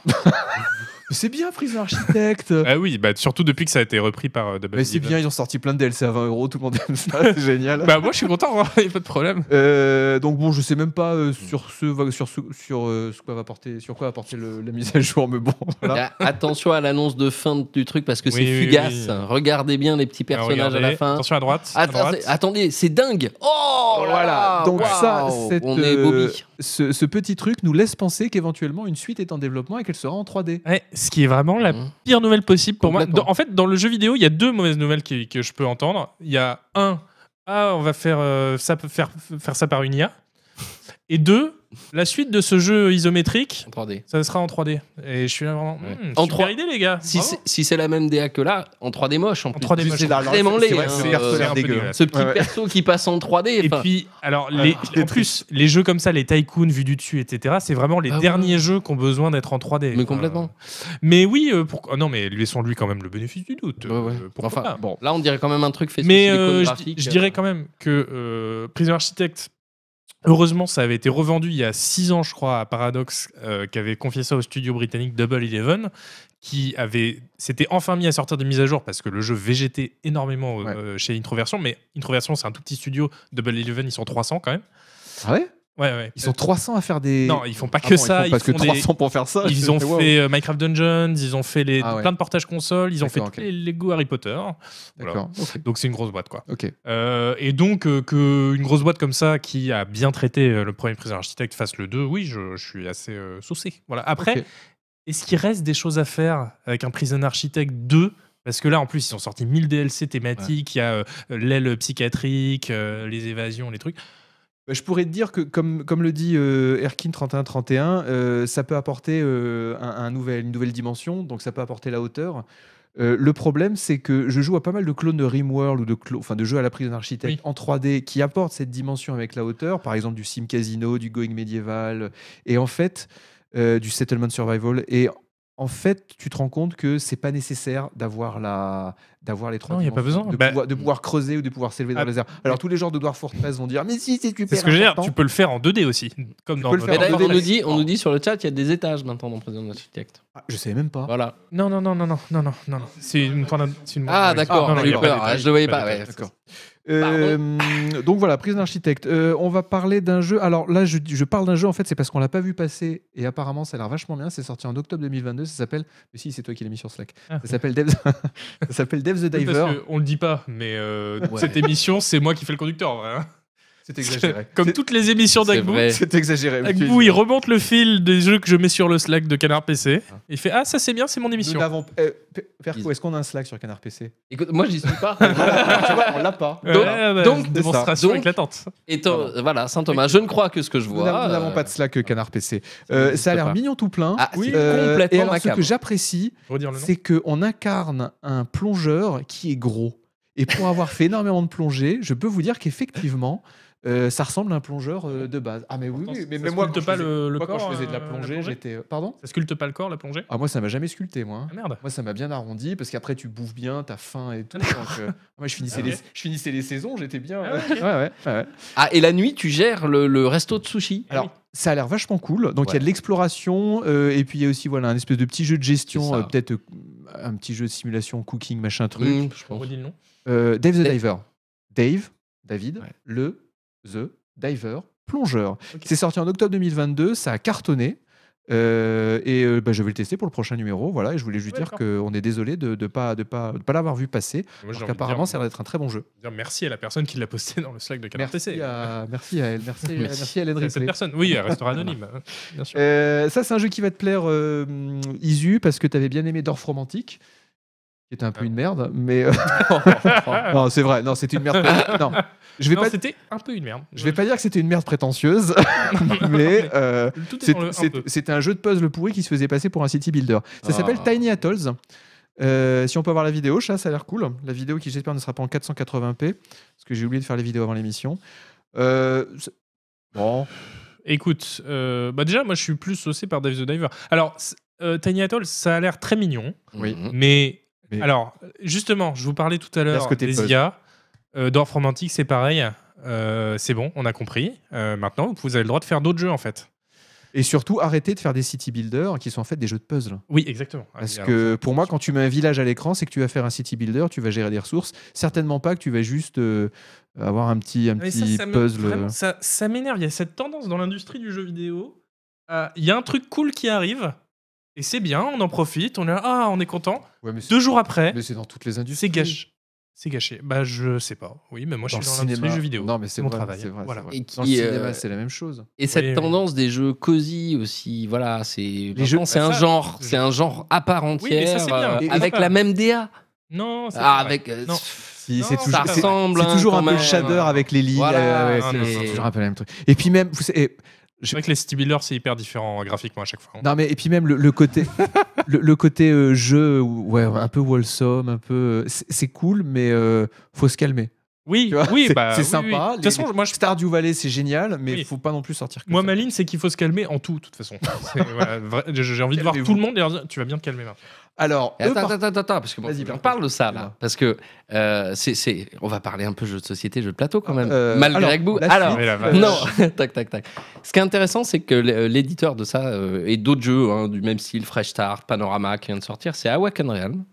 C'est bien Prison [laughs] Architect. Ah oui, bah, surtout depuis que ça a été repris par euh, Double Mais c'est Deal. bah, bien, ils ont sorti plein de DLC à 20 euros. Tout le monde aime ça. [laughs] C'est génial. Bah, moi, je suis content, hein, [laughs] y a pas de problème. Euh, donc bon, je sais même pas euh, sur ce va- sur ce- sur euh, ce quoi va porter sur quoi va porter le- la mise à jour, mais bon. voilà. Ah, Attention à l'annonce de fin du truc parce que Oui, c'est oui, fugace. oui. Regardez bien les Ah, petits Alors, personnages à regardez, la fin. Attention à droite. à Attends, droite. c'est- attendez, c'est dingue. Oh là Voilà. là, Donc ça, waouh, cette, euh, on est Bobby. Ce, ce petit truc nous laisse penser qu'éventuellement une suite est en développement et qu'elle sera en 3D. Ouais, Eh, ce qui est vraiment euh, la Hum, pire nouvelle possible pour moi. Complètement. Dans- en fait, dans le jeu vidéo, il y a deux mauvaises nouvelles qui- que je peux entendre. Il y a un, ah, on va faire, euh, ça, faire, faire ça par une IA. Et deux, la suite de ce jeu isométrique, En 3D. ça sera en 3D. Et je suis là vraiment. Ouais. hmm, En super 3D. idée, les gars. Si Bravo. c'est si c'est la même DA que là, en 3D moche en plus. 3D moche. C'est là, alors, vraiment c'est- laid. c'est vrai, hein, c'est perso, euh, a l'air un peu dégueu. dégueulasse. ce petit Ouais, ouais. perso qui passe en 3D. Et enfin, puis, alors, Ouais. les, en Tetris. plus, les jeux comme ça, les tycoons vus du dessus, etc., c'est vraiment les Ah ouais. derniers jeux qui ont besoin d'être en 3D. mais Enfin, complètement. Mais oui, euh, pour- ah non, mais laissons-lui quand même le bénéfice du doute. Ouais, ouais. Euh, pourquoi Enfin, pas. Là, on dirait quand même un truc fait. Mais sur euh, l'icône je, graphique, je euh, dirais quand même que euh, Prison Architect, heureusement, ça avait été revendu il y a 6 ans, je crois, à Paradox, euh, qui avait confié ça au studio britannique Double Eleven, qui avait s'était enfin mis à sortir des mises à jour parce que le jeu végétait énormément euh, chez Introversion. Mais Introversion, c'est un tout petit studio. Double Eleven, ils sont 300 quand même. Ah ouais Ouais, ouais. Ils sont 300 à faire des. Non, ils font pas Ah que bon, ils ça. font parce que font des- 300 pour faire ça. Ils [laughs] ont Ah, Wow. fait euh, Minecraft Dungeons, ils ont fait les, Ah ouais. plein de portages consoles, ils ont fait D'accord, tous ok. les Lego Harry Potter. Voilà. D'accord. ok. Donc c'est une grosse boîte quoi. Ok. Euh, et donc euh, que une grosse boîte comme ça qui a bien traité euh, le premier Prison Architect fasse le 2, oui, je, je suis assez euh, saucé. Voilà. Après, Ok. est-ce qu'il reste des choses à faire avec un Prison Architect 2 parce que là, en plus, ils ont sorti 1000 DLC thématiques. Il y a euh, l'aile psychiatrique, euh, les évasions, les trucs. Bah, Je pourrais te dire que, comme, comme le dit euh, Erkin3131, euh, ça peut apporter euh, un, un nouvel, une nouvelle dimension, donc ça peut apporter la hauteur. Euh, le problème, c'est que je joue à pas mal de clones de Rimworld ou de, clo- enfin, de jeux à la prison architecte Oui. en 3D qui apportent cette dimension avec la hauteur, par exemple du Sim Casino, du Going Medieval, et en fait, euh, du Settlement Survival. Et en fait, tu te rends compte que c'est pas nécessaire d'avoir la, d'avoir les trois. Non, y a pas dimensions, besoin. de, Bah- pouvoir, de pouvoir creuser ou de pouvoir s'élever dans Ah, les airs. Alors tous les genres de Dwarf Fortress vont dire mais si c'est super. C'est ce que je veux dire. important. Tu peux le faire en 2D aussi, comme dans peux le Modern faire Mais en d'ailleurs, deux on, D. Warfare. nous dit, on nous dit sur le chat, il y a des étages maintenant dans Prison Architect. Ah, je savais même pas. Voilà. Non, non, non, non, non, non, non, non. non. C'est une fin d'un- c'est une- Ah, d'accord, Non, non, j'ai eu il y a peur. pas Ah, d'étage. je le voyais pas. d'étage. ouais. D'accord. Euh, donc voilà, Prison Architect. Euh, on va parler d'un jeu. Alors là, je, je parle d'un jeu en fait, c'est parce qu'on l'a pas vu passer et apparemment ça a l'air vachement bien. C'est sorti en octobre 2022. Ça s'appelle. Mais si, c'est toi qui l'as mis sur Slack. Ah. [laughs] Ça s'appelle Dev. ça s'appelle Dev the Oui, Diver. Parce que on le dit pas, mais euh, Ouais. cette émission, c'est moi qui fais le conducteur. en vrai, hein. C'est exagéré. Comme toutes les émissions C'est d'Agbou. vrai. C'est exagéré. mais tu- Agbou, il remonte le fil des jeux que je mets sur le Slack de Canard PC. Ah. Et il fait Ah, ça c'est bien, c'est mon Nous émission. n'avons. euh, P- Perco, est-ce qu'on a un Slack sur Canard PC Écoute, moi, j'y suis pas. [laughs] Tu vois, on l'a pas. Ouais, Donc- ouais, ouais, donc- démonstration donc- éclatante. Étant- voilà, Saint Thomas, je ne crois que ce que je Nous vois. n'avons- nous n'avons pas de Slack euh, Canard PC. Euh, n'existe ça a l'air pas. mignon tout plein. Ah, Oui. c'est Euh, complètement et alors, ce macabre. que j'apprécie, Redire le nom. c'est qu'on incarne un plongeur qui est gros. Et pour avoir fait énormément de plongées, je peux vous dire qu'effectivement, euh, ça ressemble à un plongeur euh, de base. Ah mais oui, oui, mais Ça même moi, sculpte quand, pas je faisais, le, le moi, quand corps, je faisais de la euh, plongée, j'étais... euh, Pardon Ça sculpte pas le corps, la plongée Ah moi, ça m'a jamais sculpté, moi. hein. Ah merde. Moi, ça m'a bien arrondi parce qu'après, tu bouffes bien, t'as faim et tout. donc, euh, moi, je finissais, Ah les, ouais. je finissais les saisons, j'étais bien. Ah euh, ouais, ok. ouais, ouais, ouais. Ah, et la nuit, tu gères le, le resto de sushi. Alors, Eh oui. ça a l'air vachement cool. Donc, il y a de l'exploration euh, et puis il y a aussi voilà, un espèce de petit jeu de C'est gestion, ça. euh, peut-être euh, un petit jeu de simulation, cooking, machin truc. Mm. Mmh, je [laughs] pense. Redis le nom. Euh, Dave the Dave. Diver. Dave, David, Ouais. le, the, diver, plongeur. Ok. C'est sorti en octobre 2022, ça a cartonné. Euh, et euh, bah, je vais le tester pour le prochain numéro. Voilà, et je voulais juste Ouais, dire d'accord. qu'on est désolé de ne pas, de pas, de pas l'avoir vu passer. Moi, j'ai Alors envie de qu'apparemment, dire- ça a l'air d'être un très bon jeu. dire Merci à la personne qui l'a posté dans le Slack de Canard Merci PC. à, merci à elle. [laughs] Merci, Merci. merci à Hélène C'est Cette Ripley. personne, oui, elle restera anonyme. hein, Bien sûr. Euh, ça, c'est un jeu qui va te plaire, euh, hum, Isu, parce que tu avais bien aimé Dorf Romantique, qui était un peu Ah. une merde, mais. euh, non, c'est vrai, non, c'était une merde. [laughs] Non, je vais Non, pas c'était un peu une merde. Je vais pas dire que c'était une merde [laughs] prétentieuse, [laughs] mais euh, Tout est c'est- dans le un c'est- peu. c'était un jeu de puzzle pourri qui se faisait passer pour un city builder. Ça Ah. s'appelle Tiny Atolls. Euh, si on peut avoir la vidéo, ça, ça a l'air cool. La vidéo qui, j'espère, ne sera pas en 480p, parce que j'ai oublié de faire les vidéos avant l'émission. Euh, c'est- bon, Écoute, euh, bah déjà, moi, je suis plus saucé par Dave the Diver. Alors, c- euh, Tiny Atoll, ça a l'air très mignon, Oui. Mmh. mais, Mais- alors, justement, je vous parlais tout à a ce l'heure côté des puzzle. IA. Euh, Dorf Romantique, c'est pareil. Euh, c'est bon, on a compris. Euh, maintenant, vous avez le droit de faire d'autres jeux, en fait. et surtout, arrêtez de faire des city builders hein, qui sont en fait des jeux de puzzle. Oui, exactement. Ah, Parce Alors, que pour moi, quand tu mets un village à l'écran, c'est que tu vas faire un city builder, tu vas gérer des ressources. Certainement pas que tu vas juste euh, avoir un petit, un Mais petit ça, ça me- puzzle. euh. vraiment, ça, ça m'énerve. Il y a cette tendance dans l'industrie du jeu vidéo. à- Il y a un truc cool qui arrive, et c'est bien, on en profite, on est là, ah, on est content. Ouais, mais c'est- Deux jours après, mais c'est dans toutes les industries. c'est gâché. C'est gâché. Bah, je sais pas. Oui, mais moi, je Dans suis dans le l'industrie cinéma. du jeu vidéo. Non, mais c'est mon vrai, travail. C'est vrai, Voilà. c'est vrai. Et Dans le qui, cinéma, euh, c'est la même chose. Et cette Oui, oui. tendance des jeux cosy aussi, voilà, c'est Les jeux- maintenant, c'est Bah, un ça, genre, je- c'est un genre à part mais ça, entière, c'est bien. euh, Et- et avec ça- la même DA, Non, c'est Ah, pas avec euh, Non. pff, Si, non, c'est ça toujours, c'est- ressemble, c'est hein, toujours quand un peu le même. shader avec les lignes. Voilà, euh, ouais, non, c'est- non, c'est non. toujours un peu le même truc. Et puis même, vous savez, vrai. C'est vrai que les City Builders, c'est hyper différent graphiquement à chaque fois. hein. non mais et puis même le, le côté, [laughs] le, le côté euh, jeu, ou- ouais, un peu wholesome, un peu, euh, c'est c'est cool, mais euh, faut se calmer. Oui, Tu vois, oui, c'est- bah, c'est oui, sympa, oui. De les- toute façon, moi, je- Stardew Valley, c'est génial, mais Oui. faut pas non plus sortir. Comme moi ça. ma ligne, c'est qu'il faut se calmer en tout, de [laughs] toute façon. C'est- voilà, vrai- J'ai envie de voir Calmez-vous. tout le monde et leur dire, tu vas bien te [laughs] calmer maintenant. Alors, Et eux, Attends, par- attends, attends, attends, parce que bon, Vas-y, on Marco. parle de ça là, Excuse-moi. parce que euh, c'est, c'est- on va parler un peu jeux de société, jeux de plateau quand même, Euh, malgré alors, Agbou. la Alors, suite, Mais la euh, vache. non, [laughs] tac, tac, tac. Ce qui est intéressant, c'est que l- euh, l'éditeur de ça euh, et d'autres jeux hein, du même style, Fresh Start, Panorama, qui vient de sortir, c'est Awaken Realm.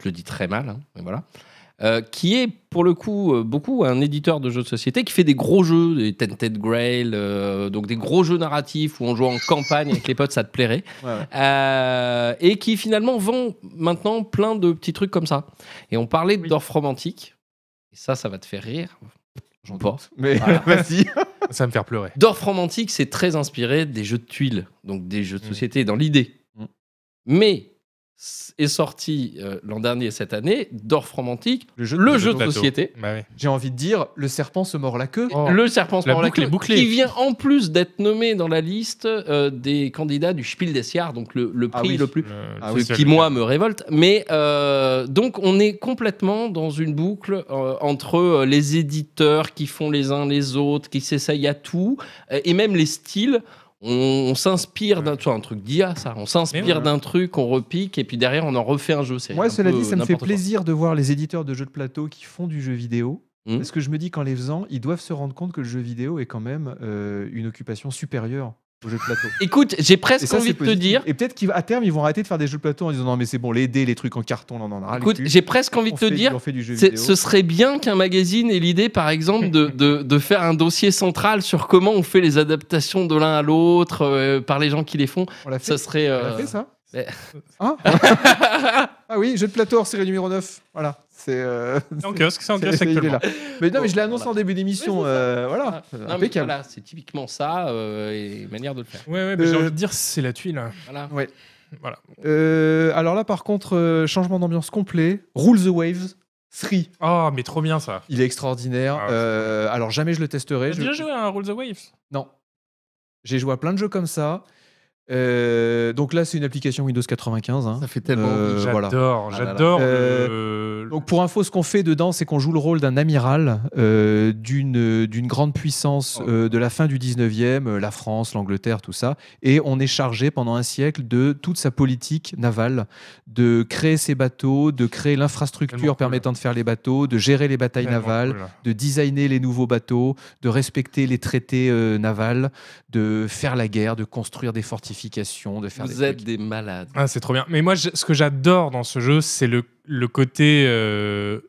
Je le dis très mal, hein, mais voilà. euh, qui est pour le coup euh, beaucoup un éditeur de jeux de société qui fait des gros jeux, des Tented Grail, euh, donc des gros jeux narratifs où on joue en campagne avec les potes, ça te plairait, Ouais, ouais. Euh, et qui finalement vend maintenant plein de petits trucs comme ça. Et on parlait de Dorf romantique, et ça, ça va te faire rire. J'en pense. Mais Voilà. [laughs] vas-y. Ça va me faire pleurer. Dorf romantique, c'est très inspiré des jeux de tuiles, donc des jeux de Mm. société dans l'idée. Mm. Mais s- est sorti euh, l'an dernier et cette année Dorf romantique, Le jeu le jeu de société. Bah oui. J'ai envie de dire, le serpent se mord la queue. Oh. Le serpent se La mord la boucle est queue, bouclée. qui vient en plus d'être nommé dans la liste euh, des candidats du Spiel des Jahres, donc le, le Ah prix oui. le plus Le- Ah ce le oui, festival qui de moi me révolte. Mais euh, donc on est complètement dans une boucle euh, entre euh, les éditeurs qui font les uns les autres, qui s'essayent à tout, euh, et même les styles. On, on s'inspire d'un, tu vois, un truc d'IA, ça. On Mais s'inspire ouais. d'un truc, on repique, et puis derrière on en refait un jeu. C'est Moi, un cela peu dit, ça me fait n'importe quoi. plaisir de voir les éditeurs de jeux de plateau qui font du jeu vidéo. Hmm. Parce que je me dis qu'en les faisant, ils doivent se rendre compte que le jeu vidéo est quand même euh, une occupation supérieure au jeu de plateau. Écoute, j'ai Et presque ça, envie c'est de te positif. dire. Et peut-être qu'à terme, ils vont arrêter de faire des jeux de plateau en disant non, mais c'est bon, les dés, les trucs en carton, on en a ras le Écoute, cul. j'ai presque envie Ah, On de te fait du- dire on fait du jeu C'est- vidéo. Ce serait bien qu'un magazine ait l'idée, par exemple, [laughs] de, de- de faire un dossier central sur comment on fait les adaptations de l'un à l'autre euh, par les gens qui les font. On l'a fait. Ça serait. On l'a euh, fait ça mais- [laughs] Hein Ah oui, jeu de plateau hors série numéro 9. Voilà. C'est. euh, C'est en kiosque, c'est en c'est- kiosque c'est- il est actuellement. là. Mais non, mais je l'ai Bon, annoncé voilà. en début d'émission. Oui, c'est ça. euh, Ah, voilà. non, mais Impeccable. voilà, c'est typiquement ça euh, et manière de le faire. Ouais, ouais, mais j'ai Euh, envie de dire, c'est la tuile. Voilà. Voilà. Euh, alors là, par contre, euh, changement d'ambiance complet. Rule the Waves 3. Oh, mais trop bien ça. Il est extraordinaire. Ah ouais, Euh, alors jamais je le testerai. T'as Je- déjà joué à un Roll the Waves Non. J'ai joué à plein de jeux comme ça. Euh, donc là, c'est une application Windows 95. hein. Ça fait tellement tellement. envie. Euh, voilà. J'adore, Ah là là. j'adore. Euh, le- Donc pour info, ce qu'on fait dedans, c'est qu'on joue le rôle d'un amiral euh, d'une d'une grande puissance Oh. euh, de la fin du 19e, euh, la France, l'Angleterre, tout ça. Et on est chargé pendant un siècle de toute sa politique navale, de créer ses bateaux, de créer Tellement l'infrastructure cool. permettant de faire les bateaux, de gérer les batailles Tellement navales. cool. de designer les nouveaux bateaux, de respecter les traités euh, navals, de faire la guerre, de construire des fortifications, de faire Vous des êtes trucs. des malades. Ah, c'est trop bien. Mais moi, je- ce que j'adore dans ce jeu, c'est le, le côté euh,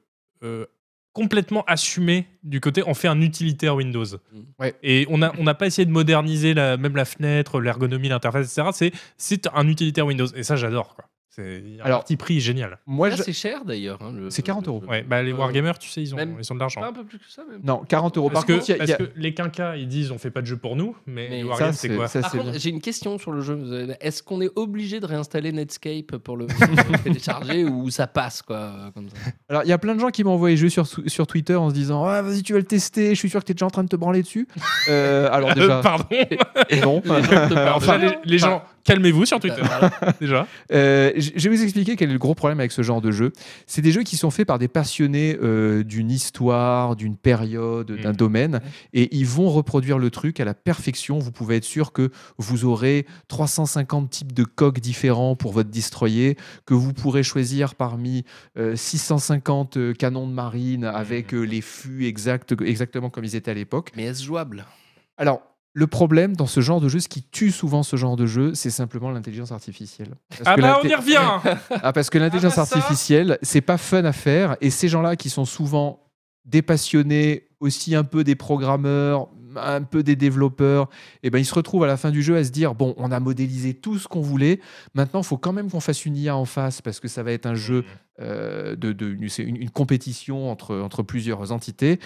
euh, complètement assumé du côté on fait un utilitaire Windows. Mm. Ouais. Et on n'a on n'a pas essayé de moderniser la, même la fenêtre, l'ergonomie, l'interface, etc. C'est, c'est un utilitaire Windows. Et ça, j'adore. Quoi. C'est un Alors- petit prix génial. Moi, Là, je- Ah, c'est cher d'ailleurs. hein, le- C'est 40 le- euros. le- Ouais, bah, les Euh, Wargamers, tu sais, ils ont, même- ils ont de l'argent. pas un peu plus que ça même. non, 40 euros. Parce, Par que, contre, il y a- il y a- parce que les quinquas, ils disent on fait pas de jeu pour nous, mais, Mais les ça, Wargames, ça, c'est, quoi ça, Par c'est bien. contre, j'ai une question sur le jeu. Est-ce qu'on est obligé de réinstaller Netscape pour le [laughs] pour le télécharger ou ça passe quoi euh, comme ça Alors, il y a plein de gens qui m'ont envoyé jouer sur, sur Twitter en se disant ah, vas-y, tu vas le tester, je suis sûr que tu es déjà en train de te branler dessus. Euh, alors, [laughs] Euh, déjà, Euh, Pardon. [laughs] non. Les gens te parlent. Enfin, les, les gens, calmez-vous sur Twitter Voilà. déjà. Euh, je je vais vous expliquer quel est le gros problème avec ce genre de jeu. C'est des jeux qui sont faits par des passionnés euh, d'une histoire, d'une période, d'un Mhm. domaine, et ils vont reproduire le truc à la perfection. Vous pouvez être sûr que vous aurez 350 types de coques différents pour votre destroyer, que vous pourrez choisir parmi euh, 650 euh, canons de marine avec Mhm. euh, les fûts exacts, exactement comme ils étaient à l'époque. Mais est-ce jouable Alors, le problème dans ce genre de jeu, ce qui tue souvent ce genre de jeu, c'est simplement l'intelligence artificielle. Parce Ah que bah, on l'inté- y revient. ah, [laughs] parce que l'intelligence Ah bah, ça. artificielle, c'est pas fun à faire. Et ces gens-là qui sont souvent des passionnés, aussi un peu des programmeurs, un peu des développeurs, et ben ils se retrouvent à la fin du jeu à se dire bon, on a modélisé tout ce qu'on voulait. Maintenant, il faut quand même qu'on fasse une IA en face parce que ça va être un jeu euh, de, de- une, c'est une- une compétition entre, entre plusieurs entités.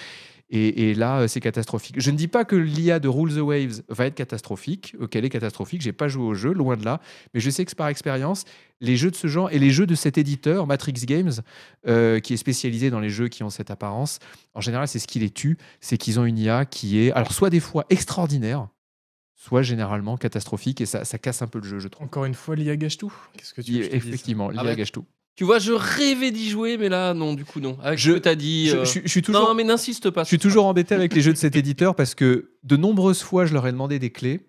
Et, et là, euh, c'est catastrophique. Je ne dis pas que l'IA de Rule the Waves va être catastrophique, euh, qu'elle est catastrophique. J'ai pas joué au jeu, loin de là. Mais je sais que par expérience, les jeux de ce genre et les jeux de cet éditeur, Matrix Games, euh, qui est spécialisé dans les jeux qui ont cette apparence, en général, c'est ce qui les tue. C'est qu'ils ont une IA qui est, alors, soit des fois extraordinaire, soit généralement catastrophique. Et ça, ça casse un peu le jeu, je trouve. Encore une fois, l'IA gâche tout. Qu'est-ce que tu veux que je te dise Effectivement, l'IA Ah ouais. gâche tout. Tu vois, je rêvais d'y jouer, mais là, non, du coup, non. Avec Je- ce que t'as dit. Je, euh, je suis- je suis toujours. Non, mais n'insiste pas. Je suis toujours embêté avec les jeux de cet éditeur parce que de nombreuses fois, je leur ai demandé des clés.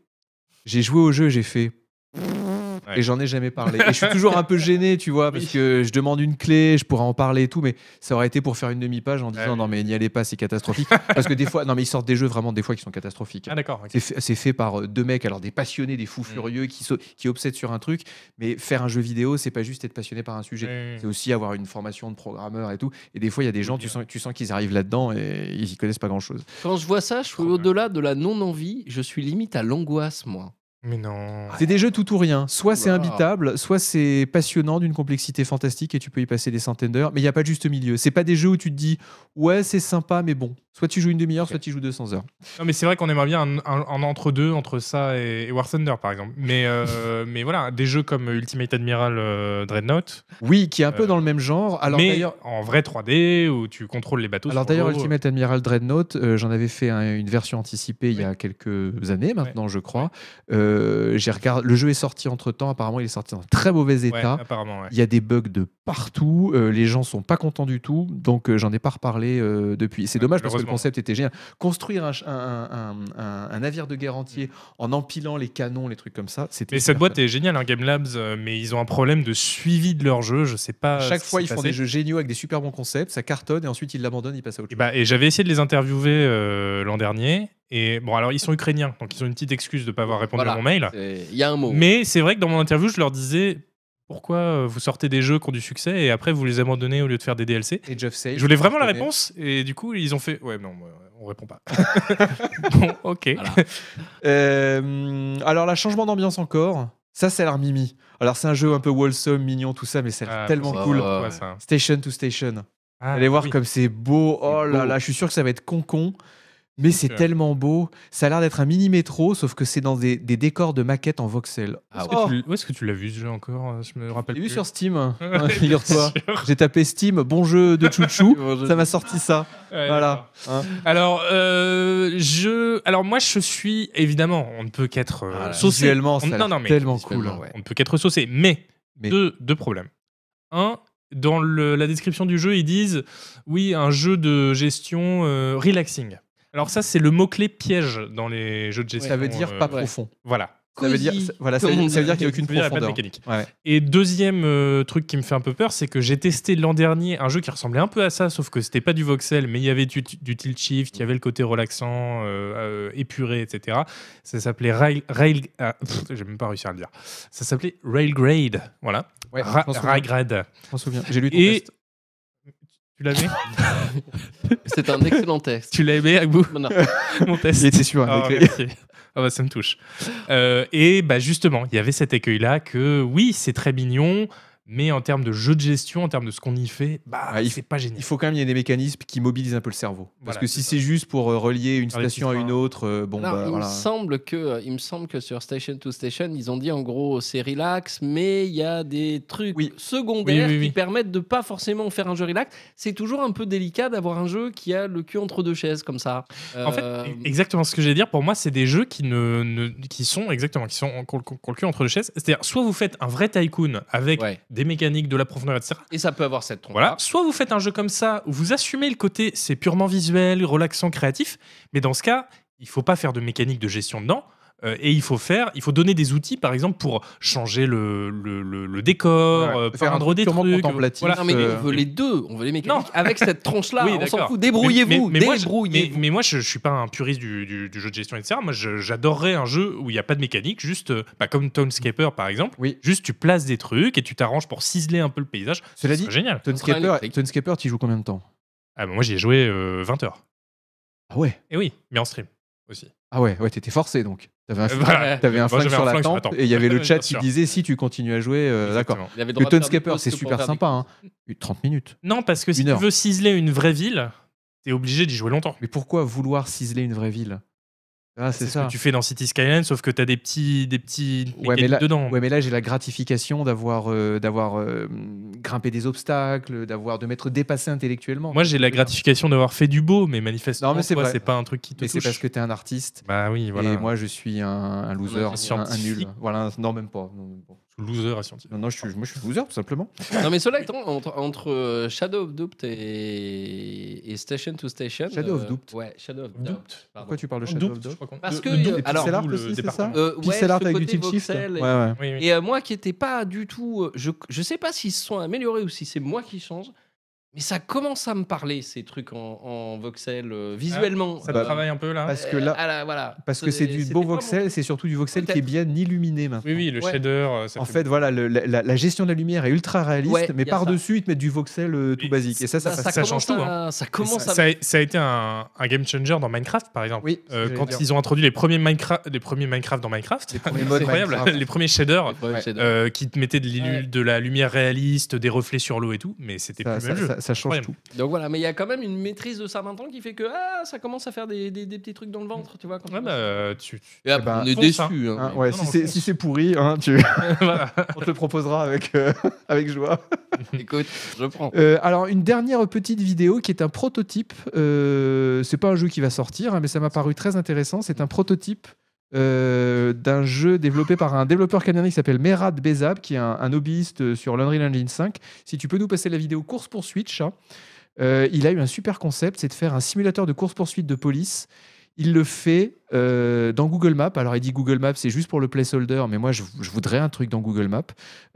J'ai joué au jeu, j'ai fait. Ouais. et j'en ai jamais parlé. Et je [laughs] suis toujours un peu gêné, tu vois, parce que je demande une clé, je pourrais en parler et tout, mais ça aurait été pour faire une demi-page en disant oui. non, mais n'y allez pas, c'est catastrophique. parce que des fois, non, mais ils sortent des jeux vraiment des fois qui sont catastrophiques. Ah, Mm. d'accord. ok. C'est fait, c'est fait par euh, deux mecs, alors des passionnés, des fous furieux qui, so- qui obsèdent sur un truc, mais faire un jeu vidéo, c'est pas juste être passionné par un sujet. Ouais, C'est aussi avoir une formation de programmeur et tout. Et des fois, il y a des gens, tu Mm. bien. sens, tu sens qu'ils arrivent là-dedans et ils y connaissent pas grand-chose. Quand je vois ça, je suis Trop bien. au-delà de la non-envie, je suis limite à l'angoisse, moi. Mais non. C'est des jeux tout ou rien. Soit c'est Oula. imbitable, soit c'est passionnant d'une complexité fantastique et tu peux y passer des centaines d'heures, mais il n'y a pas de juste milieu. C'est pas des jeux où tu te dis ouais, c'est sympa, mais bon. Soit tu joues une demi-heure, soit tu joues 200 heures. Non, mais c'est vrai qu'on aimerait bien un, un- un entre-deux entre ça et, et War Thunder, par exemple. Mais, euh, [laughs] mais voilà, des jeux comme Ultimate Admiral euh, Dreadnought, Oui, qui est un peu Euh, dans le même genre. Alors mais d'ailleurs. en vrai 3D où tu contrôles les bateaux. Alors sur l'eau. d'ailleurs, Ultimate Admiral Dreadnought, euh, j'en avais fait un- une version anticipée il y a quelques années maintenant, je crois. Euh, j'ai regardé, le jeu est sorti entre temps. Apparemment, il est sorti dans un très mauvais Ouais, état. apparemment, ouais. Il y a des bugs de partout. euh, les gens sont pas contents du tout. Donc, euh, j'en ai pas reparlé euh, depuis. C'est Ouais, dommage parce que le malheureusement. concept était génial. Construire un, ch- un- un- un- un navire de guerre entier en empilant les canons, les trucs comme ça, c'était. Mm. Mais cette super boîte fun. est géniale, hein, Game Labs, euh, mais ils ont un problème de suivi de leur jeu. Je sais pas. À chaque fois, ils font des jeux. jeux géniaux avec des super bons concepts, ça cartonne et ensuite ils l'abandonnent, ils passent à autre Et, chose. bah, et j'avais essayé de les interviewer euh, l'an dernier. Et bon, alors ils sont ukrainiens, donc ils ont une petite excuse de ne pas avoir répondu Voilà. à mon Ah. mail. C'est- Il y a un mot. Mais c'est vrai que dans mon interview, je leur disais pourquoi euh, vous sortez des jeux qui ont du succès et après vous les abandonnez au lieu de faire des DLC. Et Jeff Sage, ben, Je voulais vraiment la cartonné. réponse et du coup, ils ont fait Ouais, non, euh, on répond [laughs] pas. bon, ok. Voilà. Euh, alors là, changement d'ambiance encore. Ça, c'est l'air Mimi. Alors, c'est un jeu un peu wholesome, mignon, tout ça, mais ça a l'air Ah, tellement ça, cool. ouais. Pourquoi ça Station to station. Ah, Allez voir oui. comme c'est beau. C'est Oh là beau. là, je suis sûr que ça va être concon. Mais c'est sûr. tellement beau. Ça a l'air d'être un mini métro, sauf que c'est dans des, des décors de maquettes en voxel. Ah Est-ce Oh, que tu- Où est-ce que tu l'as vu ce jeu encore euh, Je me rappelle. j'ai vu plus. [laughs] sur Steam, hein. [laughs] Ouais, [laughs] figure-toi. bien sûr. J'ai tapé Steam, bon jeu de [laughs] chouchou. Bon, je- ça m'a sorti ça. Ouais, Voilà. hein. Alors, euh, je... Alors, moi, je suis, évidemment, on ne peut qu'être euh, Ah là, saucé. Visuellement, On- ça a non, l'air non, mais tellement cool. visuellement, ouais. on ne peut qu'être saucé. Mais, Mais- Deux, deux problèmes. Un, dans le- la description du jeu, ils disent, oui, un jeu de gestion euh, relaxing. Alors ça, c'est le mot-clé piège dans les jeux de gestion. Ça veut dire euh, pas ouais. profond. Voilà. Ça veut dire, Cozy, voilà, ça veut- comme on ça veut dire dit. qu'il n'y a aucune Ça veut dire, il y a pas de profondeur. mécanique. Ouais. Et deuxième euh, truc qui me fait un peu peur, c'est que j'ai testé l'an dernier un jeu qui ressemblait un peu à ça, sauf que c'était pas du voxel, mais il y avait du, du tilt shift, il y avait le côté relaxant, euh, euh, épuré, etc. Ça s'appelait Rail, Rail- ah, pff, j'ai même pas réussi à le dire. Ça s'appelait Railgrade, voilà. Ouais, Ra- je m'en souviens, Railgrade. je m'en souviens. J'ai lu ton Et test. tu l'avais C'est un [laughs] excellent texte. Tu l'as aimé, Agbou Non, non. Mon test. Il était sûr. Ah, avec les- merci. Ah bah, ça me touche. Euh, et bah justement, il y avait cet écueil-là que oui, c'est très mignon, mais en termes de jeu de gestion, en termes de ce qu'on y fait, bah Ah, il c'est pas génial. Il faut quand même il y ait des mécanismes qui mobilisent un peu le cerveau. Parce Voilà, que si c'est ça. c'est juste pour euh, relier une Faire des hein. station à petits une trains. autre, euh, bon, Alors, bah, il, voilà. me semble que, euh, il me semble que sur Station to Station, ils ont dit en gros c'est relax, mais il y a des trucs Oui. secondaires Oui, oui, oui. qui permettent de pas forcément faire un jeu relax. C'est toujours un peu délicat d'avoir un jeu qui a le cul entre deux chaises comme ça. En fait, e-, Euh, exactement ce que j'allais dire. Pour moi, c'est des jeux qui ne, ne- qui sont exactement qui sont en- qu'on- qu'on- qu'on le cul entre les chaises. C'est-à-dire, soit vous faites un vrai tycoon avec ouais. des mécaniques, de la profondeur, etc. Et ça peut avoir cette trompe. Voilà. Soit vous faites un jeu comme ça où vous assumez le côté c'est purement visuel, relaxant, créatif, mais dans ce cas, il faut pas faire de mécanique de gestion dedans. euh, et il faut faire, il faut donner des outils, par exemple, pour changer le, le, le- le décor, Voilà. euh, Faire un peindre truc des purement trucs. contemplatif, voilà. Non mais Euh, on veut les deux, on veut les mécaniques. Avec cette tronche-là, Oui, on s'en d'accord. fout. Mais- Débrouillez-vous, mais- mais moi, je- débrouillez-vous. Mais, mais moi, je, je suis pas un puriste du, du- du jeu de gestion, etc. Moi, je- j'adorerais un jeu où il n'y a pas de mécanique, juste euh, bah, comme Townscaper, par exemple. Oui. Juste, tu places des trucs et tu t'arranges pour ciseler un peu le paysage. Cela Ce dit, serait génial. train Tunescaper, électrique. Tunescaper, tu y joues combien de temps Ah, bah, moi, j'y ai joué euh, 20 heures. Ah ouais Et oui, mais [laughs] en stream aussi. Ah ouais, ouais t'étais forcé donc. T'avais un, Euh, flingue- voilà. t'avais un Moi, flingue j'avais sur un la flingue sur la tempe tempe. et il y avait le [laughs] Bien chat qui sûr. disait si tu continues à jouer, euh, d'accord. Exactement. Il avait Le droit de faire des Tunescaper, postes c'est pour super faire des sympa. hein. 30 minutes. Non, parce que si Une heure. tu veux ciseler une vraie ville, t'es obligé d'y jouer longtemps. Mais pourquoi vouloir ciseler une vraie ville Ah, c'est ce ça. que tu fais dans City Skyline, sauf que t'as des petits, des petits Ouais, mais mécaniques là- dedans. Ouais, mais là j'ai la gratification d'avoir euh, d'avoir euh, grimpé des obstacles, d'avoir de m'être dépassé intellectuellement. Moi, j'ai la gratification d'avoir fait du beau, mais manifestement, Non, mais c'est toi, vrai. c'est pas un truc qui te Mais c'est touche. parce que t'es un artiste Bah oui, voilà. Et moi, je suis un, un loser, Un un, un nul. scientifique. Voilà, un- non, même pas. non, même pas. Sous loser à scientifique. Non, non, je suis, moi je suis loser tout simplement. Ah Non, mais cela étant, entre, entre, euh, Shadow of Doubt et, et Station to Station. Shadow of euh, Doubt. Ouais, Shadow of Doubt. Doubt. pardon. Pourquoi tu parles de Shadow of Doubt Parce que, le, euh, le alors- alors, Pixel art le aussi, c'est ça département. Euh, ouais, Pixel art ce avec du côté tilt shift. voxel Ouais, et- ouais. Oui, oui. Et euh, moi qui n'étais pas du tout. euh, Je, je sais pas s'ils se sont améliorés ou si c'est moi qui change, mais ça commence à me parler ces trucs en, en voxel euh, visuellement. Ah, Ça te Euh, travaille un peu là Bah, Parce que euh, là, à la- voilà. parce que c'est du c'était beau pas mon- voxel, c'est surtout du voxel qui est Peut-être. bien illuminé maintenant. Oui, oui, le Ouais. shader. euh, ça En fait, voilà, le- la, la- la gestion de la lumière est ultra réaliste, Ouais, mais y a ça. par-dessus, ils te mettent du voxel euh, tout Et basique. Et ça, ça, ça- passe. ça commence change tout, hein. à- Ça commence ça, à. ça a, ça a été un, un game changer dans Minecraft, par exemple. Oui, Euh, quand ils ont introduit les premiers Minecraft, les premiers Minecraft dans Minecraft, premiers c'est modes incroyable, Minecraft. les premiers shaders Ouais, c'est- euh, qui te mettaient de, l'illu- Ouais. de la lumière réaliste, des reflets sur l'eau et tout, mais c'était ça, plus le ça- même jeu. ça- ça change Incroyable. tout. Donc voilà, mais il y a quand même une maîtrise de ça maintenant qui fait que ah, ça commence à faire des, des- des petits trucs dans le ventre, tu vois. quand Ouais, on- bah, euh, tu- tu- Et après, Eh ben, on font est ça. déçu. Hein, ouais, non, si non, c'est je si c'est pourri, hein, [laughs] tu- [laughs] voilà. on te le proposera avec, euh, [laughs] avec joie. [laughs] Écoute, je prends. Euh, alors, une dernière petite vidéo qui est un prototype. Euh, c'est pas un jeu qui va sortir, hein, mais ça m'a paru très intéressant. C'est un prototype euh, d'un jeu développé par un développeur canadien qui s'appelle Merad Bezab, qui est un, un hobbyiste euh, sur l'Unreal Engine 5. Si tu peux nous passer la vidéo course poursuite, chat. Euh, il a eu un super concept, c'est de faire un simulateur de course-poursuite de police. Il le fait euh, dans Google Maps. Alors, il dit Google Maps, c'est juste pour le placeholder, mais moi, je, je voudrais un truc dans Google Maps.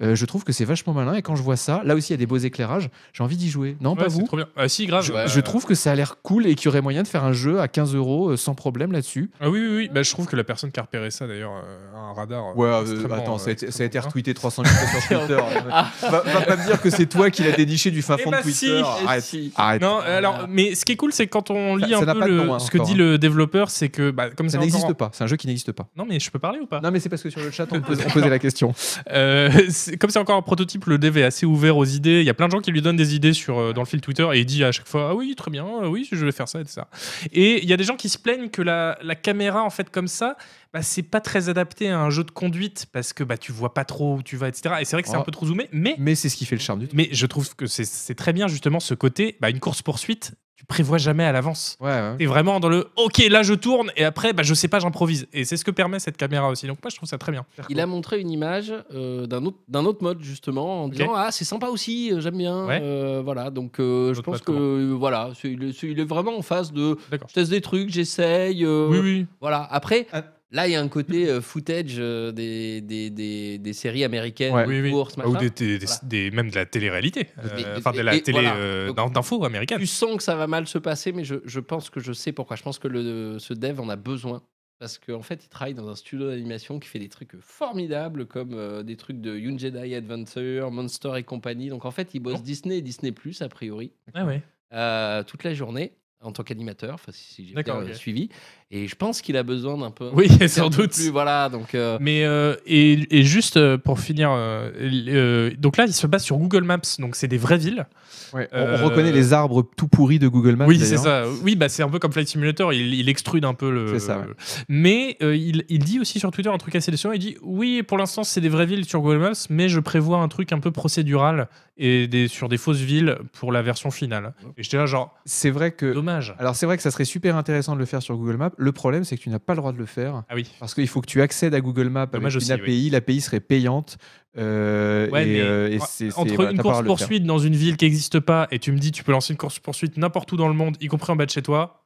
Euh, je trouve que c'est vachement malin. Et quand je vois ça, là aussi, il y a des beaux éclairages. J'ai envie d'y jouer. Non, pas Ouais, c'est vous trop bien. Ah, si, grave. je, euh, je trouve que ça a l'air cool et qu'il y aurait moyen de faire un jeu à 15 euros euh, sans problème là-dessus. Ah oui, oui, oui. Bah, je trouve que la personne qui a repéré ça, d'ailleurs, euh, a un radar. euh, extrêmement, euh, extrêmement Ah. retweeté 300 000 fois sur Twitter. [laughs] va, pas me dire que c'est toi qui l'as déniché du fin Eh fond de bah si, Twitter. eh Arrête, si. arrête. bien. Non, euh, alors, mais ce qui est cool, c'est que quand on Ça- lit ça n'a un pas peu de le- nom, hein, ce que encore, dit hein. le développeur, c'est que bah, comme Ça c'est encore n'existe en- pas. C'est un jeu qui n'existe pas. Non, mais je peux parler ou pas Non, mais c'est parce que sur le chat, [laughs] on, pose- on posait la question. Euh, [laughs] c'est- comme c'est encore un prototype, le dev est assez ouvert aux idées. Il y a plein de gens qui lui donnent des idées sur, euh, dans le fil Twitter et il dit à chaque fois Ah oui, très bien, euh, oui, je vais faire ça et ça. Et il y a des gens qui se plaignent que la, la caméra, en fait, comme ça, bah, c'est pas très adapté à un jeu de conduite parce que bah, tu vois pas trop où tu vas, etc. Et c'est vrai que c'est Oh. un peu trop zoomé, mais, Mais c'est ce qui fait le charme du truc. mais je trouve que c'est- c'est très bien, justement, ce côté bah, une course-poursuite, tu prévois jamais à l'avance. Ouais, ouais. T'es vraiment dans le OK, là je tourne et après bah, je sais pas, j'improvise. Et c'est ce que permet cette caméra aussi. Donc moi je trouve ça très bien. Il a montré une image euh, d'un autre, d'un autre mode justement en disant ah c'est sympa aussi euh, j'aime bien Ouais. Euh, voilà donc euh, je Autre pense mode que euh, voilà c'est- il est, c'est- il est vraiment en phase de D'accord. je teste des trucs j'essaye euh, Oui, oui. voilà après Ah. là il y a un côté euh, footage euh, des, des, des, des séries américaines Ouais. de Oui, oui. courses, Ou machin. des, des- des- Voilà. des- même de la télé-réalité. Euh, Et- et- Enfin, de la et- télé voilà. euh, Donc- d'in- d'info [laughs] américaine. tu sens que ça va mal se passer mais je, je pense que je sais pourquoi je pense que le, ce dev en a besoin parce qu'en fait, il travaille dans un studio d'animation qui fait des trucs euh, formidables comme euh, des trucs de Young Jedi Adventure, Monster et compagnie. Donc en fait, il bosse Bon. Disney et Disney Plus a priori. Ah ouais. euh, toute la journée en tant qu'animateur, enfin, si si j'ai bien D'accord, ok. euh, suivi. Et je pense qu'il a besoin d'un peu. [laughs] Oui, d'un sans peu doute. plus, voilà, donc. euh, Mais euh, et, et juste euh, pour finir, euh, euh, donc là il se base sur Google Maps, donc c'est des vraies villes. Ouais. On- Euh, On, reconnaît les arbres tout pourris de Google Maps. oui, c'est d'ailleurs. ça. Oui, bah c'est un peu comme Flight Simulator, il, il extrude un peu le. C'est ça, ouais. Mais euh, il, il dit aussi sur Twitter un truc assez décevant. Il dit oui, pour l'instant c'est des vraies villes sur Google Maps, mais je prévois un truc un peu procédural et des, sur des fausses villes pour la version finale. Et j'étais là genre C'est vrai que. dommage. Alors, c'est vrai que ça serait super intéressant de le faire sur Google Maps. Le problème, c'est que tu n'as pas le droit de le faire. Ah oui. Parce qu'il faut que tu accèdes à Google Maps avec Dommage une aussi, oui. API. L'API serait payante. euh, Ouais, et, mais euh, et en- c'est- c'est- entre voilà, une t'as pas le droit course de le faire. poursuite dans une ville qui n'existe pas et tu me dis tu peux lancer une course poursuite n'importe où dans le monde, y compris en bas de chez toi.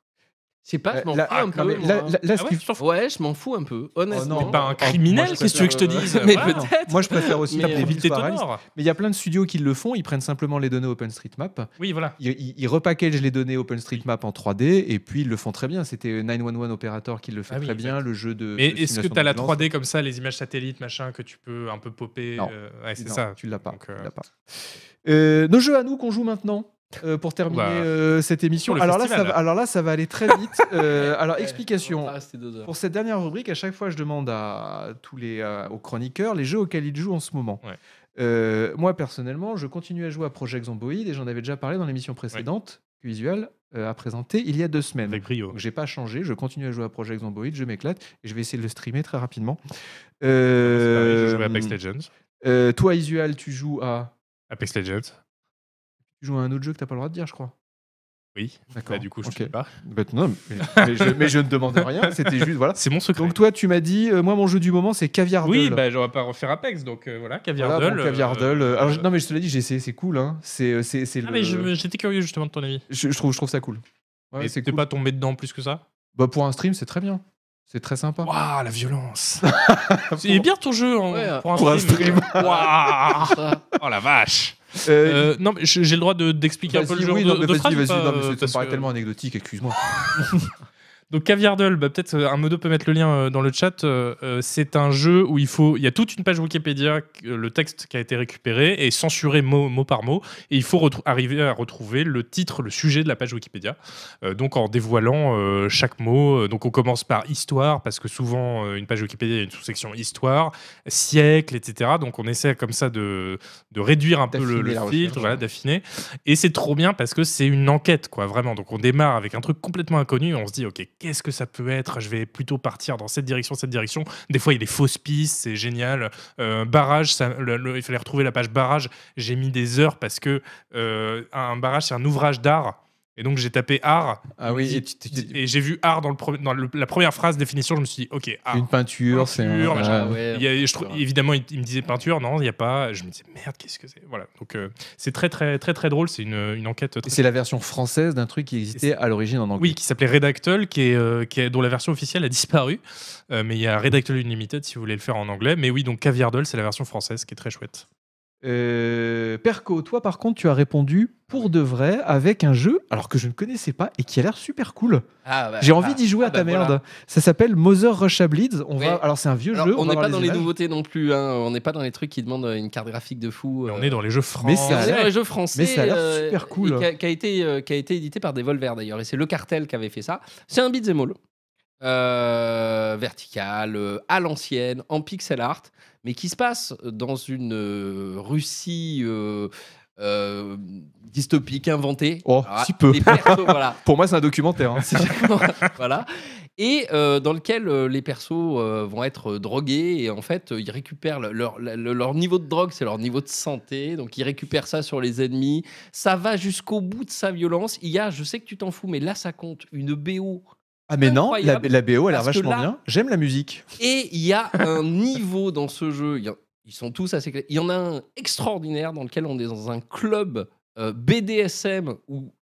Je sais pas, bah, je Euh, m'en là- fous un non, peu. mais moi, là- hein. là- là, ce Ah ouais, qui- tu t'en fous Ouais, je m'en fous un peu, honnêtement. non. T'es pas Oh, moi, un criminel, je qu'est-ce que tu veux que je te préfère, dise euh, [laughs] mais Voilà. peut-être. Moi, je préfère [laughs] aussi Mais la euh, Province Éviter Pareil. Tonor. Mais il y a plein de studios qui le font. Ils prennent simplement les données OpenStreetMap. Oui, voilà. Ils, ils, ils repackagent les données OpenStreetMap en 3D et puis ils le font très bien. C'était 911 Operator qui le fait Ah oui, très bien. Le jeu de. Mais de est-ce que simulation tu as la d'ambulance. 3D comme ça, les images satellites, machin, que tu peux un peu popper Non. euh, ouais, c'est Non, ça. Tu l'as pas. Donc, tu euh, l'as pas. Euh, nos jeux à nous qu'on joue maintenant. euh, pour terminer Bah, euh, cette émission. le Alors là, ça festival. va, alors là, ça va aller très [laughs] vite. Euh, alors, Ouais, on explication. va pas rester deux heures. Pour cette dernière rubrique, à chaque fois, je demande à tous les à- aux chroniqueurs les jeux auxquels ils jouent en ce moment. Ouais. Euh, moi, personnellement, je continue à jouer à Project Zomboid et j'en avais déjà parlé dans l'émission précédente que Visual euh, a présenté il y a deux semaines. Avec brio. Donc, j'ai pas changé, je continue à jouer à Project Zomboid, je m'éclate et je vais essayer de le streamer très rapidement. Euh, Je jouais à Apex Legends. euh, toi, Visual, tu joues à. Apex Legends. Tu joues à un autre jeu que t'as pas le droit de dire, je crois. Oui, D'accord. là Bah, du coup je Ok. sais pas. Bah, non, mais, mais je, mais je ne demande rien, c'était juste, voilà. C'est mon secret. Donc toi, tu m'as dit, euh, moi, mon jeu du moment, c'est Caviar oui, Doll. bah j'aurais pas refaire Apex, donc euh, voilà, Caviar Voilà, Doll, bon, euh, Caviar Doll. euh, Alors, je- non, mais je te l'ai dit, j'ai essayé, c'est cool. Hein. C'est, euh, c'est, c'est Ah le- mais je- j'étais curieux justement de ton avis. je- je trouve, je trouve ça cool. Ouais, Et c'est T'es cool. pas tombé dedans plus que ça Bah, pour un stream, c'est très bien. C'est très sympa. Waouh, [laughs] la violence Il est bien ton jeu en- Ouais, pour un pour un stream. Waouh Ça. Oh la vache Euh, Euh, Non, mais je- j'ai le droit de- d'expliquer un peu le vas-y, jeu oui, en non, deux- mais deux vas-y, phrases ou vas-y, pas, non, mais euh, ça me parce paraît que- tellement anecdotique, excuse-moi. Donc Caviardel, bah, peut-être euh, un modo peut mettre le lien euh, dans le chat. euh, euh, c'est un jeu où il faut, il y a toute une page Wikipédia, euh, le texte qui a été récupéré et censuré mot, mot par mot, et il faut retrou- arriver à retrouver le titre, le sujet de la page Wikipédia. Euh, donc en dévoilant euh, chaque mot. Euh, Donc on commence par histoire parce que souvent euh, une page Wikipédia il y a une sous-section histoire, siècle, etc. Donc on essaie comme ça de, de réduire un peu le, D'affiner le la recherche, filtre, voilà, ouais. d'affiner. Et c'est trop bien parce que c'est une enquête, quoi, vraiment. Donc on démarre avec un truc complètement inconnu, on se dit, ok, qu'est-ce que ça peut être Je vais plutôt partir dans cette direction, cette direction. Des fois, il y a des fausses pistes, c'est génial. Euh, barrage, ça- le- le- il fallait retrouver la page barrage. J'ai mis des heures parce que euh, un barrage, c'est un ouvrage d'art. Et donc j'ai tapé art Ah oui, et tu- tu- tu- et j'ai vu art dans, le pre- dans le- la première phrase définition. Je me suis dit, ok, art. une peinture, c'est Peinture, un. machin, Ah, ouais. Ah, ouais, Il y a- je trou- ouais. évidemment, il, il me disait peinture, non, il n'y a pas. Je me disais, merde, qu'est-ce que c'est Voilà. Donc, euh, c'est très, très, très, très drôle. C'est une, une enquête très. Et C'est la version française d'un truc qui existait à l'origine en anglais. Oui, qui s'appelait Redactol, qui est, euh, qui est- dont la version officielle a disparu. Euh, mais il y a Redactol Unlimited si vous voulez le faire en anglais. Mais oui, donc Caviardol, c'est la version française qui est très chouette. Euh, Perco, toi par contre, tu as répondu pour de vrai avec un jeu alors que je ne connaissais pas et qui a l'air super cool. Ah, bah, J'ai envie ah, d'y jouer ah, à ta bah, voilà. merde. Ça s'appelle Mother Russia Bleeds. On va... Ouais. Alors c'est un vieux Alors, jeu. on va n'est voir pas dans les images. nouveautés non plus, hein. on n'est pas dans les trucs qui demandent euh, une carte graphique de fou. Mais euh, on est dans les jeux français. mais ça a C'est l'air- un jeu français. mais ça a l'air euh, super cool. et Qui a, qui a été, euh, qui a été édité par Devolver d'ailleurs. Et c'est le cartel qui avait fait ça. C'est un beat'em all. euh, vertical, euh, à l'ancienne, en pixel art, mais qui se passe dans une euh, Russie euh, euh, dystopique inventée. Oh, Alors, si peu. Les persos, [laughs] voilà. Pour moi, c'est un documentaire. [laughs] hein. voilà. Et euh, dans lequel euh, les persos euh, vont être euh, drogués et en fait euh, ils récupèrent le- leur, le- leur niveau de drogue, c'est leur niveau de santé, donc ils récupèrent ça sur les ennemis. Ça va jusqu'au bout de sa violence. Il y a, je sais que tu t'en fous, mais là ça compte, une BO. Ah mais non, la, Incroyable. la BO, elle a l'air Parce que vachement là- bien. J'aime la musique. Et il y a un niveau dans ce jeu. Il y en- ils sont tous assez clés. Il y en a un extraordinaire dans lequel on est dans un club euh, BDSM où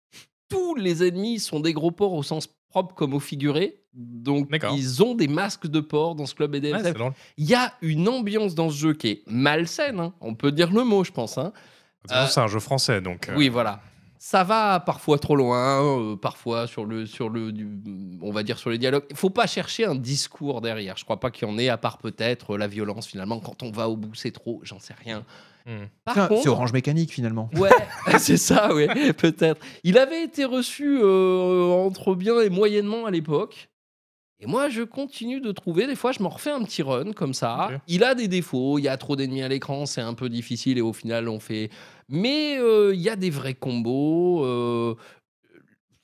tous les ennemis sont des gros porcs au sens propre comme au figuré. Donc D'accord. ils ont des masques de porc dans ce club Ouais, BDSM. c'est drôle. Il y a une ambiance dans ce jeu qui est malsaine. hein. On peut dire le mot, je pense. hein. De toute façon, C'est un jeu français, donc. euh, Oui, voilà. Ça va parfois trop loin, euh, parfois sur le, sur le, du- on va dire sur les dialogues. Il faut pas chercher un discours derrière. Je crois pas qu'il y en ait, à part peut-être euh, la violence finalement. Quand on va au bout, c'est trop. J'en sais rien. hmm. Par Tiens, contre, C'est Orange Mécanique finalement. Ouais, [laughs] c'est ça, ouais, peut-être. Il avait été reçu euh, entre bien et moyennement à l'époque. Et moi, je continue de trouver. Des fois, je m'en refais un petit run comme ça. Ok. Il a des défauts. Il y a trop d'ennemis à l'écran. C'est un peu difficile. Et au final, on fait. Mais euh, il y a des vrais combos. euh,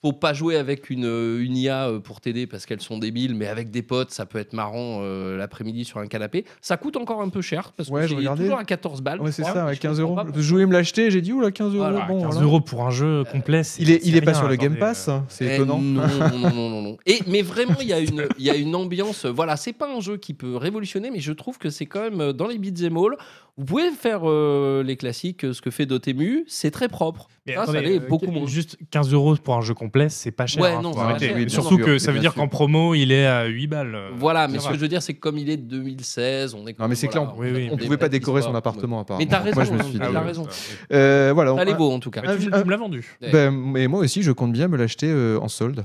faut pas jouer avec une, une IA euh, pour t'aider parce qu'elles sont débiles, mais avec des potes, ça peut être marrant euh, l'après-midi sur un canapé. Ça coûte encore un peu cher parce Ouais, que je c'est regardais. toujours à 14 balles. Ouais, c'est je crois, ça, mais à je 15 comprends euros. pas Ah, bah, Je voulais me l'acheter, j'ai dit, oula, 15 euros. Voilà, bon, 15 voilà. euros pour un jeu complet. c'est- Il est, c'est il est pas rien, sur le Game attendez, Pass, euh, hein, c'est Eh, étonnant. Non, non, non, non, non, non. Et, mais vraiment, il y, a une- il y a une ambiance. euh, Voilà, c'est pas un jeu qui peut révolutionner, mais je trouve que c'est quand même euh, dans les beat'em all. Vous pouvez faire euh, les classiques, euh, ce que fait Dotemu, c'est très propre. Mais Ah, attendez, ça l'est euh, beaucoup qu- moins. Juste 15 euros pour un jeu complet, c'est pas cher. Ouais, hein, non, faut c'est pas arrêter. cher. Mais Non, Surtout non. que ça veut Bien dire sûr. qu'en promo, il est à 8 balles. euh, Voilà, mais ça ce va. que je veux dire, c'est que comme il est de 2016, on est. Non, mais c'est voilà, clair, on- oui, oui, Ah On est pouvait pas des décorer son histoires. appartement, apparemment. Mais t'as Donc, Moi, je raison, me suis t'as dit. oui, raison. ça. Euh, voilà. on- Ça, elle est beau en tout cas. Ah, Mais tu- tu me l'as vendu. Ben, et moi aussi, je compte bien me l'acheter euh, en solde.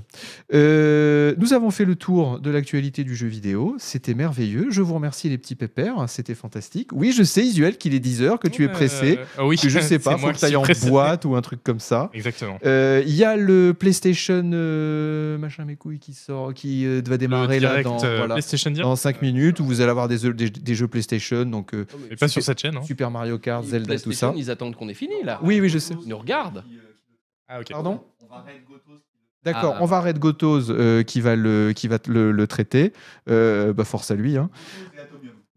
Euh, nous avons fait le tour de l'actualité du jeu vidéo. C'était merveilleux. Je vous remercie, les petits pépères. C'était fantastique. Oui, je sais, Isuel, qu'il est 10h, que tu es Euh, pressé. ah oui, Que [laughs] je sais pas, c'est faut moi que qui tu ailles suis en pressé. boîte ou un truc comme ça. Exactement. Euh, Il y a le PlayStation euh, machin mes couilles qui sort, qui euh, va démarrer Le direct là dans, euh, voilà, PlayStation Direct. dans 5 minutes où vous allez avoir des, jeux- des- des jeux PlayStation, donc euh, Mais pas sur cette chaîne. hein. Super Mario Kart, Ils- Zelda, tout ça. PlayStation, Ils attendent qu'on ait fini là. Oui, oui, je sais. Ils nous regardent. Ah, ok. Pardon D'accord, Ah. on va arrêter Gotos euh, qui va le, qui va te le, le traiter. Euh, bah, force à lui. Hein.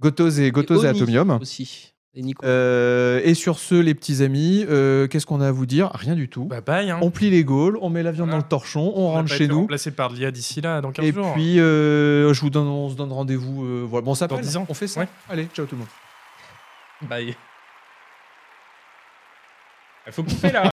Gotos et, Gotos et Oni Atomium. Aussi. Et Nico Euh, et sur ce, les petits amis, euh, qu'est-ce qu'on a à vous dire Rien du tout. Bah bye. Hein. on plie les gaules, on met la viande Voilà. dans le torchon, on, va rentre pas chez être nous. remplacé par de l'IA d'ici là, dans 15 Et jours. puis, euh, je vous donne, on se donne rendez-vous. euh, voilà. Bon, ça Dans 10 ans. On fait ça. Ouais. Allez, ciao tout le monde. Bye. Il faut couper là.